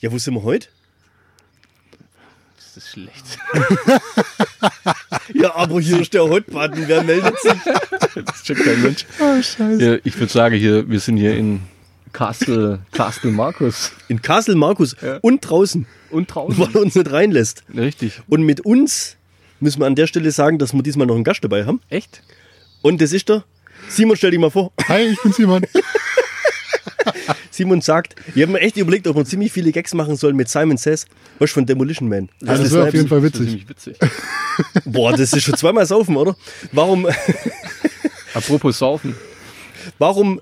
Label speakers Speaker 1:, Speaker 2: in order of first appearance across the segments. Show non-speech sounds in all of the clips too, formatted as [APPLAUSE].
Speaker 1: Ja, wo sind wir heute?
Speaker 2: Das ist schlecht.
Speaker 1: Ja, aber hier ist der Hotbutton. Wer meldet sich?
Speaker 2: Das checkt kein Mensch.
Speaker 3: Oh, scheiße.
Speaker 2: Ja, ich würde sagen, hier, wir sind hier in Castle, Castle Markus.
Speaker 1: In Castle Markus
Speaker 2: Ja.
Speaker 1: und draußen,
Speaker 2: Und
Speaker 1: weil
Speaker 2: draußen.
Speaker 1: er uns nicht reinlässt.
Speaker 2: Richtig.
Speaker 1: Und mit uns müssen wir an der Stelle sagen, dass wir diesmal noch einen Gast dabei haben.
Speaker 2: Echt?
Speaker 1: Und das ist der Simon, stell dich mal vor.
Speaker 3: Hi, ich bin Simon.
Speaker 1: [LAUGHS] Simon sagt, ich habe mir echt überlegt, ob wir ziemlich viele Gags machen sollen mit Simon Says. Was von Demolition Man?
Speaker 3: Also das
Speaker 1: ist
Speaker 3: wäre auf
Speaker 1: Snipes.
Speaker 3: jeden Fall
Speaker 2: Das ist
Speaker 3: witzig.
Speaker 2: ziemlich witzig.
Speaker 1: Boah, das ist schon zweimal saufen, oder? Warum,
Speaker 2: Apropos Saufen.
Speaker 1: warum, äh,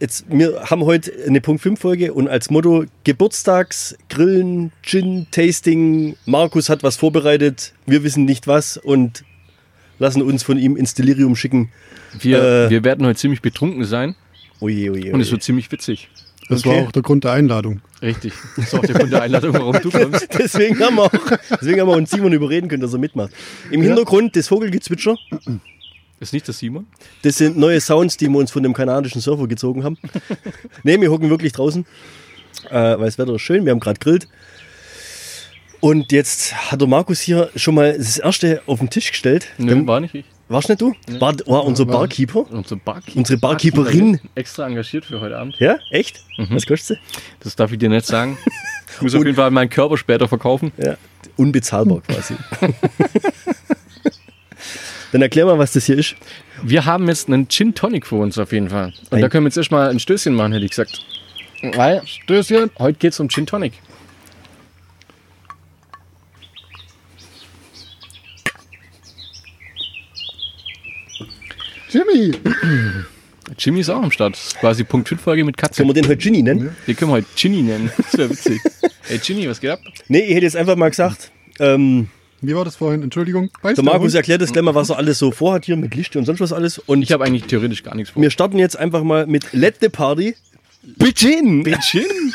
Speaker 1: jetzt, wir haben heute eine Punkt 5 Folge und als Motto Geburtstags, Grillen, Gin, Tasting, Markus hat was vorbereitet, wir wissen nicht was und lassen uns von ihm ins Delirium schicken. Oh
Speaker 2: Wir,
Speaker 1: Äh.
Speaker 2: wir werden heute ziemlich betrunken sein
Speaker 1: Oje, oje,
Speaker 2: und es
Speaker 1: oje.
Speaker 2: wird ziemlich witzig.
Speaker 3: Das
Speaker 1: Okay.
Speaker 3: war auch der Grund der Einladung.
Speaker 2: Richtig. Das ist auch der Grund der Einladung, warum du kommst.
Speaker 1: [LAUGHS] Deswegen haben, wir auch, deswegen haben wir uns Simon überreden können, dass er mitmacht. Im Hintergrund das Vogelgezwitscher.
Speaker 2: Ist nicht der Simon?
Speaker 1: Das sind neue Sounds, die wir uns von dem kanadischen Surfer gezogen haben. nee, wir hocken wirklich draußen, äh, weil das Wetter ist schön. Wir haben gerade grillt. Und jetzt hat der Markus hier schon mal das erste auf den Tisch gestellt.
Speaker 2: Nein,
Speaker 1: Dann-
Speaker 2: war nicht ich.
Speaker 1: warst nicht du? War, war unser
Speaker 3: war-
Speaker 1: Barkeeper?
Speaker 2: Unsere, Barkeep
Speaker 1: Unsere Barkeeperin.
Speaker 2: Extra engagiert für heute Abend.
Speaker 1: Ja, echt? Was kostet
Speaker 2: Das darf ich dir nicht sagen. Ich muss
Speaker 1: Und-
Speaker 2: auf jeden Fall meinen Körper später verkaufen.
Speaker 1: sie? Ja, unbezahlbar quasi. [LAUGHS] Dann erklär mal, was das hier ist.
Speaker 2: Wir haben jetzt einen Gin Tonic vor uns auf jeden Fall. Und
Speaker 1: Ein-
Speaker 2: da können wir jetzt erstmal ein Stößchen machen, hätte ich gesagt. Weil
Speaker 3: Stößchen.
Speaker 2: heute geht es um Gin Tonic.
Speaker 3: Jimmy.
Speaker 2: Jimmy ist auch am Start. Das ist quasi Punkt 5 Folge mit Katze.
Speaker 1: Können wir den heute Ginny nennen?
Speaker 2: Wir können wir heute Ginny nennen. Das
Speaker 1: [LAUGHS]
Speaker 2: wäre witzig. Ey, Ginny, was geht ab?
Speaker 1: Nee, ich hätte jetzt einfach mal gesagt, ähm,
Speaker 3: Wie war das vorhin? Entschuldigung. Weißt
Speaker 1: Der
Speaker 3: du,
Speaker 1: Markus
Speaker 3: warum?
Speaker 1: erklärt das gleich mal, was er alles so vorhat hier mit Licht und sonst was alles. Und
Speaker 2: Ich habe eigentlich theoretisch gar nichts vor.
Speaker 1: wir starten jetzt einfach mal mit Let the Party. Begin! Begin!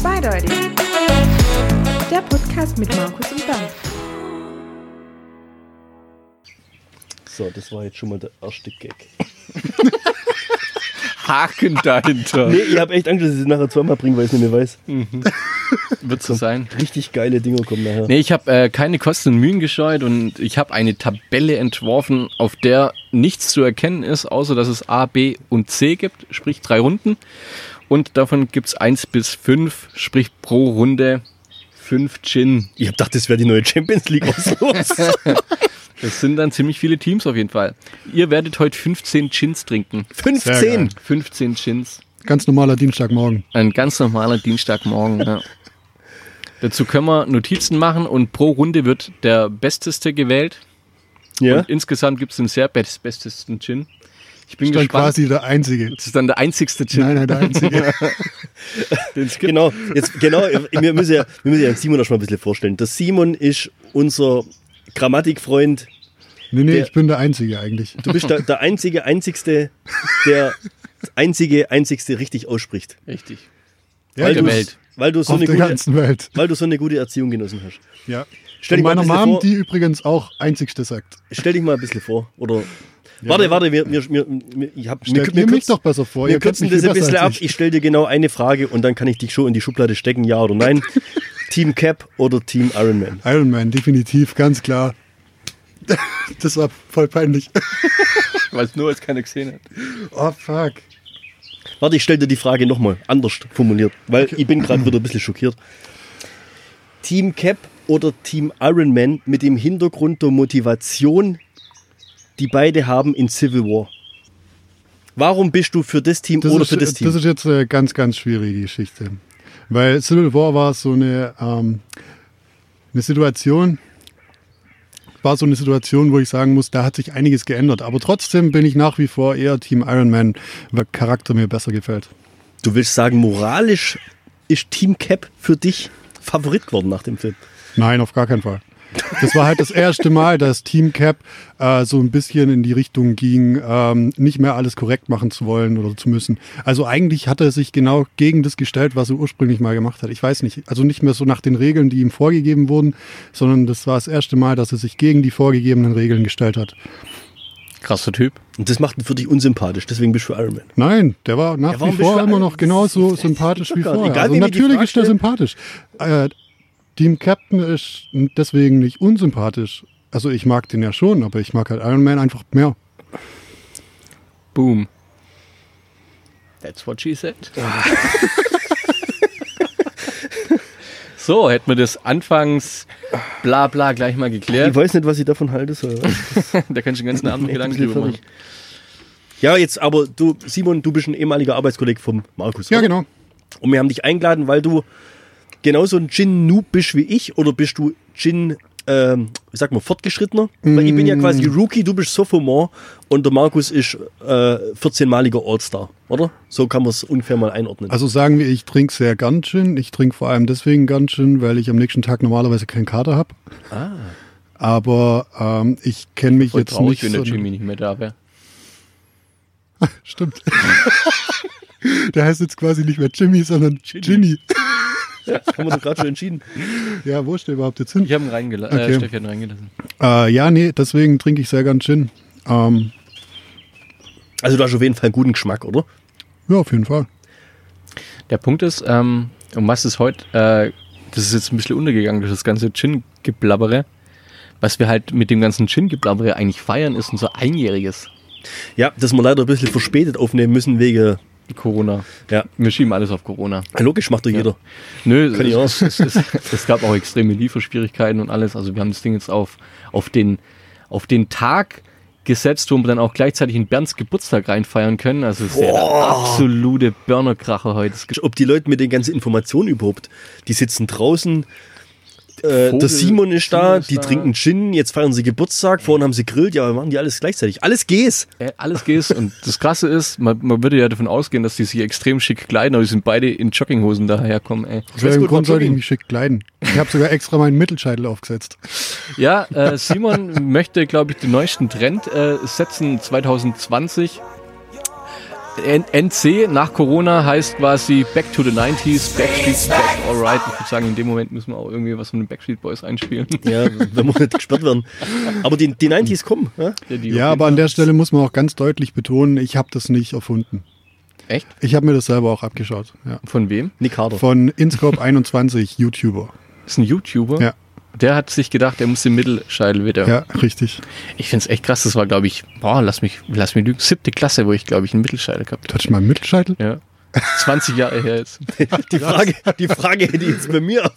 Speaker 4: Zweideutig. Der Podcast mit Markus und Bernd.
Speaker 1: So, das war jetzt schon mal der erste Gag.
Speaker 2: Haken dahinter.
Speaker 1: Nee, ich habe echt Angst, dass ich es nachher zweimal bringe, weil ich es nicht mehr weiß.
Speaker 2: Wird so sein.
Speaker 1: Richtig geile Dinger kommen nachher.
Speaker 2: Nee, ich habe äh, keine Kosten und Mühen gescheut und ich habe eine Tabelle entworfen, auf der nichts zu erkennen ist, außer dass es A, B und C gibt, sprich drei Runden. Und davon gibt's eins bis fünf, sprich pro Runde fünf Gin.
Speaker 1: Ich habe gedacht, das wäre die neue Champions League [LAUGHS] auslös.
Speaker 2: Das sind dann ziemlich viele Teams auf jeden Fall. Ihr werdet heute 15 Gins trinken.
Speaker 1: 15!
Speaker 2: 15 Gins.
Speaker 3: Ganz normaler Dienstagmorgen.
Speaker 2: Ein ganz normaler Dienstagmorgen. Ja. Dazu können wir Notizen machen und pro Runde wird der Besteste gewählt.
Speaker 1: Ja?
Speaker 2: Und insgesamt gibt es den sehr best bestesten Gin. Ich bin
Speaker 3: Ich dann
Speaker 2: gespannt.
Speaker 3: quasi der Einzige.
Speaker 2: das ist dann der einzigste Gin,
Speaker 3: Nein, nein,
Speaker 1: [LAUGHS]
Speaker 3: der Einzige.
Speaker 2: den es gibt.
Speaker 1: Genau, jetzt, genau, wir müssen ja, wir müssen ja den Simon auch schon mal ein bisschen vorstellen. Der Simon ist unser Grammatikfreund.
Speaker 3: Nee, nee,
Speaker 1: Der-
Speaker 3: ich bin der Einzige eigentlich.
Speaker 1: Du bist der, der einzige, einzigste, der einzige, einzigste richtig ausspricht.
Speaker 2: Richtig.
Speaker 3: Ja,
Speaker 1: weil
Speaker 2: der
Speaker 1: du,
Speaker 2: Welt.
Speaker 1: Weil du so
Speaker 3: Auf
Speaker 1: eine
Speaker 3: der
Speaker 1: gute,
Speaker 3: ganzen Welt.
Speaker 1: weil du so eine gute Erziehung genossen hast.
Speaker 3: Ja.
Speaker 1: Stell
Speaker 3: Von
Speaker 1: dir mal
Speaker 3: meiner
Speaker 1: ein bisschen
Speaker 3: Mom,
Speaker 1: vor-
Speaker 3: die übrigens auch Einzigste sagt.
Speaker 1: Stell dich mal ein bisschen vor. Oder warte, warte, wir, wir, wir, wir, ich hab,
Speaker 3: Stell
Speaker 1: wir,
Speaker 3: mir
Speaker 1: wir
Speaker 3: mich
Speaker 1: kürzen-
Speaker 3: doch besser vor.
Speaker 1: wir
Speaker 3: Ihr kennt
Speaker 1: kürzen
Speaker 3: mich
Speaker 1: das
Speaker 3: viel
Speaker 1: ein bisschen
Speaker 3: besser
Speaker 1: ab.
Speaker 3: als ich.
Speaker 1: Ich stell dir genau eine Frage und dann kann ich dich schon in die Schublade stecken, ja oder
Speaker 3: [LAUGHS]
Speaker 1: nein. Team Cap oder Team Iron Man?
Speaker 3: Iron Man, definitiv, ganz klar. [LAUGHS] Das war voll peinlich.
Speaker 2: Weil es nur als keine gesehen hat.
Speaker 3: Oh, fuck.
Speaker 1: Warte, ich stell dir die Frage nochmal, anders formuliert, weil ich bin gerade wieder ein bisschen schockiert. Team Cap oder Team Iron Man mit dem Hintergrund der Motivation, die beide haben in Civil War. Warum bist du für das Team
Speaker 3: Das,
Speaker 1: oder
Speaker 3: ist,
Speaker 1: für das Team?
Speaker 3: das ist jetzt eine ganz, ganz schwierige Geschichte. Weil Civil War war so eine, ähm, eine Situation, war so eine Situation, wo ich sagen muss, da hat sich einiges geändert. Aber trotzdem bin ich nach wie vor eher Team Iron Man, weil Charakter mir besser gefällt.
Speaker 1: Du willst sagen, moralisch ist Team Cap für dich Favorit geworden nach dem Film.
Speaker 3: Nein, auf gar keinen Fall. Das war halt das erste Mal, dass Team Cap äh, so ein bisschen in die Richtung ging, ähm, nicht mehr alles korrekt machen zu wollen oder zu müssen. Also eigentlich hat er sich genau gegen das gestellt, was er ursprünglich mal gemacht hat. Ich weiß nicht. Also nicht mehr so nach den Regeln, die ihm vorgegeben wurden, sondern das war das erste Mal, dass er sich gegen die vorgegebenen Regeln gestellt hat.
Speaker 2: Krasser Typ.
Speaker 1: Und das macht ihn für dich unsympathisch, deswegen bist du Iron Man.
Speaker 3: Nein, der war nach
Speaker 1: warum
Speaker 3: wie
Speaker 1: bist
Speaker 3: vor
Speaker 1: du-
Speaker 3: immer noch genauso sympathisch wie
Speaker 1: Egal,
Speaker 3: vorher.
Speaker 1: wem
Speaker 3: also
Speaker 1: ihr die
Speaker 3: natürlich
Speaker 1: Frage
Speaker 3: ist der
Speaker 1: stellt.
Speaker 3: sympathisch. Äh, Team Captain ist deswegen nicht unsympathisch. Also ich mag den ja schon, aber ich mag halt Iron Man einfach mehr.
Speaker 2: Boom. That's what she said. [LAUGHS] so, hätten wir das anfangs bla bla gleich mal
Speaker 1: Ich
Speaker 2: geklärt.
Speaker 1: weiß nicht, was ich davon halte. So.
Speaker 2: Da kannst du den ganzen Abend noch Gedanken drüber machen.
Speaker 1: [LAUGHS] Ja, jetzt aber du, Simon, du bist ein ehemaliger Arbeitskollege vom Markus.
Speaker 3: Ja,
Speaker 1: oder?
Speaker 3: genau.
Speaker 1: Und wir haben dich eingeladen, weil du genauso ein Gin-Noob bist wie ich oder bist du Gin, ähm, wie sagt man, fortgeschrittener? Weil ich bin ja quasi
Speaker 3: Mm.
Speaker 1: Rookie, du bist Sophomore und der Markus ist äh, 14-maliger All-Star, oder? So kann man es ungefähr mal einordnen.
Speaker 3: Also sagen wir, ich trinke sehr ganz schön. Ich trinke vor allem deswegen ganz schön, weil ich am nächsten Tag normalerweise keinen Kater habe. Aber ähm, Ah. ich kenne mich
Speaker 2: Voll
Speaker 3: jetzt
Speaker 2: traurig,
Speaker 3: nicht.
Speaker 2: wenn der
Speaker 3: so-
Speaker 2: Jimmy nicht mehr da wäre.
Speaker 3: [LAUGHS] Stimmt. der heißt jetzt quasi nicht mehr Jimmy, sondern Ginny.
Speaker 1: das haben wir doch gerade schon entschieden.
Speaker 3: Ja, wo ist der überhaupt jetzt hin?
Speaker 2: Ich habe ihn reingelassen.
Speaker 3: Okay.
Speaker 2: Äh, Steffi hat ihn reingelassen.
Speaker 3: Äh, ja, nee, deswegen trinke ich sehr gern Gin. Ähm,
Speaker 1: Also du hast auf jeden Fall einen guten Geschmack, oder?
Speaker 3: ja, auf jeden Fall.
Speaker 2: Der Punkt ist, ähm, um was es heute, äh, das ist jetzt ein bisschen untergegangen durch das ganze Gin-Geblabbere. Was wir halt mit dem ganzen Gin-Geblabbere eigentlich feiern, ist unser einjähriges
Speaker 1: Ja, dass wir leider ein bisschen verspätet aufnehmen müssen wegen,
Speaker 2: Corona.
Speaker 1: ja,
Speaker 2: Wir schieben alles auf Corona.
Speaker 1: logisch macht doch jeder.
Speaker 2: Nö,
Speaker 1: Kann ich
Speaker 2: es, es, es, es, es gab auch extreme Lieferschwierigkeiten und alles. Also wir haben das Ding jetzt auf, auf, den, auf den Tag gesetzt, wo wir dann auch gleichzeitig in Bernds Geburtstag reinfeiern können. Also es ist der absolute Burnerkracher heute. Es gibt
Speaker 1: ob die Leute mit den ganzen Informationen überhaupt, die sitzen draußen. Äh,
Speaker 2: Vogel-
Speaker 1: der Simon ist da,
Speaker 2: Simon ist
Speaker 1: die
Speaker 2: da.
Speaker 1: trinken Gin, jetzt feiern sie Geburtstag, vorhin haben sie grillt, ja, wir machen die alles gleichzeitig. Alles geht's.
Speaker 2: äh, alles gehst und das Krasse ist, man, man würde ja davon ausgehen, dass die sich extrem schick kleiden, aber die sind beide in Jogginghosen daherkommen, ey.
Speaker 3: Aus welchem
Speaker 1: gut,
Speaker 3: Grund
Speaker 1: war
Speaker 3: sollte ich
Speaker 1: Jogging.
Speaker 3: mich schick kleiden? Ich habe sogar extra meinen Mittelscheitel [LAUGHS] aufgesetzt.
Speaker 2: Ja, äh, Simon [LAUGHS] möchte, glaube ich, den neuesten Trend äh, setzen 2020. N NC nach Corona heißt quasi Back to the 90s, Backstreet Back, alright. Ich würde sagen, in dem Moment müssen wir auch irgendwie was von den Backstreet Boys einspielen. [LAUGHS]
Speaker 1: Ja, wenn wir nicht gesperrt werden. Aber die, die 90s kommen. Ja?
Speaker 3: Ja, aber an der Stelle muss man auch ganz deutlich betonen, ich habe das nicht erfunden.
Speaker 2: Echt?
Speaker 3: Ich habe mir das selber auch abgeschaut. Ja.
Speaker 2: Von wem?
Speaker 1: Nick Harder.
Speaker 3: Von Inscope21, [LAUGHS] YouTuber.
Speaker 2: Ist ein YouTuber.
Speaker 3: Ja.
Speaker 2: Der hat sich gedacht, er muss den Mittelscheitel
Speaker 3: [LAUGHS]
Speaker 2: wieder.
Speaker 3: Ja, richtig.
Speaker 2: Ich find's echt krass. Das war, glaube ich, boah, lass mich, lass mich lügen. Siebte Klasse, wo ich, glaube ich, einen Mittelscheitel gehabt
Speaker 3: Du hattest meinen Mittelscheitel?
Speaker 2: habe. [LAUGHS] Ja. 20 Jahre her jetzt.
Speaker 1: Die Frage, die Frage hätte ich jetzt bei mir.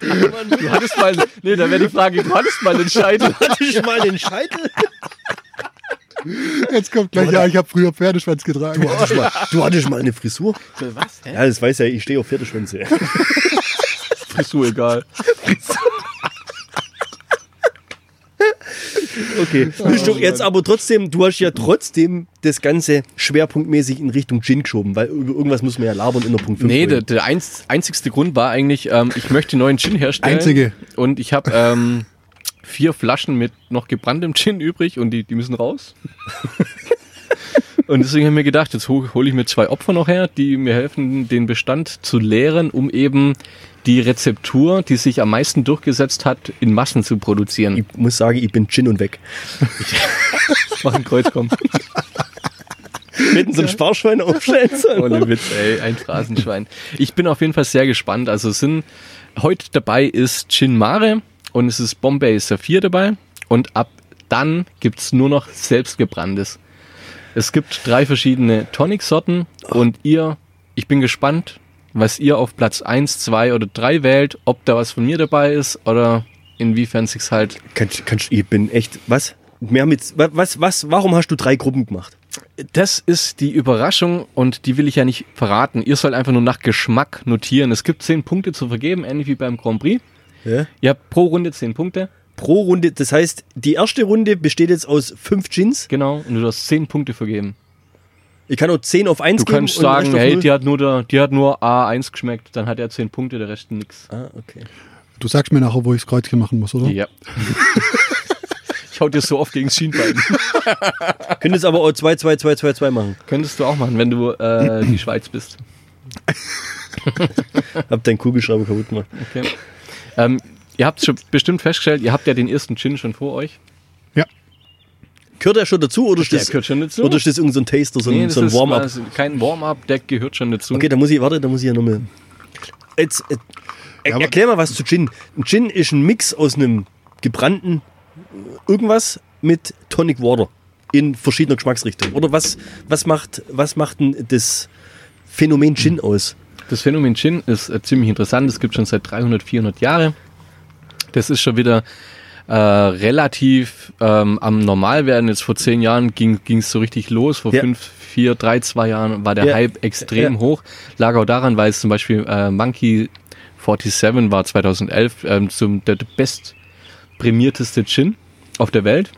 Speaker 2: Du hattest mal, nee, da wäre die Frage, du hattest mal den Scheitel.
Speaker 1: Hatte ich mal den Scheitel?
Speaker 3: [LAUGHS] Jetzt kommt gleich, ja, ich habe früher Pferdeschwanz getragen.
Speaker 1: Du hattest mal, du hattest mal eine Frisur?
Speaker 2: Was? Hä?
Speaker 1: Ja, das weiß ja, ich stehe auf Pferdeschwänze.
Speaker 2: Frisur egal.
Speaker 1: [LAUGHS] Okay. Bist du jetzt aber trotzdem, du hast ja trotzdem das Ganze schwerpunktmäßig in Richtung Gin geschoben, weil über irgendwas muss man ja labern in der Punkt 5.
Speaker 2: Nee, der, der einz, einzigste Grund war eigentlich, ähm, ich möchte einen neuen Gin herstellen.
Speaker 3: Einzige.
Speaker 2: Und ich habe ähm, vier Flaschen mit noch gebranntem Gin übrig und die, die müssen raus. und deswegen habe ich mir gedacht, jetzt hole hol ich mir zwei Opfer noch her, die mir helfen, den Bestand zu leeren, um eben die Rezeptur, die sich am meisten durchgesetzt hat, in Massen zu produzieren.
Speaker 1: ich muss sagen, ich bin Gin und weg.
Speaker 2: Ich mache ein Kreuz, komm.
Speaker 1: Hätten sie ein Sparschwein aufstellen sollen.
Speaker 2: [LAUGHS] Ohne Witz, ey, ein Phrasenschwein. Ich bin auf jeden Fall sehr gespannt. Also es sind heute dabei ist Gin Mare und es ist Bombay Saphir dabei und ab dann gibt's nur noch selbstgebranntes. Es gibt drei verschiedene Tonic-Sorten und ihr, ich bin gespannt, was ihr auf Platz 1, 2 oder 3 wählt, ob da was von mir dabei ist oder inwiefern sich's halt
Speaker 1: Kannst, kannst, ich bin echt, was? Wir haben jetzt, wa- was, was, warum hast du drei Gruppen gemacht?
Speaker 2: Das ist die Überraschung und die will ich ja nicht verraten. Ihr sollt einfach nur nach Geschmack notieren. Es gibt zehn Punkte zu vergeben, ähnlich wie beim Grand Prix. Ihr habt pro Runde zehn Punkte,
Speaker 1: Pro Runde, das heißt, die erste Runde besteht jetzt aus fünf Gins.
Speaker 2: genau, und du hast zehn Punkte vergeben.
Speaker 1: Ich kann auch zehn auf
Speaker 2: Du
Speaker 1: eins geben.
Speaker 2: kannst
Speaker 1: und um den Rest
Speaker 2: sagen,
Speaker 1: auf
Speaker 2: hey,
Speaker 1: null.
Speaker 2: die hat, nur der, die hat nur A1 geschmeckt, dann hat er zehn Punkte, der Rest nix.
Speaker 1: Ah, okay.
Speaker 3: Du sagst mir nachher, wo ich das Kreuzchen machen muss,
Speaker 1: Mhm.
Speaker 3: oder?
Speaker 2: Ja. [LAUGHS] ich hau dir so oft gegen
Speaker 1: [LAUGHS]
Speaker 2: das Schienbein.
Speaker 1: Könntest aber auch zwei, zwei, zwei, zwei, zwei machen.
Speaker 2: Könntest du auch machen, wenn du
Speaker 1: [CLEARS THROAT]
Speaker 2: äh, die Schweiz bist.
Speaker 1: Hab deinen Kugelschreiber kaputt gemacht.
Speaker 2: Okay. Ähm, ihr habt schon bestimmt festgestellt, ihr habt ja den ersten Gin schon vor euch.
Speaker 3: Ja.
Speaker 1: Gehört der schon dazu oder ist
Speaker 2: Der
Speaker 1: das,
Speaker 2: gehört schon dazu.
Speaker 1: Oder ist das irgendein Taster, so ein,
Speaker 2: Nee, das
Speaker 1: so ein
Speaker 2: ist
Speaker 1: Warm-up?
Speaker 2: was- kein Warm-up, der gehört schon dazu.
Speaker 1: Okay, da muss ich, warte, da muss ich ja nochmal. Jetzt, äh, er-
Speaker 3: aber-
Speaker 1: erklär mal was zu Gin. Ein Gin ist ein Mix aus einem gebrannten äh, irgendwas mit Tonic Water in verschiedener Geschmacksrichtungen. Oder was, was macht, was macht denn das Phänomen Gin aus?
Speaker 2: Das Phänomen Gin ist äh, ziemlich interessant. Es gibt schon seit 300, 400 Jahre. Das ist schon wieder äh, relativ ähm, am Normalwerden. Jetzt vor zehn Jahren ging es so richtig los. Vor
Speaker 1: Ja.
Speaker 2: fünf, vier, drei, zwei Jahren war der
Speaker 1: Ja.
Speaker 2: Hype extrem
Speaker 1: Ja.
Speaker 2: hoch. Lag auch daran, weil es zum Beispiel äh, Monkey 47 war 2011 ähm, zum, der best prämierteste Gin auf der Welt.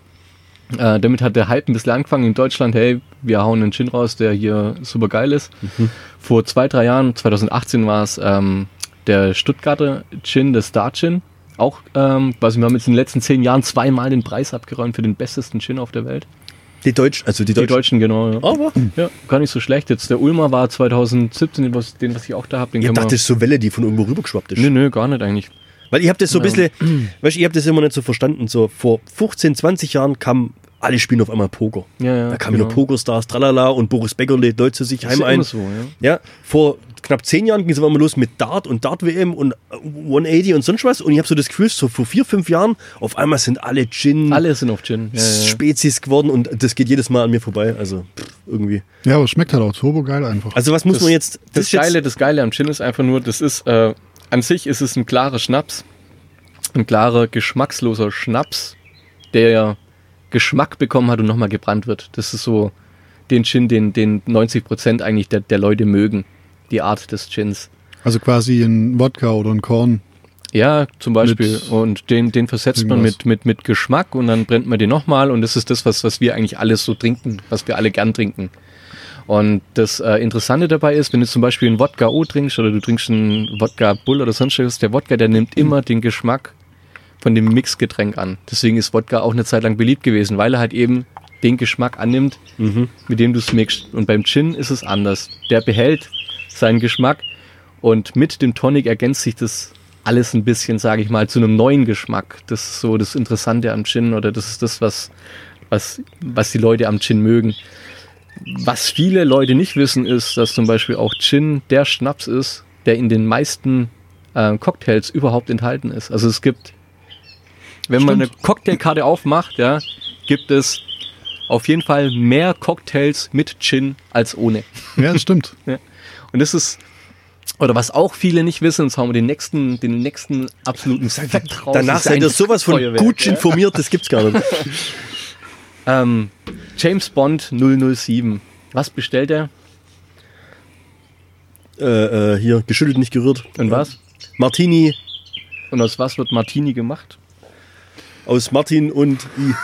Speaker 2: Äh, damit hat der Hype ein bisschen angefangen in Deutschland. Hey, wir hauen einen Gin raus, der hier super geil ist.
Speaker 1: Mhm.
Speaker 2: Vor zwei, drei Jahren, 2018 war es ähm, der Stuttgarter Gin, der Star Gin. Auch, ähm, was wir haben jetzt in den letzten zehn Jahren zweimal den Preis abgeräumt für den bestesten Gin auf der Welt.
Speaker 1: Die Deutsch, also die,
Speaker 2: Die
Speaker 1: Deutschen.
Speaker 2: Deutschen, genau. Ja.
Speaker 1: Aber
Speaker 2: ja, gar nicht so schlecht. Jetzt der Ulmer war 2017, den, was, den, was ich auch da habe, den
Speaker 1: ich
Speaker 2: können
Speaker 1: dachte,
Speaker 2: wir.
Speaker 1: das ist so Welle, die von irgendwo rübergeschwappt ist.
Speaker 2: Nö, nö, gar nicht eigentlich.
Speaker 1: Weil ich habe das so ein
Speaker 2: Genau.
Speaker 1: bisschen, weißt du, ich habe das immer nicht so verstanden. So vor 15, 20 Jahren kam alle spielen auf einmal Poker.
Speaker 2: Ja, ja,
Speaker 1: da kamen
Speaker 2: genau.
Speaker 1: nur Pokerstars, tralala und Boris Becker lädt Leute zu sich
Speaker 2: ist
Speaker 1: heim
Speaker 2: ja
Speaker 1: ein.
Speaker 2: immer so, ja.
Speaker 1: ja, vor knapp 10 Jahren ging es immer los mit Dart und Dart WM und 180 und sonst was. Und ich habe so das Gefühl, so vor 4, 5 Jahren auf einmal sind alle Gin.
Speaker 2: Alle sind auf Gin. Ja, ja.
Speaker 1: Spezies geworden und das geht jedes Mal an mir vorbei. Also pff, irgendwie.
Speaker 3: Ja, aber es schmeckt halt auch turbo geil einfach.
Speaker 1: Also was muss man jetzt?
Speaker 2: Das,
Speaker 1: ist jetzt-
Speaker 2: Geile, das Geile am Gin ist einfach nur, das ist, äh, an sich ist es ein klarer Schnaps. Ein klarer, geschmacksloser Schnaps, der Geschmack bekommen hat und nochmal gebrannt wird. Das ist so den Gin, den, den 90% eigentlich der, der Leute mögen. Die Art des Gins.
Speaker 3: Also quasi ein Wodka oder ein Korn.
Speaker 2: Ja, zum Beispiel. und den, den versetzt man
Speaker 3: irgendwas.
Speaker 2: mit, mit, mit Geschmack und dann brennt man den nochmal. Und das ist das, was, was wir eigentlich alles so trinken, was wir alle gern trinken. Und das äh, Interessante dabei ist, wenn du zum Beispiel einen Wodka O trinkst oder du trinkst einen Wodka Bull oder sonst was, der Wodka, der nimmt immer den Geschmack von dem Mixgetränk an. Deswegen ist Wodka auch eine Zeit lang beliebt gewesen, weil er halt eben den Geschmack annimmt,
Speaker 1: Mhm.
Speaker 2: mit dem du es mixt. Und beim Gin ist es anders. Der behält seinen Geschmack und mit dem Tonic ergänzt sich das alles ein bisschen, sage ich mal, zu einem neuen Geschmack. Das ist so das Interessante am Gin oder das ist das, was, was, was die Leute am Gin mögen. Was viele Leute nicht wissen, ist, dass zum Beispiel auch Gin der Schnaps ist, der in den meisten äh, Cocktails überhaupt enthalten ist. Also es gibt, wenn man eine Cocktailkarte aufmacht, ja, gibt es auf jeden Fall mehr Cocktails mit Gin als ohne.
Speaker 3: Ja, das [LAUGHS] stimmt.
Speaker 2: Und das ist, oder was auch viele nicht wissen, jetzt hauen wir den nächsten, den nächsten absoluten Fact raus.
Speaker 1: Danach
Speaker 2: Das ist ein
Speaker 1: seid ihr sowas von
Speaker 2: Feuerwerk,
Speaker 1: gut
Speaker 2: ja.
Speaker 1: informiert, das gibt's gar nicht.
Speaker 2: [LAUGHS] Ähm, James Bond 007. Was bestellt er
Speaker 1: äh, äh, hier, geschüttelt, nicht gerührt.
Speaker 2: und was?
Speaker 1: Martini
Speaker 2: Und aus was wird Martini gemacht?
Speaker 1: aus Martin und I.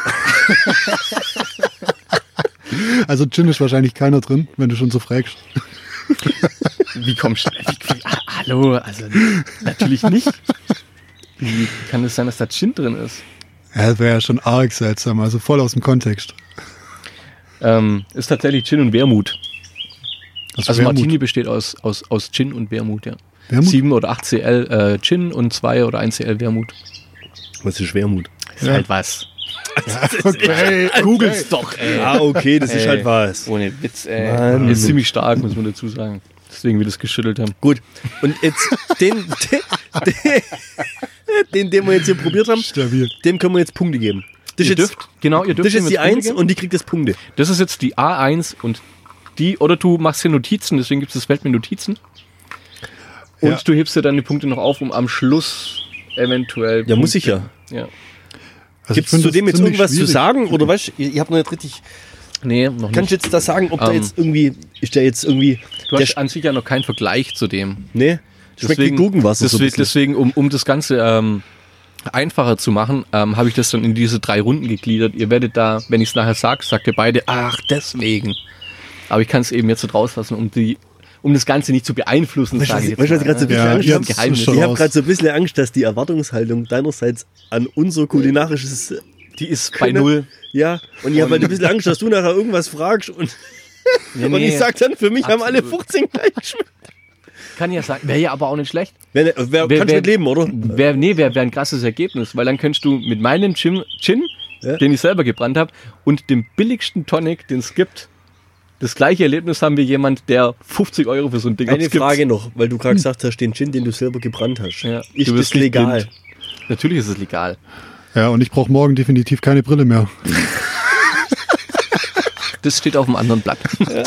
Speaker 3: Also Gin ist wahrscheinlich keiner drin, wenn du schon so fragst.
Speaker 2: Wie kommst du? Wie, wie, ah, hallo, also natürlich nicht. Wie kann es sein, dass da Gin drin ist?
Speaker 3: Ja, das wäre ja schon arg seltsam, also voll aus dem Kontext.
Speaker 2: Ähm, ist tatsächlich Gin und Wermut.
Speaker 3: Das
Speaker 2: Also
Speaker 3: wär Mut.
Speaker 2: Martini besteht aus, aus, aus Gin und Wermut, ja.
Speaker 3: Wermut?
Speaker 2: 7 oder 8 CL äh, Gin und 2 oder 1 CL Wermut.
Speaker 1: Was ist Schwermut?
Speaker 2: Ist halt was.
Speaker 3: Okay,
Speaker 2: Google's doch, ey.
Speaker 1: Ah, okay, das ist
Speaker 2: Ey.
Speaker 1: halt was.
Speaker 2: Ohne Witz, ey.
Speaker 1: Mann.
Speaker 2: Ist ziemlich stark, muss man dazu sagen. Deswegen wir das geschüttelt haben.
Speaker 1: Gut, und jetzt den, den, den, den wir jetzt hier probiert haben,
Speaker 3: stabil.
Speaker 1: dem können wir jetzt Punkte geben. Das ist
Speaker 2: Ihr
Speaker 1: jetzt,
Speaker 2: dürft, genau, ihr dürft
Speaker 1: das ist
Speaker 2: ihm
Speaker 1: jetzt die
Speaker 2: jetzt Punkte
Speaker 1: 1
Speaker 2: geben. Also
Speaker 1: und die kriegt jetzt Punkte.
Speaker 2: Das ist jetzt die A1 und die, oder du machst hier Notizen, deswegen gibt es das Feld mit Notizen. Und
Speaker 3: Ja.
Speaker 2: du hebst dir dann die Punkte noch auf, um am Schluss eventuell.
Speaker 1: Ja, muss
Speaker 2: Punkte-
Speaker 1: ich ja.
Speaker 2: ja.
Speaker 3: Also
Speaker 1: Gibt
Speaker 3: ich
Speaker 1: es
Speaker 3: find
Speaker 1: zu
Speaker 3: das
Speaker 1: dem jetzt
Speaker 3: ziemlich
Speaker 1: irgendwas
Speaker 3: schwierig.
Speaker 1: zu sagen? Oder weißt du, ihr, ihr habt noch nicht richtig.
Speaker 2: Nee, noch
Speaker 1: Kannst
Speaker 2: nicht.
Speaker 1: du jetzt da sagen, ob da
Speaker 2: Ähm.
Speaker 1: jetzt irgendwie. Ist der jetzt irgendwie.
Speaker 2: Du
Speaker 1: der,
Speaker 2: hast an sich ja noch keinen Vergleich zu dem.
Speaker 1: nee, schmeckt wie Gurkenwasser. so ein
Speaker 2: Deswegen,
Speaker 1: bisschen.
Speaker 2: deswegen um, um das Ganze ähm, einfacher zu machen, ähm, habe ich das dann in diese drei Runden gegliedert. Ihr werdet da, wenn ich es nachher sage, sagt ihr beide, ach, deswegen. Aber ich kann es eben jetzt so draus lassen, um die um das Ganze nicht zu beeinflussen.
Speaker 1: Weißt du,
Speaker 2: sag
Speaker 1: was
Speaker 2: ich
Speaker 1: ich-
Speaker 2: jetzt
Speaker 1: weißt du, was ich gerade
Speaker 2: mal,
Speaker 1: so ein
Speaker 2: ne?
Speaker 1: bisschen Angst
Speaker 3: Ja, ihr
Speaker 1: hab?
Speaker 3: habt's schon
Speaker 1: Ich habe
Speaker 3: raus.
Speaker 1: gerade so ein bisschen Angst, dass die Erwartungshaltung deinerseits an unser kulinarisches. äh,
Speaker 2: Die ist bei
Speaker 1: Können-
Speaker 2: null.
Speaker 1: Ja, und ich habe halt ein bisschen Angst, dass du nachher irgendwas fragst und, und ich sag dann, für mich haben alle
Speaker 2: Absolut.
Speaker 1: 15 gleich geschmeckt.
Speaker 2: kann ja sein. Wäre ja aber auch nicht schlecht.
Speaker 1: Wer, wer, kannst du mit leben, oder?
Speaker 2: Wär, nee, wäre wär ein krasses Ergebnis, weil dann könntest du mit meinem Gin, Gin
Speaker 1: Ja.
Speaker 2: den ich selber gebrannt habe, und dem billigsten Tonic, den es gibt. Das gleiche Erlebnis haben wir jemand, der 50 Euro für so ein Ding
Speaker 1: Eine
Speaker 2: ausgibt.
Speaker 1: Frage noch, weil du gerade gesagt hast, den Gin, den du selber gebrannt hast,
Speaker 2: Ja,
Speaker 1: ist
Speaker 2: du
Speaker 1: das
Speaker 2: bist nicht
Speaker 1: legal?
Speaker 2: blind. Natürlich ist es legal.
Speaker 3: Ja, und ich brauche morgen definitiv keine Brille mehr.
Speaker 2: Das steht auf dem anderen Blatt. [LAUGHS]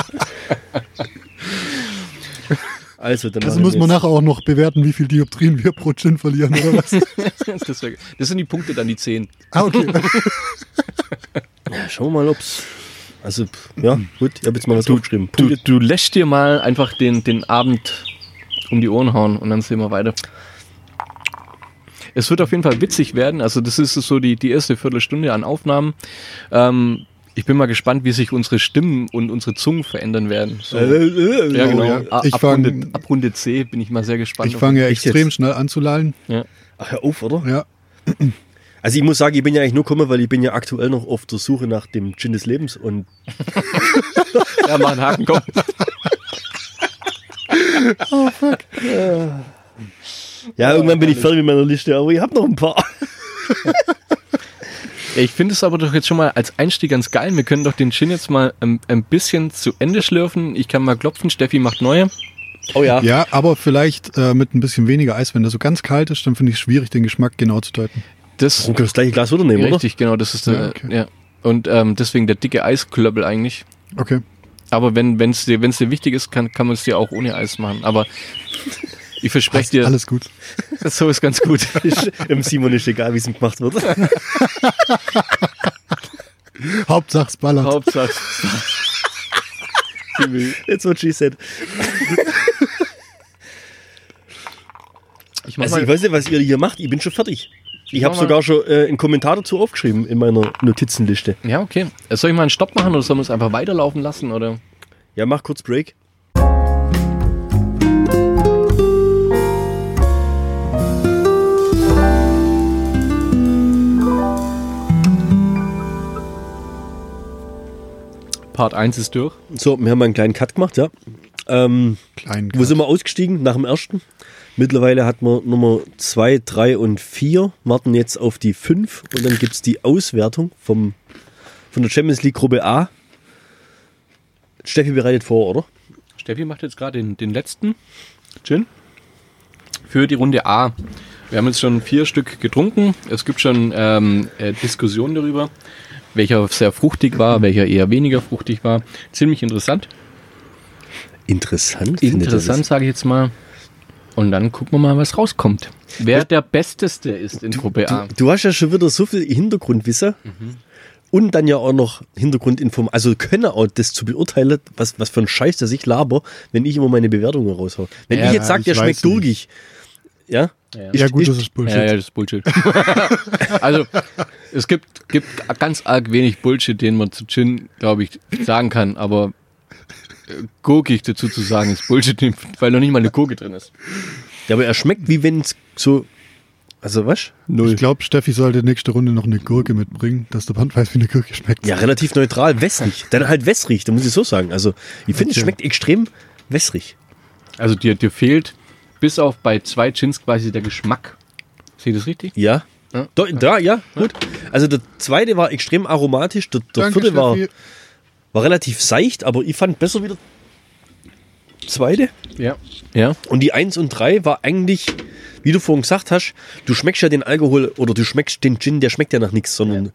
Speaker 1: Also, dann
Speaker 3: Also
Speaker 1: machen
Speaker 3: muss
Speaker 1: wir
Speaker 3: man
Speaker 1: jetzt-
Speaker 3: nachher auch noch bewerten, wie viel Dioptrien wir pro Gin verlieren oder
Speaker 1: [LAUGHS]
Speaker 3: was.
Speaker 2: Das, wär, das sind die Punkte, dann die 10.
Speaker 3: ah, okay.
Speaker 1: Ja, schauen wir mal, ob's. Also, pff, ja, gut, ich habe jetzt mal was aufgeschrieben.
Speaker 2: Du,
Speaker 1: Punkte-
Speaker 2: du lässt dir mal einfach den, den Abend um die Ohren hauen und dann sehen wir weiter. Es wird auf jeden Fall witzig werden. Also das ist so die, die erste Viertelstunde an Aufnahmen. Ähm, ich bin mal gespannt, wie sich unsere Stimmen und unsere Zungen verändern werden. So.
Speaker 1: Äh, äh, äh,
Speaker 2: ja, genau.
Speaker 3: oh ja.
Speaker 2: A-
Speaker 3: Ich
Speaker 2: Ab, Runde,
Speaker 3: fang-
Speaker 2: ab Runde C bin ich mal sehr gespannt.
Speaker 3: Ich fange ja
Speaker 1: Echt
Speaker 3: extrem
Speaker 1: jetzt?
Speaker 3: schnell an zu lallen.
Speaker 2: ja.
Speaker 1: Ach, hör auf, oder?
Speaker 3: Ja.
Speaker 1: Also ich muss sagen, ich bin ja eigentlich nur gekommen, weil ich bin ja aktuell noch auf der Suche nach dem Gin des Lebens und
Speaker 2: [LAUGHS] ja, mach einen Haken, komm.
Speaker 1: ja, irgendwann bin ich fertig mit meiner Liste, aber ich habe noch ein paar.
Speaker 2: Ich finde es aber doch jetzt schon mal als Einstieg ganz geil. Wir können doch den Gin jetzt mal ein, ein bisschen zu Ende schlürfen. Ich kann mal klopfen. Steffi macht neue.
Speaker 1: Oh ja.
Speaker 3: ja, aber vielleicht äh, mit ein bisschen weniger Eis. Wenn der so ganz kalt ist, dann finde ich es schwierig, den Geschmack genau zu deuten.
Speaker 2: Das
Speaker 1: Du kannst das gleiche Glas wieder nehmen,
Speaker 2: Richtig, genau, das ist der, ja,
Speaker 3: Ja, okay.
Speaker 2: Und ähm, deswegen der dicke Eisklöppel eigentlich.
Speaker 3: Okay.
Speaker 2: Aber wenn es dir, wenn's dir wichtig ist, kann, kann man es dir auch ohne Eis machen. Aber ich verspreche dir,
Speaker 3: Alles gut.
Speaker 2: [LAUGHS] so ist ganz gut.
Speaker 1: oder? Ist, dem Simon ist egal, wie es ihm gemacht
Speaker 2: [LAUGHS]
Speaker 1: wird.
Speaker 3: Hauptsache es ballert.
Speaker 2: Hauptsache.
Speaker 1: That's what she said.
Speaker 2: Ich mach
Speaker 1: Also
Speaker 2: mal,
Speaker 1: ich weiß nicht, was ihr hier macht, ich bin schon fertig. Ich habe
Speaker 2: mach mal-
Speaker 1: sogar schon äh, einen Kommentar dazu aufgeschrieben in meiner Notizenliste.
Speaker 2: ja, okay. Soll ich mal einen Stopp machen oder sollen wir es einfach weiterlaufen lassen? Oder?
Speaker 1: Ja, mach kurz Break.
Speaker 2: Part 1 ist durch.
Speaker 1: So, wir haben einen kleinen Cut gemacht, ja. Ähm,
Speaker 3: Klein.
Speaker 1: Wo sind wir ausgestiegen? Nach dem ersten. Mittlerweile hat man Nummer 2, 3 und 4, warten jetzt auf die 5 und dann gibt es die Auswertung vom, von der Champions League Gruppe A. Steffi bereitet vor, oder?
Speaker 2: Steffi macht jetzt gerade den, den letzten Gin für die Runde A. Wir haben jetzt schon vier Stück getrunken. Es gibt schon ähm, äh, Diskussionen darüber, welcher sehr fruchtig war, welcher eher weniger fruchtig war. Ziemlich interessant.
Speaker 1: Interessant. findet ihr das?
Speaker 2: Interessant, sage ich jetzt mal. Und dann gucken wir mal, was rauskommt. Wer der Besteste ist in Gruppe A.
Speaker 3: ah.
Speaker 1: Du, du hast ja schon wieder so viel Hintergrundwissen
Speaker 3: Mhm.
Speaker 1: und dann ja auch noch Hintergrundinformationen. Also können auch das zu beurteilen, was, was für ein Scheiß der sich laber, wenn ich immer meine Bewertungen raushau. Wenn
Speaker 2: Ja,
Speaker 1: ich jetzt sage,
Speaker 3: ich
Speaker 1: der
Speaker 3: weiß
Speaker 1: schmeckt
Speaker 3: nicht.
Speaker 1: durchig. Ja?
Speaker 3: ja gut,
Speaker 1: ich-
Speaker 3: das ist Bullshit.
Speaker 2: Ja, ja, das ist Bullshit. [LAUGHS] also, es gibt, gibt ganz arg wenig Bullshit, den man zu Gin, glaube ich, sagen kann, aber äh, gurkig dazu zu sagen, ist Bullshit, [LAUGHS] weil noch nicht mal eine Gurke drin ist.
Speaker 1: ja, aber er schmeckt wie wenn es so. Also was?
Speaker 3: Ich glaube, Steffi sollte nächste Runde noch eine Gurke mitbringen, dass der Band weiß, wie eine Gurke schmeckt.
Speaker 1: Ja, relativ neutral, wässrig. Dann halt wässrig, da muss ich so sagen. Also, ich finde, es schmeckt extrem wässrig.
Speaker 2: Also, dir, dir fehlt bis auf bei zwei Gins quasi der Geschmack. Sehe ich das richtig?
Speaker 1: Ja.
Speaker 2: Ja.
Speaker 1: Da, da, ja, gut. Also, der zweite war extrem aromatisch, der, der
Speaker 3: Danke,
Speaker 1: vierte war,
Speaker 3: Steffi.
Speaker 1: war relativ seicht, aber ich fand besser wieder zweite.
Speaker 2: Ja. Ja.
Speaker 1: Und die 1 und 3 war eigentlich, wie du vorhin gesagt hast, du schmeckst ja den Alkohol oder du schmeckst den Gin, der schmeckt ja nach nichts, sondern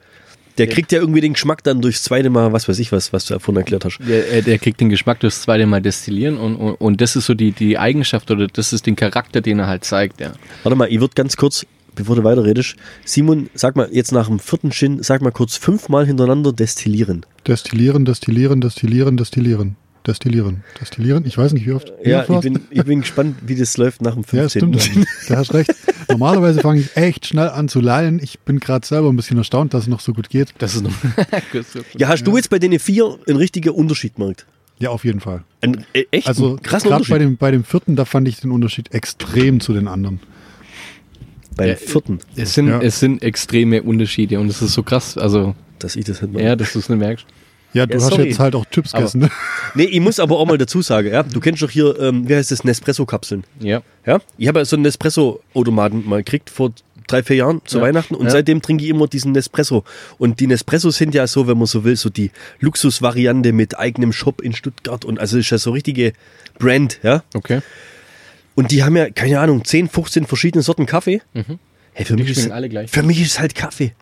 Speaker 1: der kriegt ja irgendwie den Geschmack dann durchs zweite Mal, was weiß ich was, was du vorhin erklärt hast.
Speaker 2: Der, äh, der kriegt den Geschmack durchs zweite Mal destillieren und, und, und das ist so die, die Eigenschaft oder das ist den Charakter, den er halt zeigt, ja.
Speaker 1: Warte mal, ich würde ganz kurz, bevor du weiterredest, Simon, sag mal jetzt nach dem vierten Gin, sag mal kurz fünfmal hintereinander destillieren.
Speaker 3: Destillieren, destillieren, destillieren, destillieren. Destillieren, destillieren. Ich weiß nicht, wie oft. wie
Speaker 1: Ja,
Speaker 3: oft
Speaker 1: ich
Speaker 3: war's?
Speaker 1: bin, ich bin gespannt, wie das läuft nach dem
Speaker 3: Ja,
Speaker 1: 15.
Speaker 3: stimmt. eigentlich. [LAUGHS] Da hast recht. Normalerweise fange ich echt schnell an zu lallen. Ich bin gerade selber ein bisschen erstaunt, dass es noch so gut geht.
Speaker 2: Das ist noch.
Speaker 1: ja, hast du jetzt bei den vier einen richtigen Unterschied gemerkt?
Speaker 3: [LAUGHS] Ja, auf jeden Fall.
Speaker 1: Einen äh, echt
Speaker 3: Also
Speaker 1: krassen
Speaker 3: gerade bei
Speaker 1: Unterschied.
Speaker 3: dem, bei dem vierten, da fand ich den Unterschied extrem zu den anderen.
Speaker 1: Beim
Speaker 2: Ja, äh,
Speaker 1: vierten,
Speaker 2: Es sind,
Speaker 3: Ja.
Speaker 2: es sind extreme Unterschiede und es ist so krass. Also,
Speaker 1: dass ich das halt hätte
Speaker 2: ja, dass du es nicht merkst.
Speaker 3: Ja, du
Speaker 1: Ja,
Speaker 3: hast
Speaker 1: sorry.
Speaker 3: jetzt halt auch Chips
Speaker 2: Aber-
Speaker 3: gegessen.
Speaker 1: [LAUGHS]
Speaker 3: Ne?
Speaker 1: Nee, ich muss aber auch mal dazu sagen, ja, du kennst doch hier, ähm, wie heißt das, Nespresso-Kapseln.
Speaker 2: Ja.
Speaker 1: Ja? Ich habe ja so einen Nespresso-Automaten mal gekriegt vor drei, vier Jahren zu
Speaker 2: Ja.
Speaker 1: Weihnachten und
Speaker 2: Ja.
Speaker 1: seitdem trinke ich immer diesen Nespresso. Und die Nespresso sind ja so, wenn man so will, so die Luxusvariante mit eigenem Shop in Stuttgart und also ist ja so richtige Brand, ja.
Speaker 2: Okay.
Speaker 1: Und die haben ja, keine Ahnung, 10, 15 verschiedene Sorten Kaffee. Hey, für, mich ist,
Speaker 2: schmecken alle gleich.
Speaker 1: für mich ist halt Kaffee.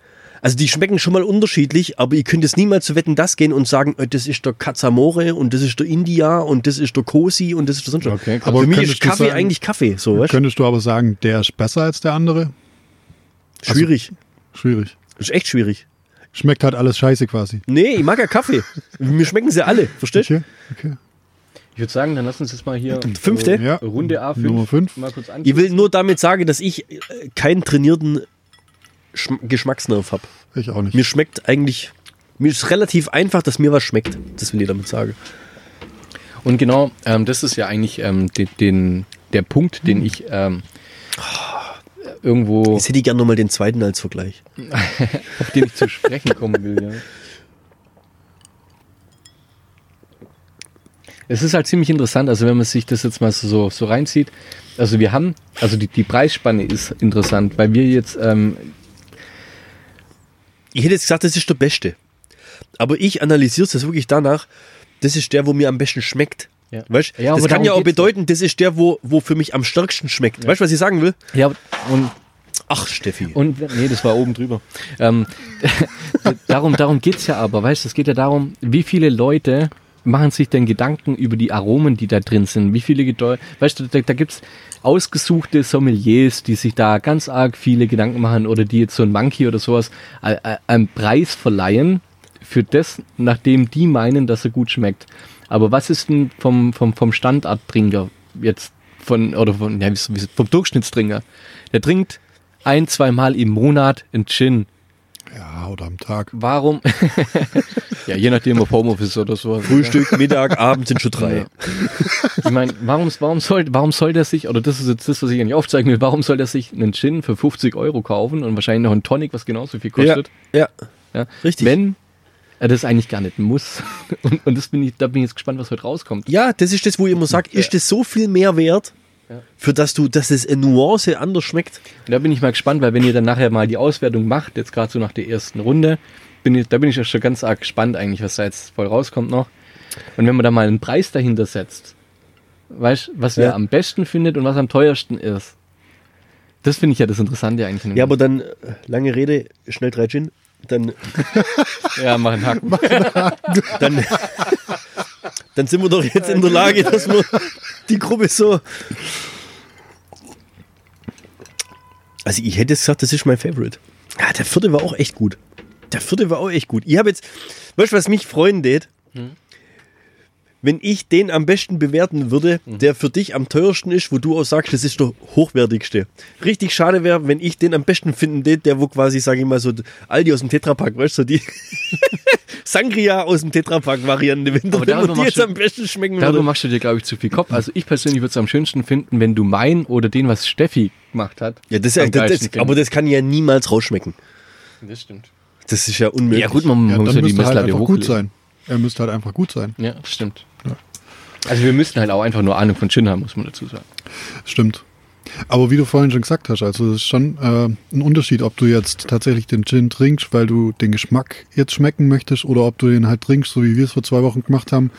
Speaker 1: Also die schmecken schon mal unterschiedlich, aber ihr könnt jetzt niemals zu wetten, das gehen und sagen, äh, das ist der Kazamore und das ist der India und das ist der Kosi und das ist der sonst was.
Speaker 2: Okay, krass.
Speaker 1: aber
Speaker 3: Aber
Speaker 1: für mich ist
Speaker 3: könntest du
Speaker 1: Kaffee
Speaker 3: sagen-
Speaker 1: eigentlich Kaffee, so weißt? du?
Speaker 3: Könntest du aber sagen, der ist besser als der andere?
Speaker 1: Schwierig.
Speaker 3: Schwierig.
Speaker 1: ist echt schwierig.
Speaker 3: Schmeckt halt alles scheiße quasi.
Speaker 1: Nee, ich mag ja Kaffee. Mir schmecken sie alle, verstehst du?
Speaker 3: Okay, okay.
Speaker 2: Ich würde sagen, dann lass uns jetzt mal hier äh,
Speaker 1: Fünfte?
Speaker 3: Ja.
Speaker 2: Runde A5
Speaker 3: Nummer fünf.
Speaker 2: mal kurz an.
Speaker 1: Ich will nur damit sagen, dass ich äh, keinen trainierten Schm Geschmacksnerv habe.
Speaker 3: Ich auch nicht.
Speaker 1: Mir schmeckt eigentlich, mir ist relativ einfach, dass mir was schmeckt. Das will ich damit sagen.
Speaker 2: Und genau, ähm, das ist ja eigentlich ähm, den, den, der Punkt, den ich ähm, irgendwo,
Speaker 1: Jetzt hätte ich gerne nochmal den zweiten als Vergleich.
Speaker 2: auf den ich zu sprechen kommen will. Ja. Es ist halt ziemlich interessant, also wenn man sich das jetzt mal so, so reinzieht. Also wir haben, also die, die Preisspanne ist interessant, weil wir jetzt ähm,
Speaker 1: Ich hätte jetzt gesagt, das ist der beste. Aber ich analysiere das wirklich danach, das ist der, wo mir am besten schmeckt.
Speaker 2: Ja.
Speaker 1: Weißt?
Speaker 2: Ja,
Speaker 1: das kann
Speaker 2: aber darum
Speaker 1: ja auch
Speaker 2: geht's
Speaker 1: bedeuten, das ist der, wo, wo für mich am stärksten schmeckt. Weißt du, was ich sagen will?
Speaker 2: ja und
Speaker 1: Ach, Steffi.
Speaker 2: Und nee, das war oben drüber. Ähm, darum darum geht's ja aber, weißt du, es geht ja darum, wie viele Leute machen sich denn Gedanken über die Aromen, die da drin sind. Wie viele Gedeu weißt du, da, da gibt's ausgesuchte Sommeliers, die sich da ganz arg viele Gedanken machen oder die jetzt so ein Monkey oder sowas äh, äh, einen Preis verleihen für das, nachdem die meinen, dass er gut schmeckt. Aber was ist denn vom, vom, vom Standardtrinker jetzt von, oder von, ja, wie- wie- vom Durchschnittstrinker? Der trinkt ein, zweimal im Monat einen Gin.
Speaker 3: Ja, oder am Tag.
Speaker 2: Warum? [LAUGHS] ja, je nachdem, ob Homeoffice oder so. Also,
Speaker 1: Frühstück, Mittag,
Speaker 2: [LAUGHS]
Speaker 1: Abend sind schon drei.
Speaker 2: Ich meine, warum, warum, soll, warum soll der sich, oder das ist jetzt das, was ich eigentlich aufzeigen will, warum soll der sich einen Gin für 50 Euro kaufen und wahrscheinlich noch einen Tonic, was genauso viel kostet?
Speaker 1: Ja, ja.
Speaker 2: Ja.
Speaker 1: Richtig.
Speaker 2: Wenn er das eigentlich gar nicht muss. [LAUGHS] Und, und das bin ich, da bin ich jetzt gespannt, was heute rauskommt.
Speaker 1: Ja, das ist das, wo ich immer sage, ist das so viel mehr wert, für das du, dass es in Nuance anders schmeckt?
Speaker 2: Und da bin ich mal gespannt, weil wenn ihr dann nachher mal die Auswertung macht, jetzt gerade so nach der ersten Runde, bin ich, da bin ich ja schon ganz arg gespannt eigentlich, was da jetzt voll rauskommt noch. Und wenn man da mal einen Preis dahinter setzt, weißt was ihr
Speaker 1: Ja.
Speaker 2: am besten findet und was am teuersten ist. Das finde ich ja das Interessante eigentlich. in dem
Speaker 1: Ja, aber dann, äh, lange Rede, schnell drei Gin, dann,
Speaker 2: Ganzen. ja, mach einen Haken.
Speaker 1: dann, dann sind wir doch jetzt in der Lage, dass wir die Gruppe so. Also, ich hätte jetzt gesagt, das ist mein Favorite. Ja, der vierte war auch echt gut. Der vierte war auch echt gut. Ich habe jetzt, weißt du, was mich freuen tät? Wenn ich den am besten bewerten würde, der für dich am teuersten ist, wo du auch sagst, das ist der hochwertigste. Richtig schade wäre, wenn ich den am besten finden tät, der wo quasi, sage ich mal, so Aldi aus dem Tetrapack, weißt du, so die [LAUGHS] Sangria aus dem Tetrapack-Variante, wenn
Speaker 2: Aber
Speaker 1: du
Speaker 2: darüber
Speaker 1: wenn man die
Speaker 2: machst
Speaker 1: jetzt
Speaker 2: du-
Speaker 1: am besten schmecken
Speaker 2: Darüber
Speaker 1: würde.
Speaker 2: machst du dir, glaube ich, zu viel Kopf. Also ich persönlich würde es am schönsten finden, wenn du mein oder den, was Steffi gemacht hat.
Speaker 1: Ja, das, ist ja-
Speaker 2: am
Speaker 1: das,
Speaker 2: geilsten
Speaker 1: das, aber
Speaker 2: findest.
Speaker 1: das kann ja niemals rausschmecken.
Speaker 2: das stimmt.
Speaker 1: Das ist ja unmöglich.
Speaker 2: Ja gut, man
Speaker 3: Ja,
Speaker 2: muss
Speaker 3: dann
Speaker 2: ja die
Speaker 3: müsste er halt
Speaker 2: Messlatte
Speaker 3: einfach
Speaker 2: hochlegen.
Speaker 3: gut sein. Er müsste halt einfach gut sein.
Speaker 2: Ja, stimmt. Also wir müssten halt auch einfach nur Ahnung von Gin haben, muss man dazu sagen.
Speaker 3: Stimmt. Aber wie du vorhin schon gesagt hast, also es ist schon äh, ein Unterschied, ob du jetzt tatsächlich den Gin trinkst, weil du den Geschmack jetzt schmecken möchtest, oder ob du den halt trinkst, so wie wir es vor zwei Wochen gemacht haben,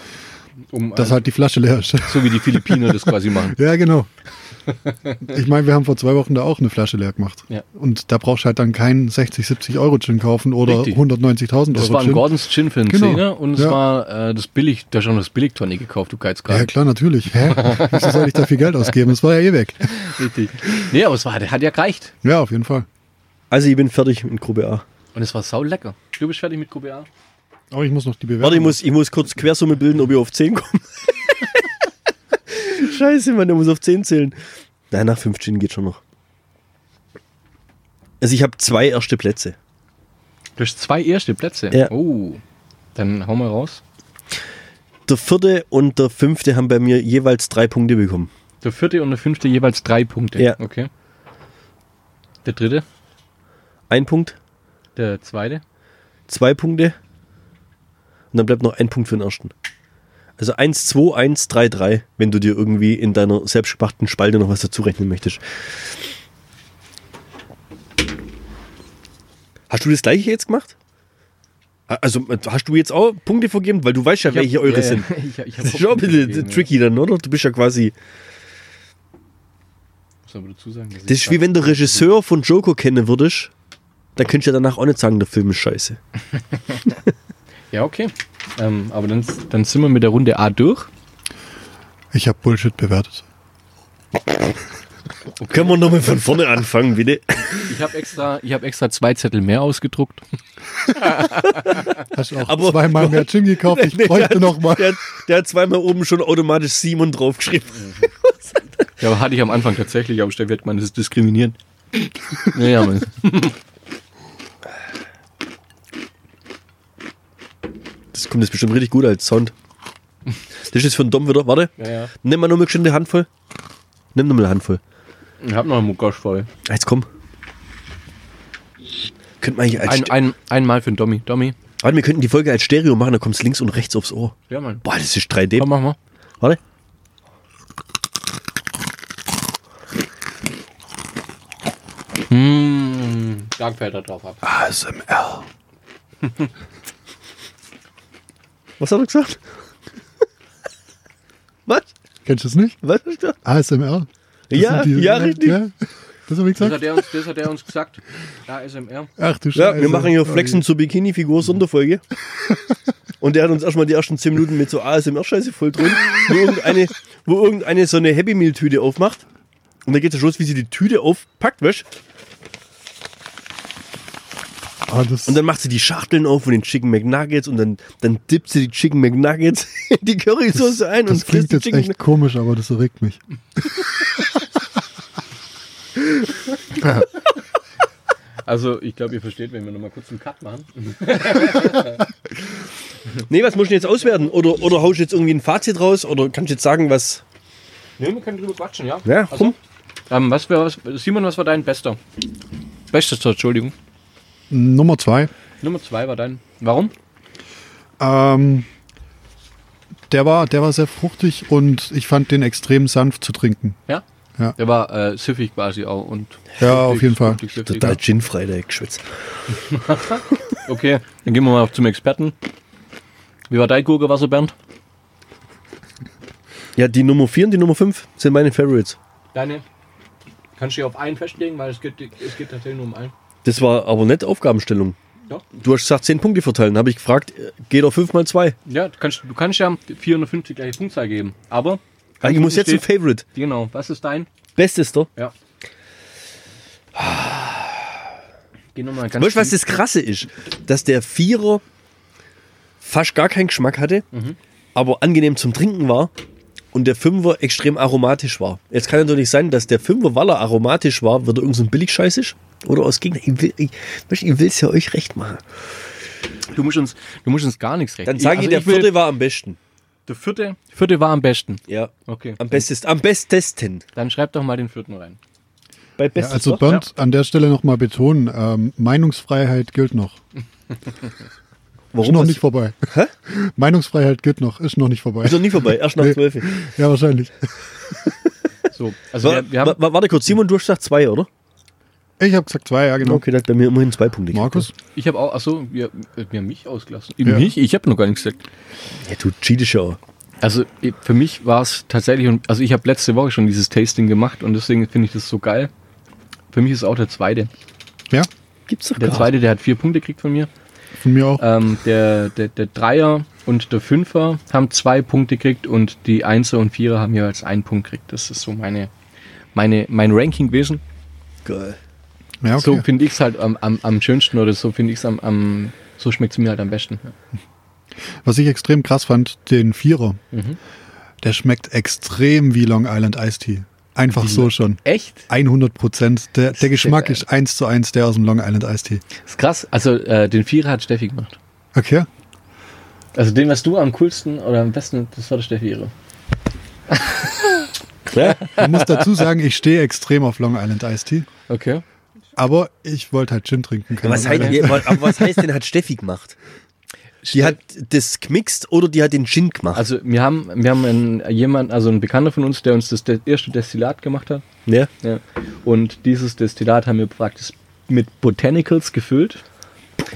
Speaker 2: Um
Speaker 3: dass halt die Flasche leer ist. [LAUGHS]
Speaker 2: so wie die Philippiner das
Speaker 1: [LAUGHS]
Speaker 2: quasi machen. [LAUGHS]
Speaker 3: ja, genau. Ich meine, wir haben vor zwei Wochen da auch eine Flasche leer gemacht.
Speaker 2: Ja.
Speaker 3: Und da brauchst du halt dann keinen 60, 70 Euro Gin kaufen oder
Speaker 2: Richtig.
Speaker 3: 190.000 Euro
Speaker 2: Das war ein
Speaker 3: Gin.
Speaker 2: Gordons Gin für einen
Speaker 3: Genau.
Speaker 2: Zehner ne? und es
Speaker 3: Ja.
Speaker 2: war äh, das billig, da schon das Billigtonne gekauft, du Geizkragen.
Speaker 3: Ja, klar, natürlich. Hä? Wieso soll ich da viel Geld ausgeben? Es war ja eh weg.
Speaker 2: Richtig. Nee, aber es war, hat ja gereicht.
Speaker 3: Ja, auf jeden Fall.
Speaker 1: Also ich bin fertig mit Gruppe A.
Speaker 2: Und es war sau lecker. Du bist fertig mit Gruppe A.
Speaker 3: Aber ich muss noch die Bewertung.
Speaker 1: Warte, ich muss, ich muss kurz Quersumme bilden, ob ich auf 10 komme. [LAUGHS] Scheiße, Mann, der muss auf 10 zählen. Nein, nach 5 Gin geht schon noch. Also ich habe zwei erste Plätze.
Speaker 2: Du hast zwei erste Plätze.
Speaker 1: Ja.
Speaker 2: Oh. Dann hau mal raus.
Speaker 1: Der vierte und der fünfte haben bei mir jeweils drei Punkte bekommen.
Speaker 2: Der vierte und der fünfte jeweils drei Punkte.
Speaker 1: Ja.
Speaker 2: Okay. Der dritte,
Speaker 1: Ein Punkt,
Speaker 2: der zweite.
Speaker 1: zwei Punkte und dann bleibt noch ein Punkt für den ersten. Also 1, 2, 1, 3, 3, wenn du dir irgendwie in deiner selbstgebrachten Spalte noch was dazu rechnen möchtest. Hast du das gleiche jetzt gemacht? Also hast du jetzt auch Punkte vergeben? Weil du weißt ja, welche eure sind.
Speaker 2: [LAUGHS] Ich, ich hab
Speaker 1: Das ist schon ein bisschen tricky dann, oder? Du bist ja quasi.
Speaker 2: Muss aber dazu sagen, dass
Speaker 1: Das ist wie wenn der Regisseur von Joker kennen würdest. Dann könntest du ja danach auch nicht sagen, der Film ist scheiße.
Speaker 2: Ja, okay. Ähm, aber dann, dann sind wir mit der Runde A durch.
Speaker 3: Ich habe Bullshit bewertet.
Speaker 1: Können wir nochmal von vorne anfangen, bitte?
Speaker 2: Ich habe extra, ich hab extra zwei Zettel mehr ausgedruckt.
Speaker 3: Hast du auch
Speaker 1: Aber-
Speaker 3: zweimal mehr
Speaker 1: [LAUGHS]
Speaker 3: Gin gekauft? Ich bräuchte noch mal.
Speaker 1: Der, der hat zweimal oben schon automatisch Simon draufgeschrieben.
Speaker 2: [LAUGHS] Ja, aber hatte ich am Anfang tatsächlich, aber Steffi hat gemeint, das ist diskriminierend. Naja, man.
Speaker 1: Das kommt jetzt bestimmt richtig gut als Sound. Das ist jetzt für einen Dom wieder. Warte.
Speaker 2: Ja, ja.
Speaker 1: Nimm mal nochmal eine Handvoll. Nimm nochmal eine Handvoll.
Speaker 2: Ich habe noch einen Muckasch voll.
Speaker 1: Ah, Jetzt komm. Könnten wir, eigentlich als
Speaker 2: Ein,
Speaker 1: Ste-
Speaker 2: ein, einmal für den Dommi. Dommi.
Speaker 1: Warte, wir könnten die Folge als Stereo machen, da kommt es links und rechts aufs Ohr.
Speaker 2: Ja, Mann.
Speaker 1: Boah, das ist 3D.
Speaker 2: Komm, mach mal.
Speaker 1: Warte.
Speaker 2: Mmh, Dark fällt da drauf ab.
Speaker 3: ASMR.
Speaker 1: [LAUGHS] Was hat er gesagt? [LAUGHS] Was?
Speaker 3: Kennst du es nicht?
Speaker 1: Was hat er gesagt?
Speaker 3: ASMR. Das
Speaker 1: Ja,
Speaker 3: sind
Speaker 1: ja, richtig.
Speaker 3: Ja, das habe ich
Speaker 2: Das
Speaker 3: gesagt.
Speaker 2: hat er uns, das hat er uns gesagt. ASMR.
Speaker 3: Ach du
Speaker 1: Ja,
Speaker 3: Scheiße. Oh,
Speaker 1: wir machen hier Flexen zur Bikini-Figur Sonderfolge.
Speaker 3: [LAUGHS]
Speaker 1: Und der hat uns erstmal die ersten 10 Minuten mit so ASMR-Scheiße voll drin, wo irgendeine, wo irgendeine so eine Happy Meal-Tüte aufmacht. Und dann geht es los, wie sie die Tüte aufpackt, weißt du?
Speaker 3: Ah, das,
Speaker 1: Und dann macht sie die Schachteln auf von den Chicken McNuggets und dann, dann dippt sie die Chicken McNuggets in die Currysoße ein und
Speaker 3: das klingt
Speaker 1: die
Speaker 3: jetzt echt komisch, aber das erregt mich.
Speaker 2: Also, ich glaube, ihr versteht, wenn wir nochmal kurz einen Cut machen.
Speaker 1: Nee, was muss ich denn jetzt auswerten? Oder, oder haust du jetzt irgendwie ein Fazit raus? Oder kannst du jetzt sagen, was. Also,
Speaker 2: Ne, wir können drüber quatschen, ja?
Speaker 1: Ja, komm.
Speaker 2: Ähm, was wär, was, Simon, was war dein bester? Bestester, Entschuldigung.
Speaker 3: Nummer zwei.
Speaker 2: Nummer zwei war dein. Warum?
Speaker 3: Ähm, der, war, der war sehr fruchtig und ich fand den extrem sanft zu trinken.
Speaker 2: Ja?
Speaker 3: Ja.
Speaker 2: Der war äh, süffig quasi auch und.
Speaker 3: Ja, auf jeden Fall.
Speaker 2: süffig, süffig.
Speaker 1: Total ginfrei, der Geschwätz.
Speaker 2: Okay, dann gehen wir mal zum Experten. Wie war dein Gurgewasser, Bernd?
Speaker 1: Ja, die Nummer 4 und die Nummer 5 sind meine Favorites.
Speaker 2: Deine. Kannst du dich auf einen festlegen, weil es geht, es geht tatsächlich nur um einen.
Speaker 1: Das war aber nicht Aufgabenstellung.
Speaker 2: Ja,
Speaker 1: Du hast gesagt, 10 Punkte verteilen. Habe ich gefragt, äh, geht auf 5 mal 2.
Speaker 2: ja du, kannst, du kannst ja 450 gleiche Punktzahl geben. Aber.
Speaker 1: Ich muss jetzt ein
Speaker 2: steht-
Speaker 1: Favorite.
Speaker 2: Genau, was ist dein?
Speaker 1: Bestes, doch.
Speaker 2: Ja. Geh nochmal ganz.
Speaker 1: Weißt du, was das Krasse ist? Dass der Vierer fast gar keinen Geschmack hatte, aber angenehm zum Trinken war und der Fünfer extrem aromatisch war. Jetzt kann natürlich sein, dass der Fünfer, weil er aromatisch war, wird er irgendein so Billigscheiß ist. Oder aus Gegenteil. Ich will ich, weißt du, ich will's ja euch recht machen.
Speaker 2: Du musst uns, du musst uns gar nichts recht.
Speaker 1: Dann sage ich,
Speaker 2: also
Speaker 1: der
Speaker 2: will-
Speaker 1: vierte war am besten.
Speaker 2: Der vierte, vierte war am besten.
Speaker 1: Ja.
Speaker 2: Okay.
Speaker 1: Am bestesten. Am bestesten.
Speaker 2: Dann schreib doch mal den vierten rein.
Speaker 1: Bei
Speaker 3: Ja,
Speaker 1: bestes.
Speaker 3: also
Speaker 1: doch?
Speaker 3: Bernd, an der Stelle nochmal betonen, ähm, Meinungsfreiheit gilt noch. Ist
Speaker 1: Warum?
Speaker 3: noch
Speaker 1: Was-
Speaker 3: nicht vorbei. Meinungsfreiheit gilt noch, ist noch nicht vorbei.
Speaker 1: Ist noch nie vorbei. Erst nach
Speaker 3: Nee.
Speaker 1: zwölf.
Speaker 3: Ja, wahrscheinlich.
Speaker 2: So, also
Speaker 1: Wa-
Speaker 2: wir, wir haben,
Speaker 1: wa- warte kurz, Simon, du hast gesagt zwei, oder?
Speaker 3: Ich habe gesagt zwei, ja genau.
Speaker 1: Okay, der hat bei mir immerhin zwei Punkte. gekriegt.
Speaker 3: Markus?
Speaker 2: ich habe auch, achso, wir, äh, wir haben mich ausgelassen.
Speaker 3: Ja.
Speaker 2: Mich? Ich habe noch gar nichts gesagt.
Speaker 1: Ja, du cheatest ja auch.
Speaker 2: Also ich- für mich war es tatsächlich, und- also ich habe letzte Woche schon dieses Tasting gemacht und deswegen finde ich das so geil. Für mich ist auch der zweite.
Speaker 3: Ja,
Speaker 1: Gibt's doch
Speaker 2: Der
Speaker 1: gar
Speaker 2: zweite, der hat vier Punkte gekriegt von mir.
Speaker 3: von mir auch.
Speaker 1: Äh,
Speaker 2: Ähm, der, der, der Dreier und der Fünfer haben zwei Punkte gekriegt und die Einser und Vierer haben jeweils einen Punkt gekriegt. Das ist so meine, meine, mein Ranking gewesen.
Speaker 1: nicht. Geil.
Speaker 3: Ja, okay.
Speaker 2: So finde ich es halt am, am, am schönsten oder so finde ich es am, am, so schmeckt es mir halt am besten.
Speaker 3: Was ich extrem krass fand, den Vierer.
Speaker 1: Mhm.
Speaker 3: Der schmeckt extrem wie Long Island Iced Tea. Einfach so schon.
Speaker 2: Echt?
Speaker 3: 100 Prozent. Der, der Geschmack
Speaker 2: geil.
Speaker 3: ist eins zu eins der aus dem Long Island Iced Tea.
Speaker 2: Ist krass. Also äh, den Vierer hat Steffi gemacht.
Speaker 3: Okay.
Speaker 2: Also den, was du am coolsten oder am besten, das war der Steffi ihre.
Speaker 1: Ja?
Speaker 3: Ich
Speaker 1: [LAUGHS]
Speaker 3: muss dazu sagen, ich stehe extrem auf Long Island Iced Tea.
Speaker 2: Okay.
Speaker 3: Aber ich wollte halt Gin trinken. keine
Speaker 1: Was
Speaker 3: Long
Speaker 1: heißt,
Speaker 3: Island.
Speaker 1: ja, aber was heißt denn, hat Steffi gemacht? Die hat das gemixt oder die hat den Gin gemacht?
Speaker 2: Also wir haben, wir haben einen, jemand, also einen Bekannter von uns, der uns das de erste Destillat gemacht hat.
Speaker 1: ja.
Speaker 2: Ja. Und dieses Destillat haben wir praktisch mit Botanicals gefüllt.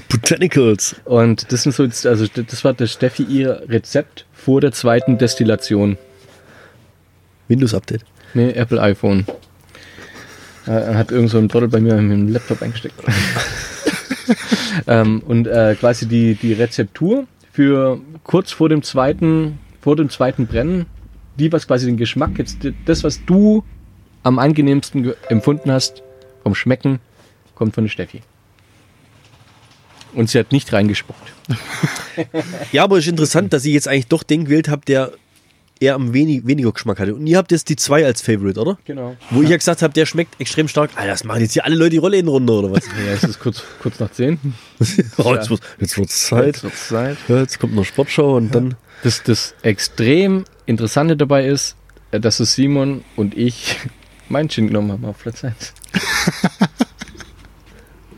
Speaker 1: Botanicals.
Speaker 2: Und das sind so, jetzt- also das war der Steffi ihr Rezept vor der zweiten Destillation.
Speaker 1: Windows-Update.
Speaker 2: Nee, Apple iPhone. Äh, hat irgend so ein Trottel bei mir in meinem Laptop eingesteckt. ähm, und äh, quasi die, die Rezeptur für kurz vor dem zweiten, vor dem zweiten Brennen, die was quasi den Geschmack jetzt, d- das was du am angenehmsten ge- empfunden hast vom Schmecken, kommt von der Steffi. Und sie hat nicht reingespuckt.
Speaker 1: Ja, aber es ist interessant, dass ich jetzt eigentlich doch den gewählt habe, der eher am wenig, weniger Geschmack hatte. Und ihr habt jetzt die zwei als Favorite, oder?
Speaker 2: Genau.
Speaker 1: Wo ich ja gesagt habe, der schmeckt extrem stark. Alter, das machen jetzt hier alle Leute die Rolle in Runde, oder was?
Speaker 2: Ja, es ist kurz, kurz nach zehn.
Speaker 1: [LAUGHS] oh, jetzt wird jetzt wird's Zeit. Ja, jetzt kommt noch Sportschau und dann.
Speaker 2: Das, das extrem Interessante dabei ist, äh, dass es Simon und ich [LAUGHS] mein Gin genommen haben auf Platz 1.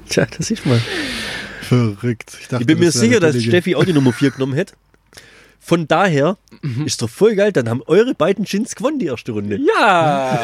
Speaker 1: Tja, das ist mal.
Speaker 3: [LAUGHS] Verrückt. dachte,
Speaker 1: Ich bin mir
Speaker 3: das wäre
Speaker 1: sicher, dass
Speaker 3: billige.
Speaker 1: Steffi auch die Nummer 4 genommen hätte. Von daher
Speaker 2: Mhm.
Speaker 1: ist doch voll geil, dann haben eure beiden Gins gewonnen die erste Runde. [LAUGHS]
Speaker 2: Ja!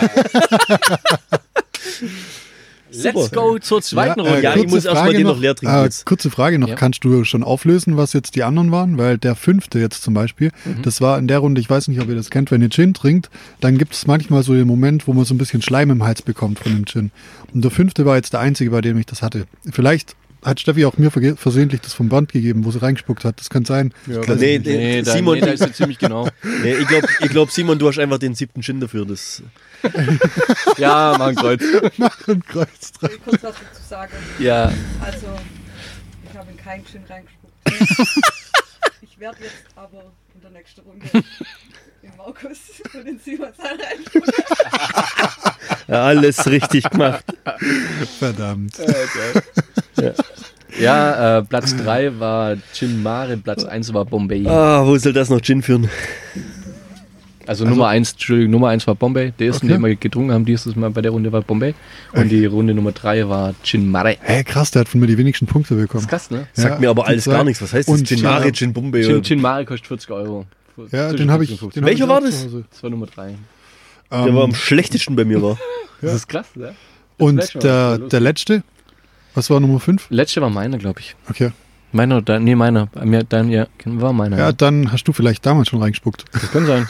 Speaker 2: Let's
Speaker 1: Super.
Speaker 2: go zur zweiten
Speaker 3: äh,
Speaker 2: Runde.
Speaker 1: Ja, ich
Speaker 3: kurze
Speaker 1: muss erst mal
Speaker 3: Frage
Speaker 1: den noch
Speaker 3: noch
Speaker 1: leer trinken
Speaker 3: Äh,
Speaker 1: jetzt.
Speaker 3: kurze Frage noch.
Speaker 2: Ja.
Speaker 3: Kannst du schon auflösen, was jetzt die anderen waren? Weil der fünfte jetzt zum Beispiel,
Speaker 1: Mhm.
Speaker 3: das war in der Runde, ich weiß nicht, ob ihr das kennt, wenn ihr Gin trinkt, dann gibt es manchmal so den Moment, wo man so ein bisschen Schleim im Hals bekommt von dem Gin. Und der fünfte war jetzt der einzige, bei dem ich das hatte. Vielleicht hat Steffi auch mir verge- versehentlich das vom Band gegeben, wo sie reingespuckt hat. Das kann sein. Ich weiß
Speaker 1: Nee,
Speaker 3: nicht.
Speaker 2: Nee, da,
Speaker 1: Simon,
Speaker 2: nee, da ist er ziemlich
Speaker 3: [LAUGHS]
Speaker 2: genau.
Speaker 1: nee, ich glaube, ich glaub, Simon, du hast einfach den siebten Gin dafür. Das,
Speaker 2: Ja, mach ein Kreuz.
Speaker 3: Mach ein Kreuz dran.
Speaker 5: will kurz was dazu sagen.
Speaker 2: Ja.
Speaker 5: Also, ich habe in keinen Gin reingespuckt. Ich werde jetzt aber in der nächsten Runde den Markus und den Simon reinspucken.
Speaker 1: alles richtig gemacht.
Speaker 3: Verdammt.
Speaker 2: Ja, äh, Platz 3 war Gin Mare, Platz 1 war
Speaker 3: Äh,
Speaker 2: Bombay.
Speaker 1: [LAUGHS] Ah, wo soll das noch Gin führen?
Speaker 2: Also Nummer 1, Entschuldigung, Nummer 1 war Bombay. Der erste, den wir getrunken haben, dieses Mal bei der Runde war Bombay. Und die Runde Nummer 3 war Gin Mare.
Speaker 3: Hä, krass, der hat von mir die wenigsten Punkte bekommen.
Speaker 2: ist krass, ne?
Speaker 1: Sagt
Speaker 3: Ja,
Speaker 1: mir aber
Speaker 3: die
Speaker 1: alles
Speaker 3: zwei.
Speaker 1: gar nichts. Was heißt das?
Speaker 3: Und
Speaker 1: Gin
Speaker 3: Gin-
Speaker 1: Mare, Gin Bombay?
Speaker 2: Gin,
Speaker 1: oder-
Speaker 2: Gin Mare kostet 40 Euro.
Speaker 3: Ja,
Speaker 2: Zwischen
Speaker 3: den habe ich.
Speaker 2: 40 und 50.
Speaker 3: den hab
Speaker 1: Welcher
Speaker 3: ich
Speaker 1: war
Speaker 3: auch zu
Speaker 1: das?
Speaker 3: Hause.
Speaker 2: Das war Nummer 3.
Speaker 1: Der war
Speaker 3: Ähm,
Speaker 1: am schlechtesten bei mir war.
Speaker 2: Das ist krass, ne? Flash war
Speaker 3: und
Speaker 2: was
Speaker 3: der,
Speaker 2: los.
Speaker 3: der letzte, was war Nummer 5?
Speaker 2: Letzte war meiner, glaube ich.
Speaker 3: Okay.
Speaker 2: Meiner oder dein, nee, meiner. Bei mir- Dein, ja, war meiner.
Speaker 3: Ja, dann hast du vielleicht damals schon reingespuckt.
Speaker 2: Das kann
Speaker 3: [LAUGHS]
Speaker 2: sein.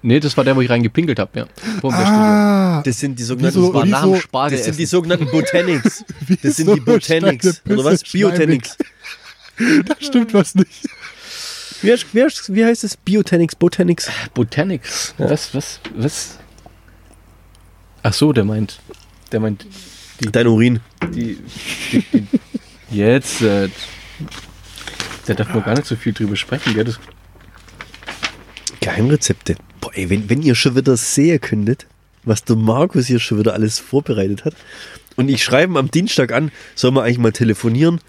Speaker 2: nee, das war der, wo ich reingepinkelt habe, ja. Vor dem Studio.
Speaker 3: Ah,
Speaker 1: Das sind die sogenannten,
Speaker 3: Wieso-
Speaker 1: das war-
Speaker 2: War nach dem
Speaker 3: wieso-
Speaker 2: Spargel
Speaker 1: das sind die
Speaker 2: essen.
Speaker 1: sogenannten Botanics. Das sind
Speaker 3: Wieso
Speaker 1: die Botanics.
Speaker 3: steigt der
Speaker 1: Oder was?
Speaker 3: Pisse schleimig?
Speaker 1: Biotanics.
Speaker 3: da [LAUGHS] stimmt was nicht.
Speaker 1: Wie, heißt- wie, heißt- wie heißt es? Biotanics, Botanics?
Speaker 2: Botanics. Was, was, was? Ach so, der meint. Der meint
Speaker 1: Dein Urin.
Speaker 2: die. die, die
Speaker 3: [LAUGHS]
Speaker 2: jetzt. Äh, da darf man gar nicht so viel drüber sprechen, gell? Das,
Speaker 1: Geheimrezepte. Boah, ey, wenn, wenn ihr schon wieder sehen könntet, was der Markus hier schon wieder alles vorbereitet hat. Und ich schreibe ihm am Dienstag an, soll man eigentlich mal telefonieren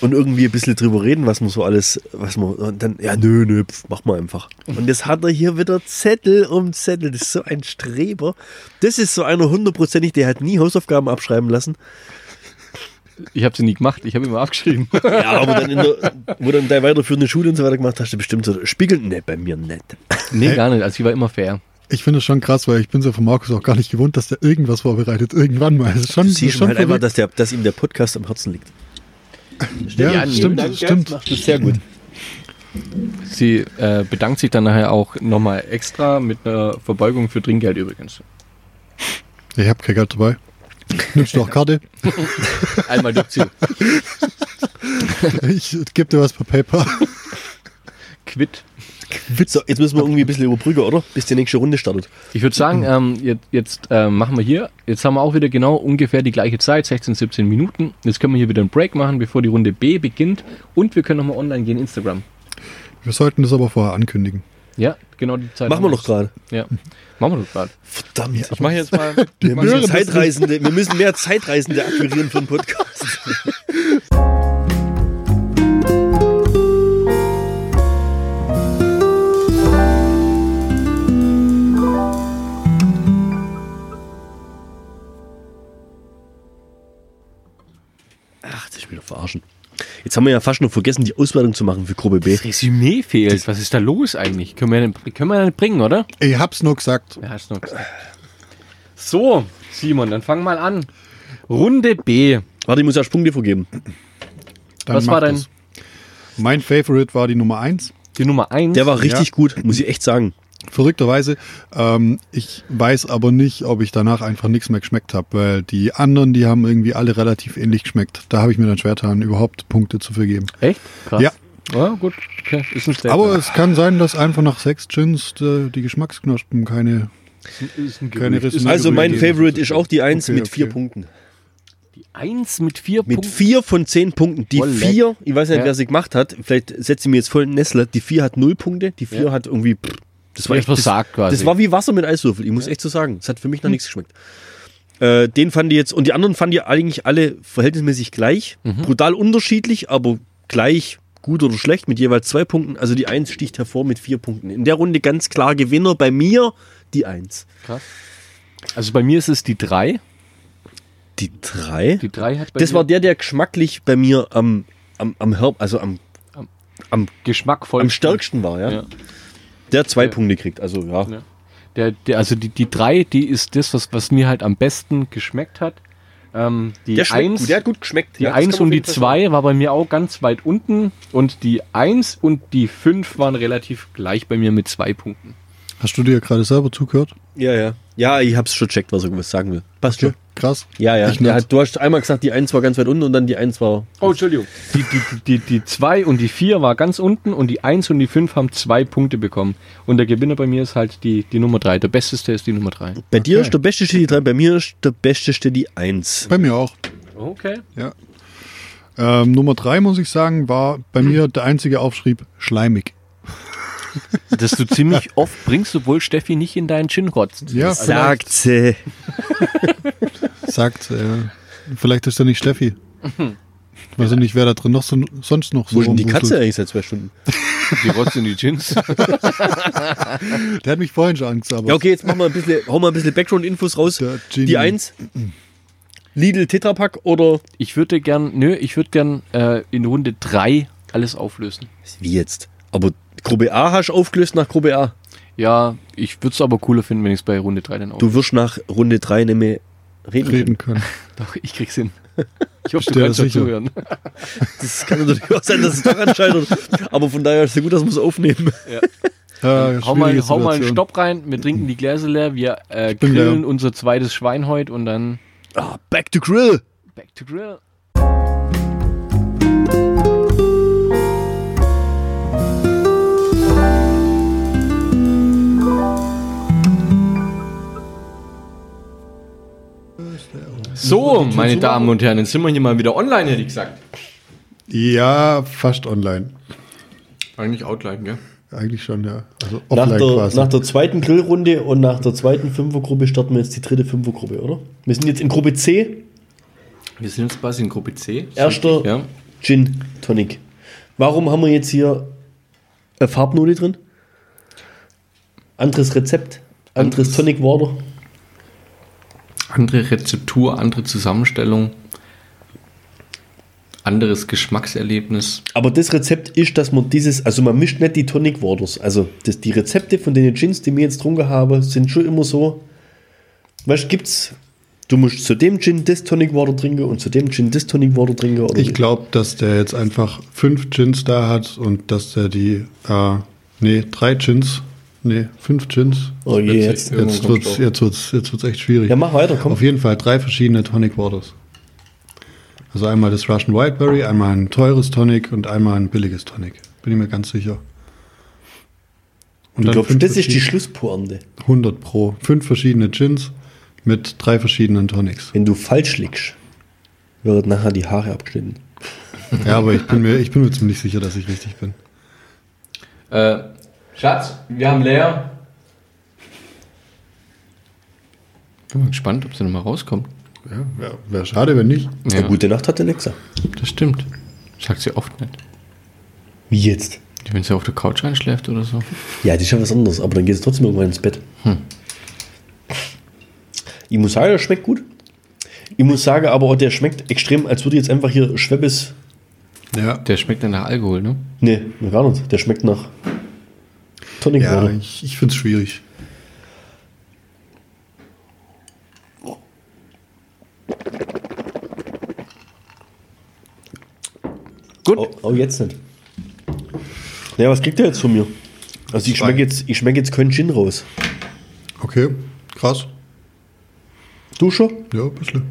Speaker 1: und irgendwie ein bisschen drüber reden, was man so alles, was man, und dann, ja, nö, nö, pf, mach mal einfach. Und das hat er hier wieder Zettel um Zettel. Das ist so ein Streber. Das ist so einer hundertprozentig, der hat nie Hausaufgaben abschreiben lassen.
Speaker 2: ich habe sie nie gemacht, ich habe immer
Speaker 3: [LAUGHS]
Speaker 2: abgeschrieben.
Speaker 1: Ja, aber dann in der, wo dann deine weiterführende Schule und so weiter gemacht hast, du bestimmt so, Spiegel, ne, bei mir nicht.
Speaker 2: nee, gar nicht. Also, ich war immer fair.
Speaker 3: Ich finde es schon krass, weil ich bin ja von Markus auch gar nicht gewohnt, dass der irgendwas vorbereitet. Irgendwann mal. Das ist schon,
Speaker 1: Du
Speaker 3: das ist
Speaker 1: siehst
Speaker 3: schon
Speaker 1: schon halt einfach,
Speaker 3: verrückt.
Speaker 1: dass, der, dass ihm der Podcast am Herzen liegt.
Speaker 3: ja,
Speaker 2: Ja, nee,
Speaker 3: stimmt,
Speaker 2: danke,
Speaker 3: stimmt.
Speaker 1: Das ist sehr gut.
Speaker 2: Sie äh, bedankt sich dann nachher auch nochmal extra mit einer Verbeugung für Trinkgeld übrigens.
Speaker 3: Ich habe kein Geld dabei. Nimmst du auch Karte?
Speaker 2: Einmal dazu.
Speaker 3: Ich gebe dir was per Paper.
Speaker 2: Quit.
Speaker 1: So, jetzt müssen wir irgendwie ein bisschen überbrücken, oder? Bis die nächste Runde startet.
Speaker 3: Äh,
Speaker 2: Ich würde sagen, ähm, jetzt, jetzt äh, machen wir hier. Jetzt haben wir auch wieder genau ungefähr die gleiche Zeit, 16, 17 Minuten. Jetzt können wir hier wieder einen Break machen, bevor die Runde B beginnt. Und wir können nochmal online gehen, Instagram.
Speaker 3: Wir sollten das aber vorher ankündigen.
Speaker 2: Ja, genau die Zeit.
Speaker 1: Machen wir
Speaker 2: haben
Speaker 1: noch gerade.
Speaker 2: Ja, machen wir doch gerade.
Speaker 1: Verdammt.
Speaker 2: Ich mache jetzt mal.
Speaker 1: [LAUGHS] Wir müssen,
Speaker 3: Möhre-
Speaker 1: Zeitreisende, wir müssen [LAUGHS] mehr Zeitreisende akquirieren für den Podcast. Ach, das ist wieder verarschen. Jetzt haben wir ja fast noch vergessen, die Auswertung zu machen für Gruppe B.
Speaker 2: Resümee fehlt. Was ist da los eigentlich? Können wir, denn- können wir nicht bringen, oder?
Speaker 3: Ich hab's nur gesagt.
Speaker 2: Ja, hast du noch gesagt. So, Simon, dann fang mal an. Runde B.
Speaker 1: Warte, ich muss ja Sprung dir vergeben.
Speaker 3: Dann
Speaker 2: Was
Speaker 3: macht
Speaker 2: war dein-
Speaker 3: es. Mein Favorite war die Nummer eins.
Speaker 2: Die Nummer 1.
Speaker 1: Der war richtig gut, muss ich echt sagen.
Speaker 3: Verrückterweise. Ähm, ich weiß aber nicht, ob ich danach einfach nichts mehr geschmeckt habe, weil die anderen, die haben irgendwie alle relativ ähnlich geschmeckt. Da habe ich mir dann schwer getan, überhaupt Punkte zu vergeben.
Speaker 2: Echt? Krass.
Speaker 3: Ja.
Speaker 2: Ja, gut. Okay. Ist ein Statement.
Speaker 3: Aber es kann sein, dass einfach nach sechs Gins äh, die Geschmacksknospen keine,
Speaker 2: ist ein
Speaker 3: keine Resonanz
Speaker 1: Also mein
Speaker 3: gegeben hat.
Speaker 1: Favorite ist auch die 1
Speaker 3: Okay,
Speaker 1: mit 4
Speaker 3: okay.
Speaker 1: Punkten.
Speaker 2: Die 1 mit 4
Speaker 1: Mit 4 von 10 Punkten. Die
Speaker 2: Voll leck.
Speaker 1: 4, ich weiß nicht,
Speaker 2: Ja.
Speaker 1: wer sie gemacht hat, vielleicht setze ich mir jetzt voll in den Nessel, die 4 hat 0 Punkte, die 4 hat irgendwie... Pff, das war
Speaker 2: Ja,
Speaker 1: echt das,
Speaker 2: versagt quasi. Hm.
Speaker 1: das war wie Wasser mit Eiswürfel, ich muss echt so sagen. Es hat für mich noch nichts geschmeckt. Äh, den fand ich jetzt, und die anderen fand ich eigentlich alle verhältnismäßig gleich.
Speaker 2: Mhm.
Speaker 1: Brutal unterschiedlich, aber gleich gut oder schlecht mit jeweils zwei Punkten. Also die 1 sticht hervor mit 4 Punkten. In der Runde ganz klar Gewinner bei mir, die 1.
Speaker 2: Also bei mir ist es die 3.
Speaker 1: Die 3?
Speaker 2: Die 3 hat bei
Speaker 1: Das
Speaker 2: mir
Speaker 1: war der, der geschmacklich bei mir am, am, am Herb, also am,
Speaker 2: Geschmack voll.
Speaker 1: am stärksten war, ja?
Speaker 2: Ja.
Speaker 1: Der hat zwei
Speaker 2: Ja.
Speaker 1: Punkte kriegt, also ja.
Speaker 2: Ja. Der, der, also die, die 3, die ist das, was, was mir halt am besten geschmeckt hat. Ähm, die
Speaker 1: Der, schmeckt
Speaker 2: 1,
Speaker 1: gut, der hat gut geschmeckt.
Speaker 2: die
Speaker 1: ja, das
Speaker 2: eins
Speaker 1: kann man
Speaker 2: und die
Speaker 1: auf jeden Fall
Speaker 2: 2 war bei mir auch ganz weit unten. Und die 1 und die 5 waren relativ gleich bei mir mit zwei Punkten.
Speaker 3: Hast du dir gerade selber zugehört?
Speaker 1: sagen. Ja, ja. Ja, ich hab's schon checkt, was er was sagen will. Passt
Speaker 3: Ja,
Speaker 1: schon.
Speaker 3: krass.
Speaker 1: Ja, ja.
Speaker 3: Ich
Speaker 1: Der
Speaker 3: nicht.
Speaker 1: hat, du hast einmal gesagt, die 1 war ganz weit unten und dann die 1 war.
Speaker 2: Oh, Entschuldigung. Die 2 die, die, die zwei und die 4 war ganz unten und die 1 und die 5 haben zwei Punkte bekommen. Und der Gewinner bei mir ist halt die, die Nummer 3. Der besteste ist die Nummer 3.
Speaker 1: Bei dir
Speaker 3: Okay.
Speaker 1: ist der beste Stelle die 3, bei mir ist der beste Stelle die 1.
Speaker 3: Bei mir auch.
Speaker 2: Okay.
Speaker 3: Ja. Ähm, Nummer drei, muss ich sagen, war bei mir der einzige Aufschrieb schleimig.
Speaker 2: Dass du ziemlich oft bringst, obwohl Steffi nicht in deinen Gin rotzt.
Speaker 3: Ja,
Speaker 1: Also, Sagt sie.
Speaker 3: Sagt, äh, vielleicht ist er nicht Steffi. Ich weiß ja nicht, wer da drin noch so, sonst noch so
Speaker 1: Wo ist denn die Katze
Speaker 3: rumwuselt.
Speaker 1: eigentlich seit zwei Stunden?
Speaker 2: Die rotzt in die Gins.
Speaker 3: Der hat mich vorhin schon Angst, aber
Speaker 1: Ja, okay, jetzt machen wir ein bisschen, hauen wir ein bisschen Background-Infos raus.
Speaker 3: Der Genie.
Speaker 1: Die 1. Lidl Tetrapack oder.
Speaker 2: [LAUGHS] Ich würde gern, nö, ich würde gern äh, in Runde 3 alles auflösen.
Speaker 1: Wie jetzt? Aber Gruppe A hast du aufgelöst nach Gruppe A.
Speaker 2: Ja, ich würde es aber cooler finden, wenn ich es bei Runde 3 dann auflöse.
Speaker 1: Du wirst nach Runde 3 nicht mehr reden.
Speaker 3: reden können.
Speaker 2: Doch, ich krieg's hin. Ich hoffe, du
Speaker 3: Stell
Speaker 2: kannst
Speaker 3: dir
Speaker 2: auch
Speaker 3: sicher.
Speaker 2: zuhören.
Speaker 1: Das kann natürlich auch sein, dass es daran scheitert. Aber von daher ist es gut, dass wir es aufnehmen.
Speaker 3: Äh,
Speaker 2: Hau mal,
Speaker 3: schwierige
Speaker 2: hau mal einen
Speaker 3: Situation.
Speaker 2: Stopp rein, wir trinken die Gläser leer, wir äh,
Speaker 3: bin
Speaker 2: grillen
Speaker 3: leer.
Speaker 2: unser zweites Schwein heute und dann
Speaker 1: Ah, back to grill.
Speaker 2: back to grill. So, meine Damen und Herren, jetzt sind wir hier mal wieder online, hätte ich gesagt.
Speaker 3: Ja, fast online.
Speaker 2: Eigentlich outline, gell?
Speaker 3: Eigentlich schon, ja. Also
Speaker 1: Nach
Speaker 3: offline
Speaker 1: der,
Speaker 3: quasi.
Speaker 1: nach der zweiten Grillrunde und nach der zweiten Fünfergruppe starten wir jetzt die dritte Fünfergruppe, oder? Wir sind jetzt in Gruppe C.
Speaker 2: Wir sind jetzt quasi in Gruppe C. Ist
Speaker 1: Erster
Speaker 2: richtig, Ja.
Speaker 1: Gin Tonic. Warum haben wir jetzt hier eine Farbnote drin? Anderes Rezept, anderes Tonic Water.
Speaker 2: Andere Rezeptur, andere Zusammenstellung, anderes Geschmackserlebnis.
Speaker 1: Aber das Rezept ist, dass man dieses, also man mischt nicht die Tonic Waters. Also das, die Rezepte von den Gins, die wir jetzt getrunken haben, sind schon immer so. Weißt du, gibt's, du musst zu dem Gin das Tonic Water trinken und zu dem Gin das Tonic Water trinken. Oder
Speaker 3: Ich glaube, dass der jetzt einfach fünf Gins da hat und dass der die, äh, nee, drei Gins, nee, fünf Gins.
Speaker 1: Oh je, jetzt.
Speaker 3: Jetzt wird's, jetzt, wird's, jetzt wird's echt schwierig.
Speaker 1: Ja, mach weiter, komm.
Speaker 3: Auf jeden Fall drei verschiedene Tonic Waters. Also einmal das Russian Whiteberry, einmal ein teures Tonic und einmal ein billiges Tonic. Bin ich mir ganz sicher.
Speaker 1: Du
Speaker 3: Und dann
Speaker 1: glaubst,
Speaker 3: fünf
Speaker 1: das ist die
Speaker 3: verschiedene-
Speaker 1: Schlusspointe.
Speaker 3: 100 pro. Fünf verschiedene Gins mit drei verschiedenen Tonics.
Speaker 1: Wenn du falsch liegst, wird nachher die Haare abgeschnitten.
Speaker 3: Ja, aber ich bin, mir, ich bin mir ziemlich sicher, dass ich richtig bin.
Speaker 2: Äh, Schatz, wir haben leer. Bin mal gespannt, ob sie nochmal rauskommt.
Speaker 3: Ja, wäre wär schade, wenn nicht.
Speaker 1: Ja. gute Nacht hat Alexa.
Speaker 2: das stimmt. Sagt sie oft nicht.
Speaker 1: Wie jetzt?
Speaker 2: Wenn sie auf der Couch einschläft oder so.
Speaker 1: Ja, das ist ja was anderes, aber dann geht es trotzdem irgendwann ins Bett. Ich muss sagen, der schmeckt gut. Ich muss sagen, aber auch der schmeckt extrem, als würde jetzt einfach hier Schweppes.
Speaker 3: Ja,
Speaker 2: Der schmeckt dann nach Alkohol, ne?
Speaker 1: Nee, gar nicht. Der schmeckt nach Tonic
Speaker 3: ja
Speaker 1: Water.
Speaker 3: ich, ich finde es schwierig.
Speaker 6: Gut.
Speaker 1: Oh, oh, jetzt nicht. Ja, was kriegt er jetzt von mir? Also ich schmecke jetzt, ich schmeck jetzt keinen Gin raus.
Speaker 3: Okay, krass.
Speaker 1: Du schon?
Speaker 3: Ja, ein bisschen.